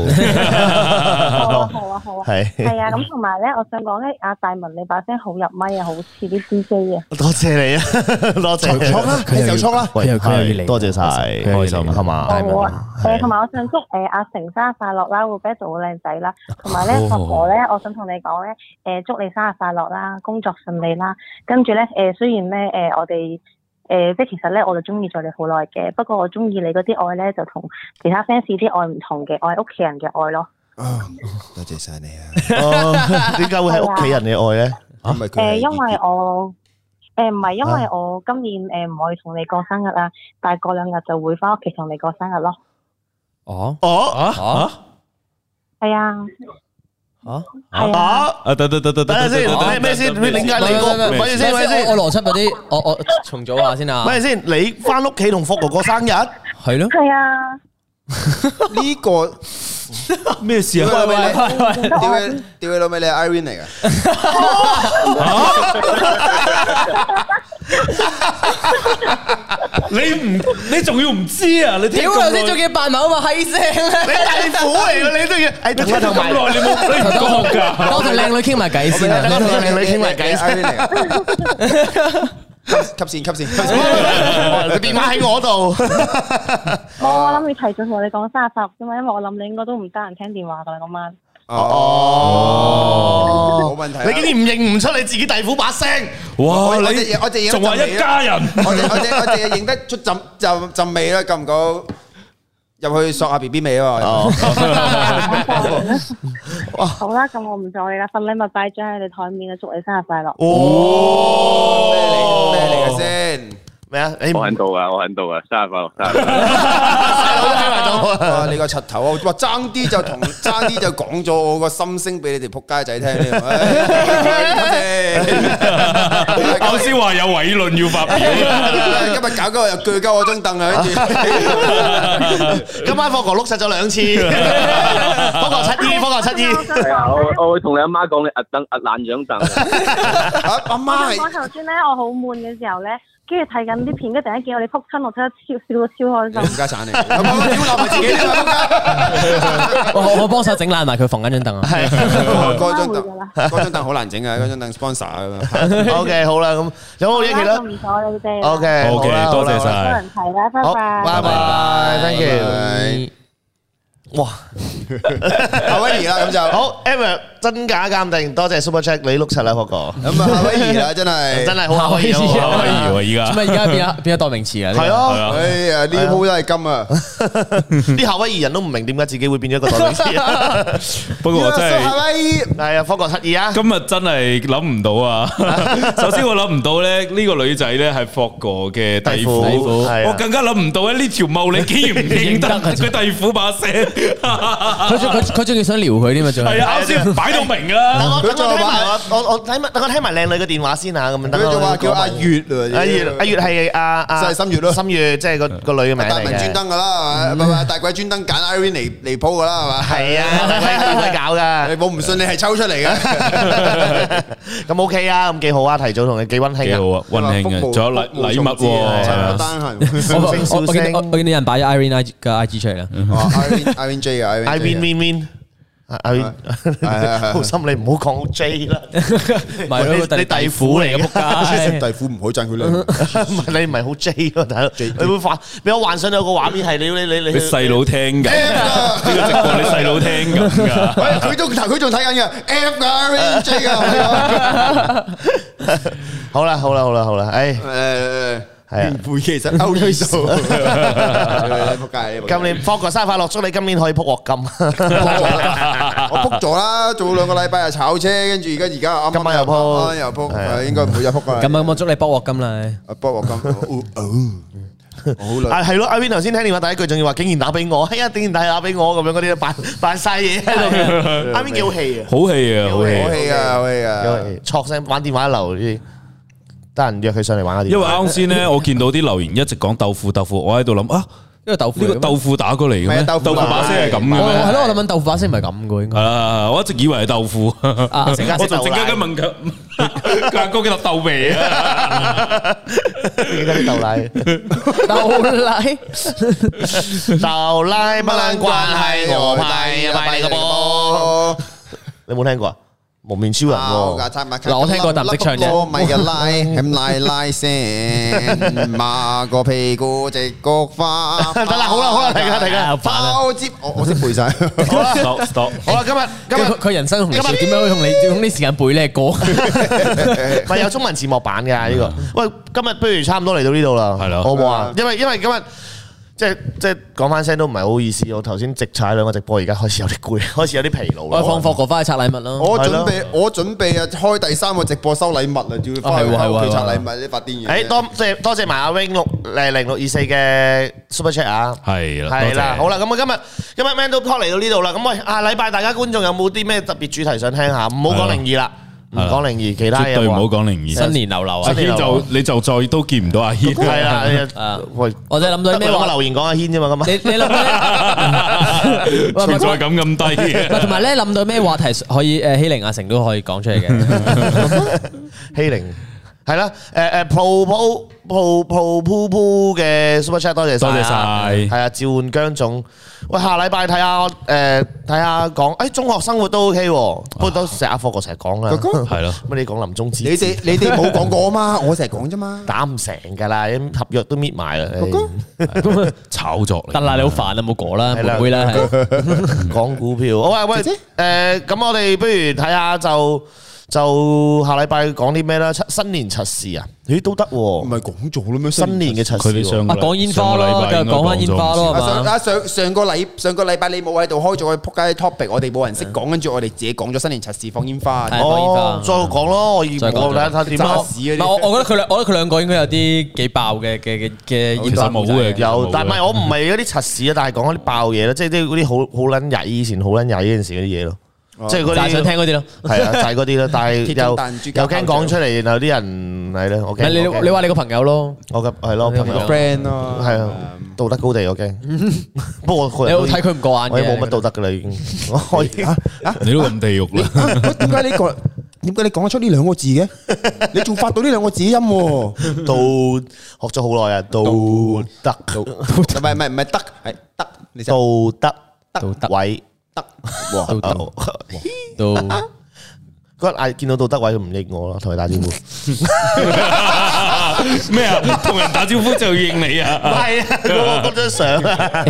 Speaker 5: 好啊，好啊，好啊。
Speaker 1: [laughs] 係
Speaker 5: 係啊，咁同埋咧，我想講咧，阿大文你把聲好入咪啊，好似啲 DJ 啊。
Speaker 1: 多謝你啊， [laughs] 多謝你
Speaker 4: 衝啦，
Speaker 2: 佢又
Speaker 4: 你就衝啦！
Speaker 1: 喂
Speaker 2: 佢又佢又要
Speaker 1: 係
Speaker 2: 嚟
Speaker 1: 多謝晒，
Speaker 2: 佢又要
Speaker 1: 開
Speaker 2: 嚟
Speaker 1: 心係嘛？
Speaker 2: 大文
Speaker 5: 好啊，
Speaker 1: 係
Speaker 5: 誒，同埋我想祝誒阿成生日快樂啦，會 b 做好靚仔
Speaker 1: [laughs]
Speaker 5: 啦，同埋
Speaker 1: 哦
Speaker 5: 咧
Speaker 3: 好
Speaker 5: 霍哥咧，我想同你講咧，誒祝你生日快樂啦，工作順利啦，跟住咧誒雖然咧誒我哋呃誒即係其實咧我就中意咗你好耐嘅，不過我中意你嗰啲愛咧就同其他 fans 啲愛唔同嘅，我係屋企人嘅愛咯。
Speaker 4: [laughs] 啊多謝晒你啊！
Speaker 1: 哦點解會喺屋企人嘅 [laughs] 愛咧？
Speaker 4: 因為佢
Speaker 5: 誒，
Speaker 4: 係
Speaker 5: 呃因為我誒唔係因為
Speaker 1: 啊
Speaker 5: 我今年誒唔可以同你過生日啦，但係過兩日就會翻屋企同你過生日咯。
Speaker 2: 哦
Speaker 1: 哦
Speaker 2: 啊
Speaker 5: 係啊，
Speaker 2: 啊！
Speaker 5: 係啊。
Speaker 1: 啊！
Speaker 3: 啊，得得得得
Speaker 1: 等
Speaker 3: 得，
Speaker 1: 下先，
Speaker 3: 得
Speaker 1: 咩咩先？咩點解你
Speaker 2: 唔係
Speaker 1: 個？
Speaker 2: 唔係唔係
Speaker 1: 咪住先，咪住
Speaker 2: 我
Speaker 1: 先，
Speaker 2: 我邏輯有啲，我 [laughs] 我重組下先啊。
Speaker 1: 咪住先。你翻屋企同霍哥過生日？
Speaker 2: 係咯，
Speaker 5: 係啊，
Speaker 4: 呢個
Speaker 3: 咩事
Speaker 4: 屌
Speaker 3: 啊？
Speaker 4: 你老味，
Speaker 5: 你覺得我
Speaker 4: 屌你屌你老味，你係 Irene 嚟㗎？
Speaker 3: 你唔你仲要唔知啊？你
Speaker 2: 屌頭先仲要扮埋啊嘛，閪聲咧。
Speaker 1: [laughs] 你係苦嚟嘅，你 [laughs] 都要。誒，等
Speaker 3: 聽
Speaker 1: 我
Speaker 3: 咗
Speaker 1: 同
Speaker 3: 咁
Speaker 1: 埋。
Speaker 3: 耐，你冇你唔覺㗎？
Speaker 2: 我同靚女傾埋偈先
Speaker 1: 等
Speaker 2: 啊
Speaker 1: 我。同靚女傾埋偈先。
Speaker 4: Irene 嚟㗎。吸吸線吸線，
Speaker 1: 你電話喺我度。
Speaker 5: 冇，我諗你提早同你講三十啫嘛，因為我諗你應該都唔得閒聽電話噶啦，今晚。
Speaker 1: 哦，
Speaker 4: 冇問題啦。
Speaker 1: 你竟然唔認唔出你自己弟婦把聲？
Speaker 3: 哇！
Speaker 4: 我我
Speaker 3: 你
Speaker 4: 隻嘢我隻嘢
Speaker 3: 仲話一家人？
Speaker 4: 我哋我哋我哋認得出浸浸浸味啦，夠唔夠入去索下 B B 味啊嘛？
Speaker 5: 好啦，咁我唔阻你啦，份禮物擺咗喺你台面啦，祝你生日快樂。
Speaker 1: 哦，
Speaker 4: 咩嚟嘅先？
Speaker 1: 咩啊？你唔
Speaker 12: 我喺度啊，我喺度啊，生日快樂，生日快樂！
Speaker 4: 哇！你個柒頭啊！哇，爭啲就同爭啲就講咗我個心聲俾你哋仆街仔聽添。唉
Speaker 3: 啱先話有偉論要發表，
Speaker 4: 今日搞嗰個又鋸鳩我張凳啊！
Speaker 5: [laughs]
Speaker 4: 跟住
Speaker 1: 今晚霍哥碌實咗兩次，霍哥七姨，霍哥七姨，
Speaker 12: 係啊，我我會同你阿媽講，你壓凳壓爛張凳。
Speaker 4: 阿阿媽係
Speaker 5: 我頭先咧，我好悶嘅時候咧，跟住睇緊啲片，跟住突然間見我哋撲親，我真係超笑到超開
Speaker 4: 冚
Speaker 5: 心。
Speaker 4: 家產嚟，咁我屌冧自己添啊！
Speaker 2: 我我我幫手整爛埋佢瞓緊張凳啊！
Speaker 4: 嗰張凳嗰張凳好難整啊！嗰張凳 sponsor 啊
Speaker 1: OK，好啦，咁有冇嘢其他
Speaker 5: 唔錯你哋
Speaker 1: ？OK，好
Speaker 3: OK，
Speaker 1: 啦
Speaker 3: 多
Speaker 5: 多
Speaker 3: 謝
Speaker 1: 好啦
Speaker 3: 晒。
Speaker 5: 人睇啦，拜
Speaker 1: 好，
Speaker 5: 拜。
Speaker 1: 拜拜，thank you。
Speaker 4: 拜
Speaker 1: 哇，
Speaker 4: 夏威夷啦咁就。
Speaker 1: 好 e v e r 真假鑑定，多謝 Super Check，你碌柒啦，霍哥，
Speaker 4: 咁啊，夏威夷啦，真係
Speaker 1: 真係好威
Speaker 2: 夏威夷
Speaker 3: 夏
Speaker 1: 啊！
Speaker 3: 威夷喎，
Speaker 2: 做
Speaker 3: 而家
Speaker 2: 咩而家變 [laughs] 咗變咗代名詞啊？呢個
Speaker 1: 係啊
Speaker 3: 係。啊，
Speaker 4: 哎呀，呢鋪都係金啊！
Speaker 1: 啲夏威夷人都唔明點解自己會變咗一個代名詞。
Speaker 3: 不過我真係
Speaker 4: 夏。威夷
Speaker 1: 係啊，方國七二啊，
Speaker 3: 今日真係諗唔到 [laughs] 啊！首先我諗唔到咧，呢個女仔咧係霍哥嘅弟婦，
Speaker 1: 弟婦係啊
Speaker 3: 我更加諗唔到咧呢條茂你竟然唔認得
Speaker 2: 認得啊
Speaker 3: 佢弟婦把聲，
Speaker 2: 佢仲佢佢仲要想撩佢添啊！
Speaker 3: [laughs]
Speaker 2: 仲
Speaker 3: 係啊，啱先擺到明㗎
Speaker 1: 等
Speaker 3: 啦。
Speaker 1: 我等我聽埋我我我睇埋等我聽埋靚女嘅電話先啊，咁樣等
Speaker 4: 佢
Speaker 1: 我
Speaker 4: 仲話叫阿月啊，
Speaker 1: 阿月阿月係阿阿
Speaker 4: 就係心月咯
Speaker 1: 心月即係個個女嘅名
Speaker 4: 大文
Speaker 1: 嚟
Speaker 4: 專
Speaker 1: 嘅。
Speaker 4: 登噶啦，係咪唔係大鬼專登揀 Irene 嚟嚟鋪噶啦，係嘛？
Speaker 1: 係啊，鬼鬼搞
Speaker 4: 你 [laughs]
Speaker 1: 噶，
Speaker 4: 我唔信你係抽出嚟
Speaker 1: [laughs]
Speaker 4: 嘅，
Speaker 1: 咁 OK 啊，咁幾好啊，提早同你幾溫馨
Speaker 3: 幾
Speaker 1: 啊
Speaker 3: 好。啊，温馨
Speaker 4: 福
Speaker 3: 嘅，
Speaker 4: 報
Speaker 3: 仲有禮
Speaker 4: 福報
Speaker 3: 禮物
Speaker 4: 重置
Speaker 3: 喎，
Speaker 4: 係啊
Speaker 3: 係啊
Speaker 4: 單係
Speaker 2: 我
Speaker 1: 笑
Speaker 2: 我
Speaker 1: 聲
Speaker 2: 我我見到我我見到有人擺咗 Irene I- 嘅 IG 出嚟啦，
Speaker 4: 哦，Irene Ờ, Irene à. J 啊
Speaker 1: I win win win。阿阿 [laughs]
Speaker 4: 係
Speaker 1: 好心你唔好講 J 啦，
Speaker 2: 咪咯
Speaker 1: 你
Speaker 2: 個弟
Speaker 1: 你弟婦嚟嘅 [laughs]
Speaker 2: 啊
Speaker 1: 仆街
Speaker 4: 弟婦唔可以讚佢兩，
Speaker 1: 唔係你唔係好 J 喎，大佬，你會幻俾我幻想到有個畫面係你你你
Speaker 3: 你細佬聽
Speaker 4: 哎
Speaker 3: 緊，呢個直播你細佬聽緊㗎。
Speaker 4: 喂佢都佢仲睇緊嘅 F 嘅 Irene à, J 啊，
Speaker 1: 好啦好啦好啦好啦，唉。
Speaker 4: 誒
Speaker 1: 係啊
Speaker 4: 原配其實歐瑞數，仆街！
Speaker 1: 今年霍哥生日快樂，祝你今年可以撲鑊 [laughs] 金。
Speaker 4: 我 book 咗啦，做兩個禮拜又炒車，跟住而家而家啱啱
Speaker 1: 今晚
Speaker 4: 啱
Speaker 1: 又
Speaker 4: 啱
Speaker 1: book
Speaker 4: 又 book，
Speaker 1: 係啊
Speaker 4: 係應該唔會再 book 噶啦。
Speaker 2: 咁啊咁我祝你卜鑊金啦！
Speaker 4: 啊 book 我今哦哦，好啦。
Speaker 1: 啊，係咯，阿 Vin 頭先聽電話第一句，仲要話竟然打俾我，哎 [laughs] 呀，竟然打俾我咁樣嗰啲，扮扮晒嘢喺
Speaker 3: [laughs]
Speaker 1: 度。阿 Vin 幾好戲啊，
Speaker 3: 好戲啊，好戲啊！
Speaker 4: 好氣啊，好氣
Speaker 1: 幾好
Speaker 4: 啊！
Speaker 1: 戲，戳聲玩電話流啲，得人約佢上嚟玩下
Speaker 3: 因
Speaker 1: 電
Speaker 3: 為
Speaker 1: 話。
Speaker 3: 啱先咧，我見到 [laughs] 啲留言一直講豆腐豆腐，我喺度諗啊，
Speaker 2: 因為豆腐
Speaker 3: 呢個豆腐打過嚟嘅
Speaker 4: 係
Speaker 3: 咩？
Speaker 4: 啊
Speaker 3: 豆
Speaker 4: 豆
Speaker 3: 腐
Speaker 4: 腐
Speaker 3: 把聲係咁嘅
Speaker 2: 我我係
Speaker 3: 咩？
Speaker 2: 咯，我諗緊豆腐把聲唔係咁嘅應該。
Speaker 3: 啊！我一直以為係豆腐，
Speaker 2: 啊
Speaker 3: 我就
Speaker 1: 陣間食豆
Speaker 3: 陣間咁問佢， [laughs] 佢阿哥叫豆味
Speaker 1: [laughs]
Speaker 3: 啊！
Speaker 1: 記得啲豆
Speaker 3: [laughs]
Speaker 1: 奶，
Speaker 2: 豆奶
Speaker 1: 豆奶乜撚關係我派啊，派你個波。
Speaker 4: 波！
Speaker 1: 你冇聽過啊？蒙面超人
Speaker 4: 我
Speaker 1: 喎
Speaker 4: 架。餐物
Speaker 2: 嗱我聽過但唔識唱啫
Speaker 4: 咪嘅拉，咁拉拉聲，馬個屁股隻菊花。
Speaker 1: 得啦好啦好啦停啦停啦
Speaker 4: 包接我我識背晒。
Speaker 1: 好啦
Speaker 3: stop stop，
Speaker 1: 好啦，今日今日
Speaker 2: 佢佢人生同你點樣可以同你用呢時間背呢個歌？
Speaker 1: 咪有中文字幕版㗎呢個。喂，今日不如差唔多嚟到呢度啦，
Speaker 3: 嗯係咯
Speaker 1: 好唔好啊？因為因為今日。即係即係講翻聲都唔係好意思，我頭先直踩兩個直播，而家開始有啲攰，開始有啲疲勞啦。
Speaker 2: 我放霍哥翻去拆禮物啦。
Speaker 4: 我準備我準備啊，開第三個直播收禮物啦，仲要翻去
Speaker 2: 啊係喎係喎
Speaker 4: 屋企拆
Speaker 2: 係喎
Speaker 4: 禮物，你發癲
Speaker 1: 誒
Speaker 4: 嘅。
Speaker 1: 多謝多謝埋阿 wing 六誒零六二四嘅 super chat 啊，
Speaker 3: 係啦
Speaker 1: 係啦，
Speaker 3: 多謝
Speaker 1: 好啦，咁啊我今日今日 man 都 talk 嚟到呢度啦，咁喂下禮拜大家觀眾有冇啲咩特別主題想聽下？唔好講靈異啦，唔
Speaker 3: 係啦啊
Speaker 1: 講靈異，其他
Speaker 3: 絕
Speaker 1: 嘢
Speaker 3: 對唔
Speaker 1: 話
Speaker 3: 好講靈異。
Speaker 2: 新年流
Speaker 3: 阿
Speaker 2: 流啊！
Speaker 1: 新年
Speaker 3: 軒就你就再都見唔到阿軒，[laughs]
Speaker 1: 係啦你
Speaker 2: 啊
Speaker 1: 啊，喂，
Speaker 2: 我就諗到
Speaker 1: 得
Speaker 2: 啲咩
Speaker 1: 兩個
Speaker 2: 話？
Speaker 1: 留言講阿軒啫嘛，咁啊
Speaker 2: 你。你諗到啲喂
Speaker 3: 存在感咁低
Speaker 2: 喂
Speaker 3: 嘅。
Speaker 2: 同埋咧諗到咩話題可以誒欺凌阿成都可以講出嚟嘅。
Speaker 1: [laughs] 欺凌。係啦，誒誒 pro pro pro pro pro pro 嘅 super chat 多謝晒啊，
Speaker 3: 多謝晒
Speaker 1: 係啊，召喚姜總，喂，下禮拜睇下誒睇下講，誒中學生活都 OK 喎，不過都成日阿科哥成日講啦，
Speaker 4: 哥哥
Speaker 3: 啊係咯
Speaker 1: 乜你講林中
Speaker 4: 你
Speaker 1: 之
Speaker 4: 哋你哋冇講過啊嘛， [laughs] 我成日講啫嘛。
Speaker 1: 打唔成㗎啦，啲合約都搣埋啦，唉
Speaker 3: 炒作嚟
Speaker 2: 得啦，你好煩啊，冇果啦，
Speaker 1: 係啦
Speaker 2: 妹妹啦，係
Speaker 1: 講股票，好啊，喂，
Speaker 4: 姐
Speaker 1: 誒咁我哋不如睇下就就下禮拜講啲咩啦，七新年測試啊，咦都得喎，
Speaker 4: 唔係講咗啦咩？
Speaker 1: 新年嘅測
Speaker 3: 佢哋
Speaker 1: 試
Speaker 3: 上
Speaker 1: 喎，
Speaker 3: 個
Speaker 2: 啊
Speaker 3: 禮
Speaker 2: 講煙花
Speaker 3: 上個
Speaker 2: 咯
Speaker 3: 禮拜應該
Speaker 2: 繼續講返煙花咯
Speaker 3: 咗唔
Speaker 4: 啊，上-
Speaker 2: 係嘛？
Speaker 4: 啊，上-上個禮-上個禮拜你冇喺度開咗個仆街topic，我哋冇人識講，跟住我哋自己講咗新年測試放煙花。
Speaker 2: 係。
Speaker 1: 哦，
Speaker 2: 放煙花
Speaker 1: 再講咯，我以
Speaker 2: 再
Speaker 1: 我
Speaker 2: 講
Speaker 1: 睇下點
Speaker 4: 炸
Speaker 1: 啦
Speaker 3: 啊
Speaker 4: 屎。嗰啲
Speaker 2: 唔係我我覺得佢兩，我覺得佢兩個應該有啲幾爆嘅嘅嘅嘅
Speaker 3: 其實冇嘅
Speaker 1: 有，但唔
Speaker 3: 啊冇嘅
Speaker 1: 係我唔係嗰啲測試啊，但係講嗰啲爆嘢啦，即係啲嗰啲好好撚曳，以前好撚曳嗰陣時嗰啲嘢
Speaker 3: 哦
Speaker 1: 咯，即係嗰
Speaker 2: 就係想
Speaker 1: 啲
Speaker 2: 聽。嗰啲咯。
Speaker 1: 係啊，就係嗰啲啦，
Speaker 2: [laughs]
Speaker 1: 但係
Speaker 4: 鐵
Speaker 1: 又
Speaker 4: 中彈珠
Speaker 1: 又驚講出嚟，然後啲人係咧，我
Speaker 2: 唔係
Speaker 1: 驚
Speaker 2: 你
Speaker 1: 我驚
Speaker 2: 你話你個朋友咯，
Speaker 1: 我嘅係咯，
Speaker 2: 你
Speaker 1: 朋友
Speaker 2: friend
Speaker 4: 咯，
Speaker 1: 係啊，
Speaker 3: 嗯
Speaker 1: 道德高地我
Speaker 2: [laughs]
Speaker 1: 驚，不過我個
Speaker 2: 你
Speaker 1: 人
Speaker 2: 有睇佢唔啊過眼嘅
Speaker 1: 我已經冇乜道德噶啦，已經
Speaker 2: [laughs]
Speaker 1: 我可以
Speaker 3: 啊 [laughs] 你都咁地獄啦，
Speaker 4: 啊，喂，點解你講- [laughs] 點解你講得出呢兩個字嘅？
Speaker 2: [laughs]
Speaker 4: 你仲發到呢兩個字音喎。唔係-
Speaker 1: 道學咗好耐啊，道
Speaker 4: [laughs]
Speaker 1: 德
Speaker 4: 唔係-唔係，得，係得，你就 [laughs]
Speaker 1: 道德
Speaker 2: 道德
Speaker 1: 位
Speaker 4: 得。哇，
Speaker 2: 道德都唔
Speaker 1: 嗰日嗌見到道德位，佢唔應我咯，同佢打招呼。
Speaker 3: 咩
Speaker 2: [laughs]
Speaker 3: 啊？同人打招呼就要應你啊？
Speaker 1: 係啊，嗰張相啊，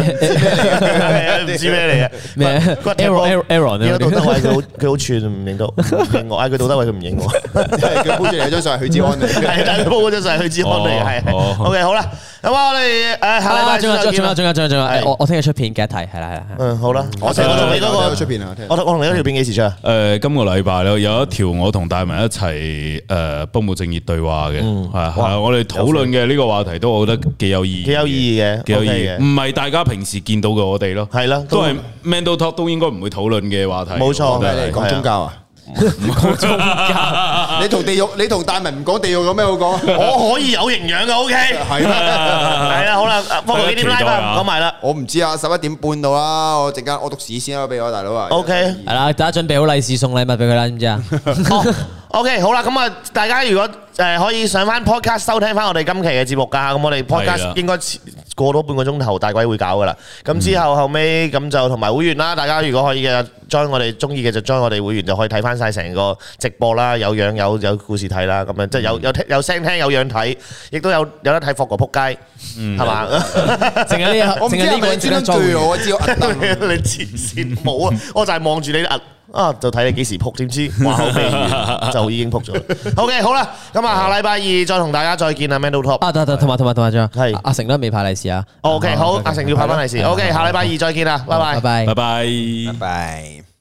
Speaker 1: 唔知咩嚟啊？
Speaker 2: 咩啊
Speaker 1: 佢話踢波
Speaker 2: Aaron- Aaron- Aaron
Speaker 1: 見到道德位佢好佢好串，唔認到，唔認我，嗌佢道德位，佢唔認我。
Speaker 4: 佢搬出嚟有張相係許志安嚟。
Speaker 1: 係，但係佢鋪嗰張相係許志安嚟，係係
Speaker 3: 哦哦
Speaker 1: OK，好啦，咁啊，我哋誒下禮
Speaker 2: 啊！
Speaker 1: 拜
Speaker 2: 仲有
Speaker 1: 再
Speaker 2: 仲有
Speaker 1: 見
Speaker 2: 仲
Speaker 1: 啦
Speaker 2: 有仲有仲有仲有
Speaker 1: 係
Speaker 2: 誒我我聽日出片記得睇，係啦係啦。
Speaker 1: 嗯，好啦，我
Speaker 4: 睇
Speaker 1: 我同你嗰
Speaker 4: 我睇佢出
Speaker 1: 個，
Speaker 4: 片啊，聽
Speaker 1: 我同我同你嗰條片幾時出啊？
Speaker 3: 誒，今個禮拜咧有一條我同大文一齊誒不務正業對話嘅，
Speaker 1: 嗯
Speaker 3: 係係啊我哋討論嘅呢個話題都我覺得幾有意義，
Speaker 1: 幾有意義嘅
Speaker 3: 幾有意
Speaker 1: OK
Speaker 3: 義，
Speaker 1: 嘅
Speaker 3: 唔係大家平時見到嘅我哋咯，
Speaker 1: 係啦
Speaker 3: 都係
Speaker 1: 都
Speaker 3: mental talk 都應該唔會討論嘅話題，
Speaker 1: 冇
Speaker 3: 我
Speaker 1: 錯
Speaker 3: 覺得係
Speaker 1: 係
Speaker 4: 講宗教啊？ [laughs] 你同地獄，你同大文唔講地獄有咩好講？
Speaker 1: 我可以有營養嘅，OK，係
Speaker 4: 係
Speaker 3: [laughs]
Speaker 4: 啦。
Speaker 1: 啦，好啦，不過幾點拉
Speaker 3: 期待
Speaker 1: 翻
Speaker 3: 啊
Speaker 1: 唔講埋啦
Speaker 4: 我唔知啊，十一點半到啦，我陣間我讀屎先啦，俾我大佬啊。
Speaker 1: ，OK。
Speaker 2: 係啦，大家準備好利是送禮物俾佢啦，知唔知啊？
Speaker 1: [laughs] O K，好啦，咁啊，大家如果誒可以上翻 podcast 收聽翻我哋今期嘅節目㗎，咁我哋
Speaker 3: 係啦
Speaker 1: podcast 應該遲過多半個鐘頭大鬼會搞㗎啦。咁之後後尾咁就同埋會員啦，大家如果可以嘅 join 我哋中意嘅就 join 我哋會員，就可以睇翻晒成個直播啦，有樣有有故事睇啦，咁樣即係有有聽有聲聽有樣睇，亦都有有得睇霍哥撲街，係
Speaker 3: [laughs]
Speaker 1: 嘛？
Speaker 2: 淨係呢個
Speaker 4: 我唔知
Speaker 2: 淨係
Speaker 4: 係
Speaker 2: 呢個
Speaker 4: 咪
Speaker 2: 人
Speaker 4: 你專登
Speaker 2: 做
Speaker 4: 對我，我知我啊噏
Speaker 1: [laughs] 你
Speaker 4: 得
Speaker 1: 黐線冇啊！我就係望住你啊啊，就睇你幾時撲，點知話口未完就已經撲 [laughs] 咗啦。OK，好啦，咁啊，下禮拜二再同大家再見啊，Mental Top。
Speaker 2: 啊，得得，同埋同埋同埋仲有，
Speaker 1: 係
Speaker 2: 阿阿成都未派利是啊。
Speaker 1: 啊 OK，好，阿成要派翻利是。OK，下禮拜二再見啦，拜拜
Speaker 2: 拜。
Speaker 3: 拜
Speaker 2: 拜
Speaker 3: 拜。
Speaker 4: 拜。